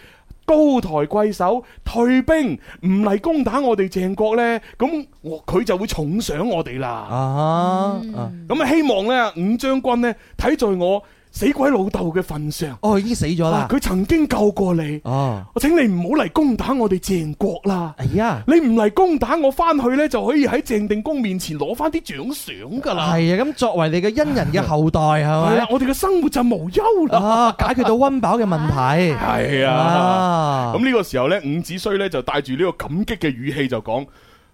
Speaker 4: 高抬貴手退兵，唔嚟攻打我哋鄭國呢，咁我佢就會重賞我哋啦。
Speaker 5: 啊，
Speaker 4: 咁啊，希望呢，伍將軍呢，睇在我死鬼老豆嘅份上，
Speaker 5: 哦，已經死咗啦
Speaker 4: 啊佢曾經救過你，
Speaker 5: 哦，
Speaker 4: 我請你唔好嚟攻打我哋鄭國啦。
Speaker 5: 哎呀，
Speaker 4: 你唔嚟攻打我翻去呢，就可以喺鄭定公面前攞翻啲獎賞㗎啦。
Speaker 5: 係啊，咁作為你嘅恩人嘅後代係
Speaker 4: 係啦啊
Speaker 5: 咪？
Speaker 4: 我哋嘅生活就無憂啦。
Speaker 5: 啊，解決到温飽嘅問題。
Speaker 4: 係啊，咁呢個時候呢，伍子胥呢就帶住呢個感激嘅語氣就講：，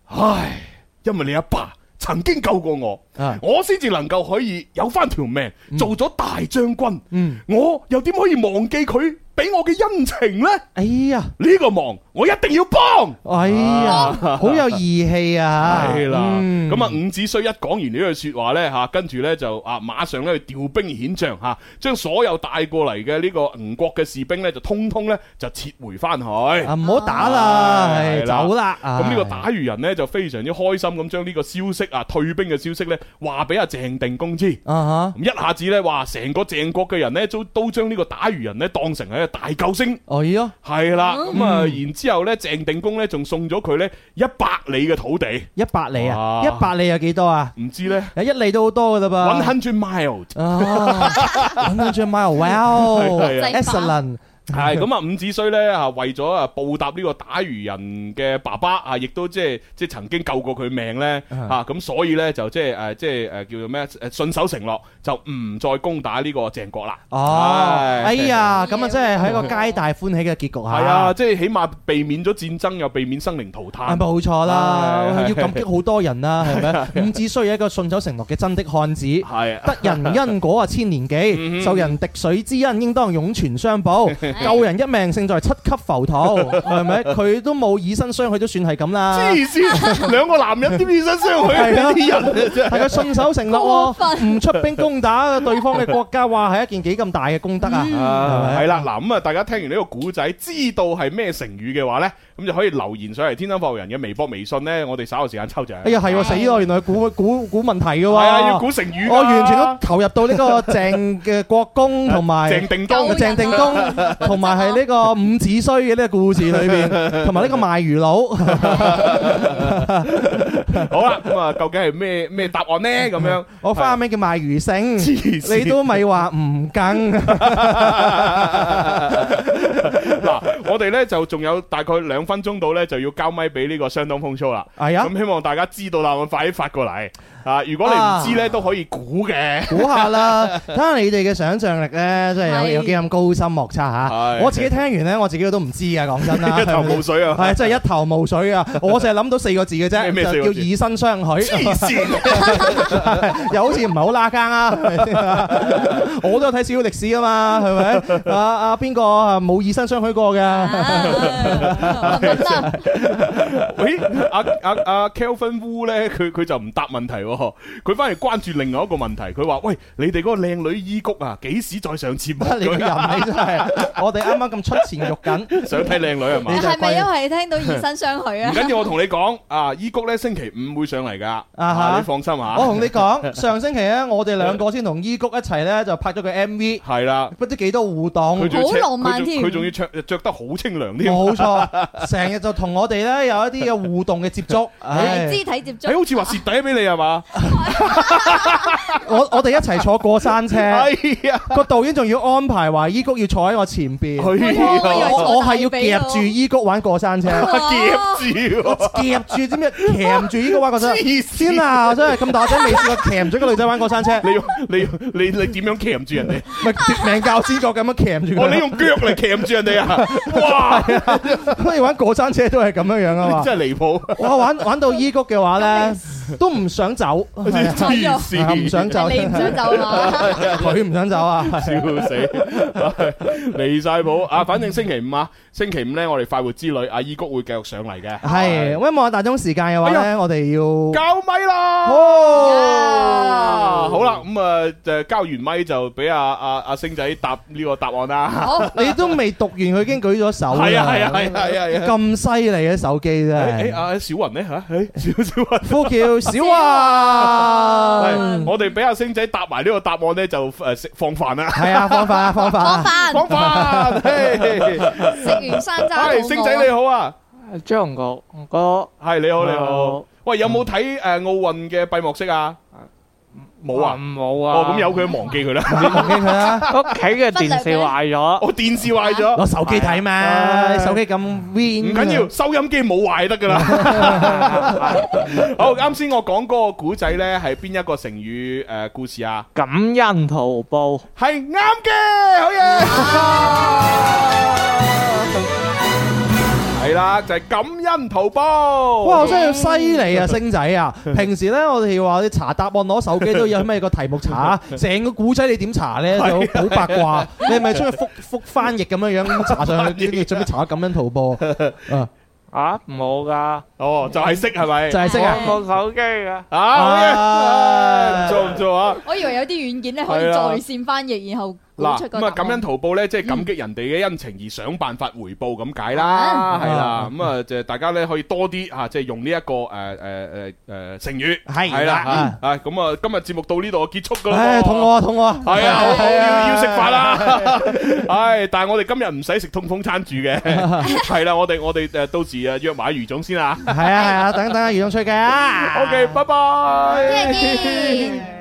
Speaker 4: 唉，因為你阿爸曾經救過我，
Speaker 5: 啊
Speaker 4: 我先至能夠可以有翻條命，
Speaker 5: 嗯
Speaker 4: 做咗大將軍。我又點可以忘記佢俾我嘅恩情呢？
Speaker 5: 哎呀，
Speaker 4: 呢個忙 我一定要幫。
Speaker 5: 哎呀，好有義氣 啊！
Speaker 4: 系啦，
Speaker 5: 嗯
Speaker 4: 咁啊伍子胥一講完呢句说話呢，吓跟住呢就啊馬上呢去調兵遣將吓，將所有帶過嚟嘅呢個吳國嘅士兵呢，就通通呢就撤回翻去，啊
Speaker 5: 唔好打啦係走啦
Speaker 4: 咁呢個打魚人呢，就非常之開心咁將呢個消息啊退兵嘅消息呢話俾阿鄭定公知，
Speaker 5: 啊
Speaker 4: 咁一下子呢，哇成個鄭國嘅人呢，都都將呢個打魚人呢當成係一個大救星。
Speaker 5: 哦，咦咯，
Speaker 4: 係啦，咁啊，
Speaker 5: 嗯
Speaker 4: 然之後咧，鄭定公呢，仲送咗佢呢一百里嘅土地，
Speaker 5: 一百里啊，
Speaker 4: 哇
Speaker 5: 一百里有幾多啊？
Speaker 4: 唔知咧，
Speaker 5: 有一里都好多噶啦噃。
Speaker 4: 100 mile。
Speaker 5: 啊，100 mile，wow，
Speaker 4: 係啊
Speaker 5: excellent，
Speaker 4: 系咁啊，伍子胥咧啊，為咗啊報答呢個打魚人嘅爸爸啊，亦都即係即係曾經救過佢命咧
Speaker 5: 啊
Speaker 4: 啊，咁所以咧就即係诶即係诶叫做咩诶信守承諾，就唔再攻打呢個鄭國啦。
Speaker 5: 哦，哎呀，咁啊，真係係一個皆大歡喜嘅結局
Speaker 4: 系
Speaker 5: 嚇。
Speaker 4: 啊，即係起碼避免咗戰爭，又避免生靈塗炭。
Speaker 5: 啊，冇錯啦，
Speaker 4: 係
Speaker 5: 要感激好多 人啦，係咪？伍子胥係一個信守承諾嘅真的漢子，得人恩果啊千年
Speaker 4: 嗯
Speaker 5: 記，受人滴水之恩應當湧泉相 報，救人一命勝在七級浮屠，係咪？佢都冇以身相許，都算係咁啦。
Speaker 4: 黐 線，兩個男人點以身相許
Speaker 5: 係
Speaker 4: 呢
Speaker 5: 啊
Speaker 4: 啲人真啊
Speaker 5: 係佢信守 承諾喎，唔出兵攻打對方嘅國家，話係一件幾咁大嘅功德啊！
Speaker 4: 啊，
Speaker 5: 係
Speaker 4: 系
Speaker 5: 咪
Speaker 4: 啦，嗱咁啊，大家聽完呢個古仔，知道係咩成語嘅話呢，咁就可以留言上嚟天生發育人嘅微博、微信呢，我哋稍後時間抽獎。
Speaker 5: 哎呀，係喎，死咯！原來估估估問題嘅喎，
Speaker 4: 係啊要估成語㗎
Speaker 5: 我完全都 投入到呢個鄭嘅國公同埋
Speaker 4: 鄭定公
Speaker 5: 鄭定公同埋係 呢個伍子胥嘅呢個故事裏邊，同埋呢個賣魚佬。
Speaker 4: 好啦，咁啊，究竟係咩咩答案 呢？咁樣
Speaker 5: 我花名叫賣 魚勝，你都咪話唔更。
Speaker 4: 啊嗱，我哋呢就仲有大概兩分鐘到呢，就要交咪俾呢個相當風騷啦。
Speaker 5: 係啊
Speaker 4: 咁希望大家知道啦，我快啲發過嚟啊！如果你唔知呢，都可以估嘅。
Speaker 5: 估下 啦，睇下你哋嘅想像力咧，真係有有幾咁高深莫測嚇。我自己聽完咧，我自己都唔知啊，講真 啦，
Speaker 4: 一頭霧 水啊
Speaker 5: 係真係一頭霧 水啊！我淨係諗到四個字嘅
Speaker 4: 咩咩
Speaker 5: 啫，
Speaker 4: 四
Speaker 5: 就
Speaker 4: 個
Speaker 5: 叫
Speaker 4: 字
Speaker 5: 以身相許。
Speaker 4: 黐
Speaker 5: 線， 又好似唔係好拉更啊！係咪先啊我都有睇少少歷史啊嘛，係咪？啊啊邊個啊冇以身相許過嘅？
Speaker 4: 喂，阿阿阿 Kelvin Wu 咧，佢佢就唔答問題喎，佢反而關注另外一個問題。佢話：喂，你哋嗰個靚女伊谷啊，幾時再上節目？
Speaker 5: 你個人你真
Speaker 4: 啊
Speaker 5: 係，我哋啱啱咁出前肉緊，
Speaker 4: 想睇靚女係嘛？
Speaker 5: 你就係啊
Speaker 6: 係咪因為聽到以身相許啊
Speaker 4: 唔？緊要，我同你講啊，伊谷咧星期五會上嚟㗎，啊你放心啊。
Speaker 5: 我同你 講，上星期咧，我哋兩個先同伊谷一齊咧就拍咗個 MV，
Speaker 4: 係啦，
Speaker 5: 不知幾多互動，
Speaker 4: 佢仲要赤佢仲佢仲要着着得好清涼添。
Speaker 5: 冇錯，成日就同我哋咧有一啲嘅互動嘅接觸，唉
Speaker 6: 肢體接
Speaker 4: 誒哎好
Speaker 6: 觸，
Speaker 4: 似話 蝕底俾你係嘛？
Speaker 5: 我我哋一齊坐過山 車
Speaker 4: 哎，
Speaker 5: 個導演仲要安排話伊谷要坐喺我前邊，
Speaker 4: 哎呀我以為
Speaker 5: 我
Speaker 4: 坐
Speaker 5: 我係要夾住伊谷玩過 山車。
Speaker 4: 夾住喎
Speaker 5: 夾住知唔知？夾住呢個玩過山
Speaker 4: 黐
Speaker 5: 車，
Speaker 4: 線
Speaker 5: 天啊！真係咁大個仔未試過夾住個女仔玩過山車，
Speaker 4: 你用你用你你點樣夾住人哋？
Speaker 5: 咪奪命教師角咁樣夾住佢。
Speaker 4: 哦，你用腳嚟夾住人哋啊！
Speaker 5: Ờ.
Speaker 4: 哇！
Speaker 5: 不如玩過山車都係咁樣樣啊嘛！
Speaker 4: 真係離譜！
Speaker 5: 我玩玩到依谷嘅 話咧，都唔想走，
Speaker 4: 黐線
Speaker 5: 係 啊唔想走，
Speaker 4: 你唔想走
Speaker 5: à?
Speaker 4: 啊
Speaker 5: 佢唔想走啊！
Speaker 4: 笑死，離晒譜啊！反正星期五啊，星期五咧，我哋快活之旅，阿姨谷會繼續上嚟嘅。
Speaker 5: 係，咁望下大鐘時間嘅話
Speaker 4: 哎
Speaker 5: 咧，我哋要
Speaker 4: 交咪啦！啊，
Speaker 5: 哦，
Speaker 4: 好啦，咁啊，就交完咪就俾阿阿阿星仔答呢個答案啦。
Speaker 5: 你都未讀完，佢已經舉咗手 啦。
Speaker 4: 係啊係啊係啊係啊係啊
Speaker 5: 咁犀利嘅手機真
Speaker 4: 誒
Speaker 5: 係。
Speaker 4: 阿小雲咧嚇，誒小小雲，
Speaker 5: 呼叫小雲
Speaker 4: 係我哋俾阿星仔答埋呢個答案咧，就誒食放飯啦。
Speaker 5: 係 啊，方法方法。
Speaker 4: 放飯，
Speaker 6: 食完山楂
Speaker 4: 係
Speaker 6: 肚餓
Speaker 4: 星仔你好啊！
Speaker 19: 張國哥，
Speaker 4: 係你好，你好
Speaker 19: 好。
Speaker 4: 呃喂，有冇睇誒奧運嘅閉幕式啊？冇啊，
Speaker 19: 冇啊
Speaker 4: 哦，咁由佢忘記佢啦，
Speaker 5: 忘記佢啦。
Speaker 19: 屋企嘅電視壞咗，
Speaker 4: 我電視壞咗，
Speaker 5: 攞手機睇嘛，你手機咁 win，
Speaker 4: 唔緊要，收音機冇壞得 㗎啦。好，啱先我講嗰個古仔呢，係邊一個成語誒故事啊？
Speaker 19: 感恩圖報。
Speaker 4: 係啱嘅，好嘢！係啦，就係感恩圖報。
Speaker 5: 哇！真係犀利啊，星仔 啊！平時咧，我哋話你查答案攞手機都有咩個題 目查，成個古仔你點查
Speaker 4: 啊
Speaker 5: 咧就好好八卦。你係咪出去復復翻譯咁樣樣咁查
Speaker 4: 啊
Speaker 5: 上去？你準備查感恩圖報啊？
Speaker 19: 啊，冇噶，
Speaker 4: 哦，就係識係咪？
Speaker 5: 就係識啊
Speaker 19: 我冇手機噶，
Speaker 4: 啊，好嘢唉，唔錯唔錯啊！
Speaker 6: 我以為有啲軟件咧可以
Speaker 4: 係啊
Speaker 6: 在線翻譯，然後估
Speaker 4: 嗱，
Speaker 6: 出個
Speaker 4: 咁
Speaker 6: 答
Speaker 4: 啊
Speaker 6: 案
Speaker 4: 感恩圖報咧，即係感激人哋嘅恩情而想辦法回報咁解
Speaker 6: 嗯
Speaker 4: 啦，係啦，咁啊就大家咧可以多啲嚇，即係用呢一呃個誒誒誒誒呃成語，
Speaker 5: 係
Speaker 4: 係啦
Speaker 5: 啦，
Speaker 4: 啊咁啊今日節目到呢度結束噶
Speaker 5: 唉，
Speaker 4: 啦
Speaker 5: 肚
Speaker 4: 喎，
Speaker 5: 餓啊，肚餓啊！
Speaker 4: 係啊，好好
Speaker 5: 係啊
Speaker 4: 要要食飯啦， 唉，但係我哋今日唔使食痛風餐住嘅， 係啦，我哋我哋誒到時誒約埋余總先啦
Speaker 5: 係啊係啊，等等啊，余總吹嘅啊！
Speaker 4: ，OK，拜拜，
Speaker 6: 再見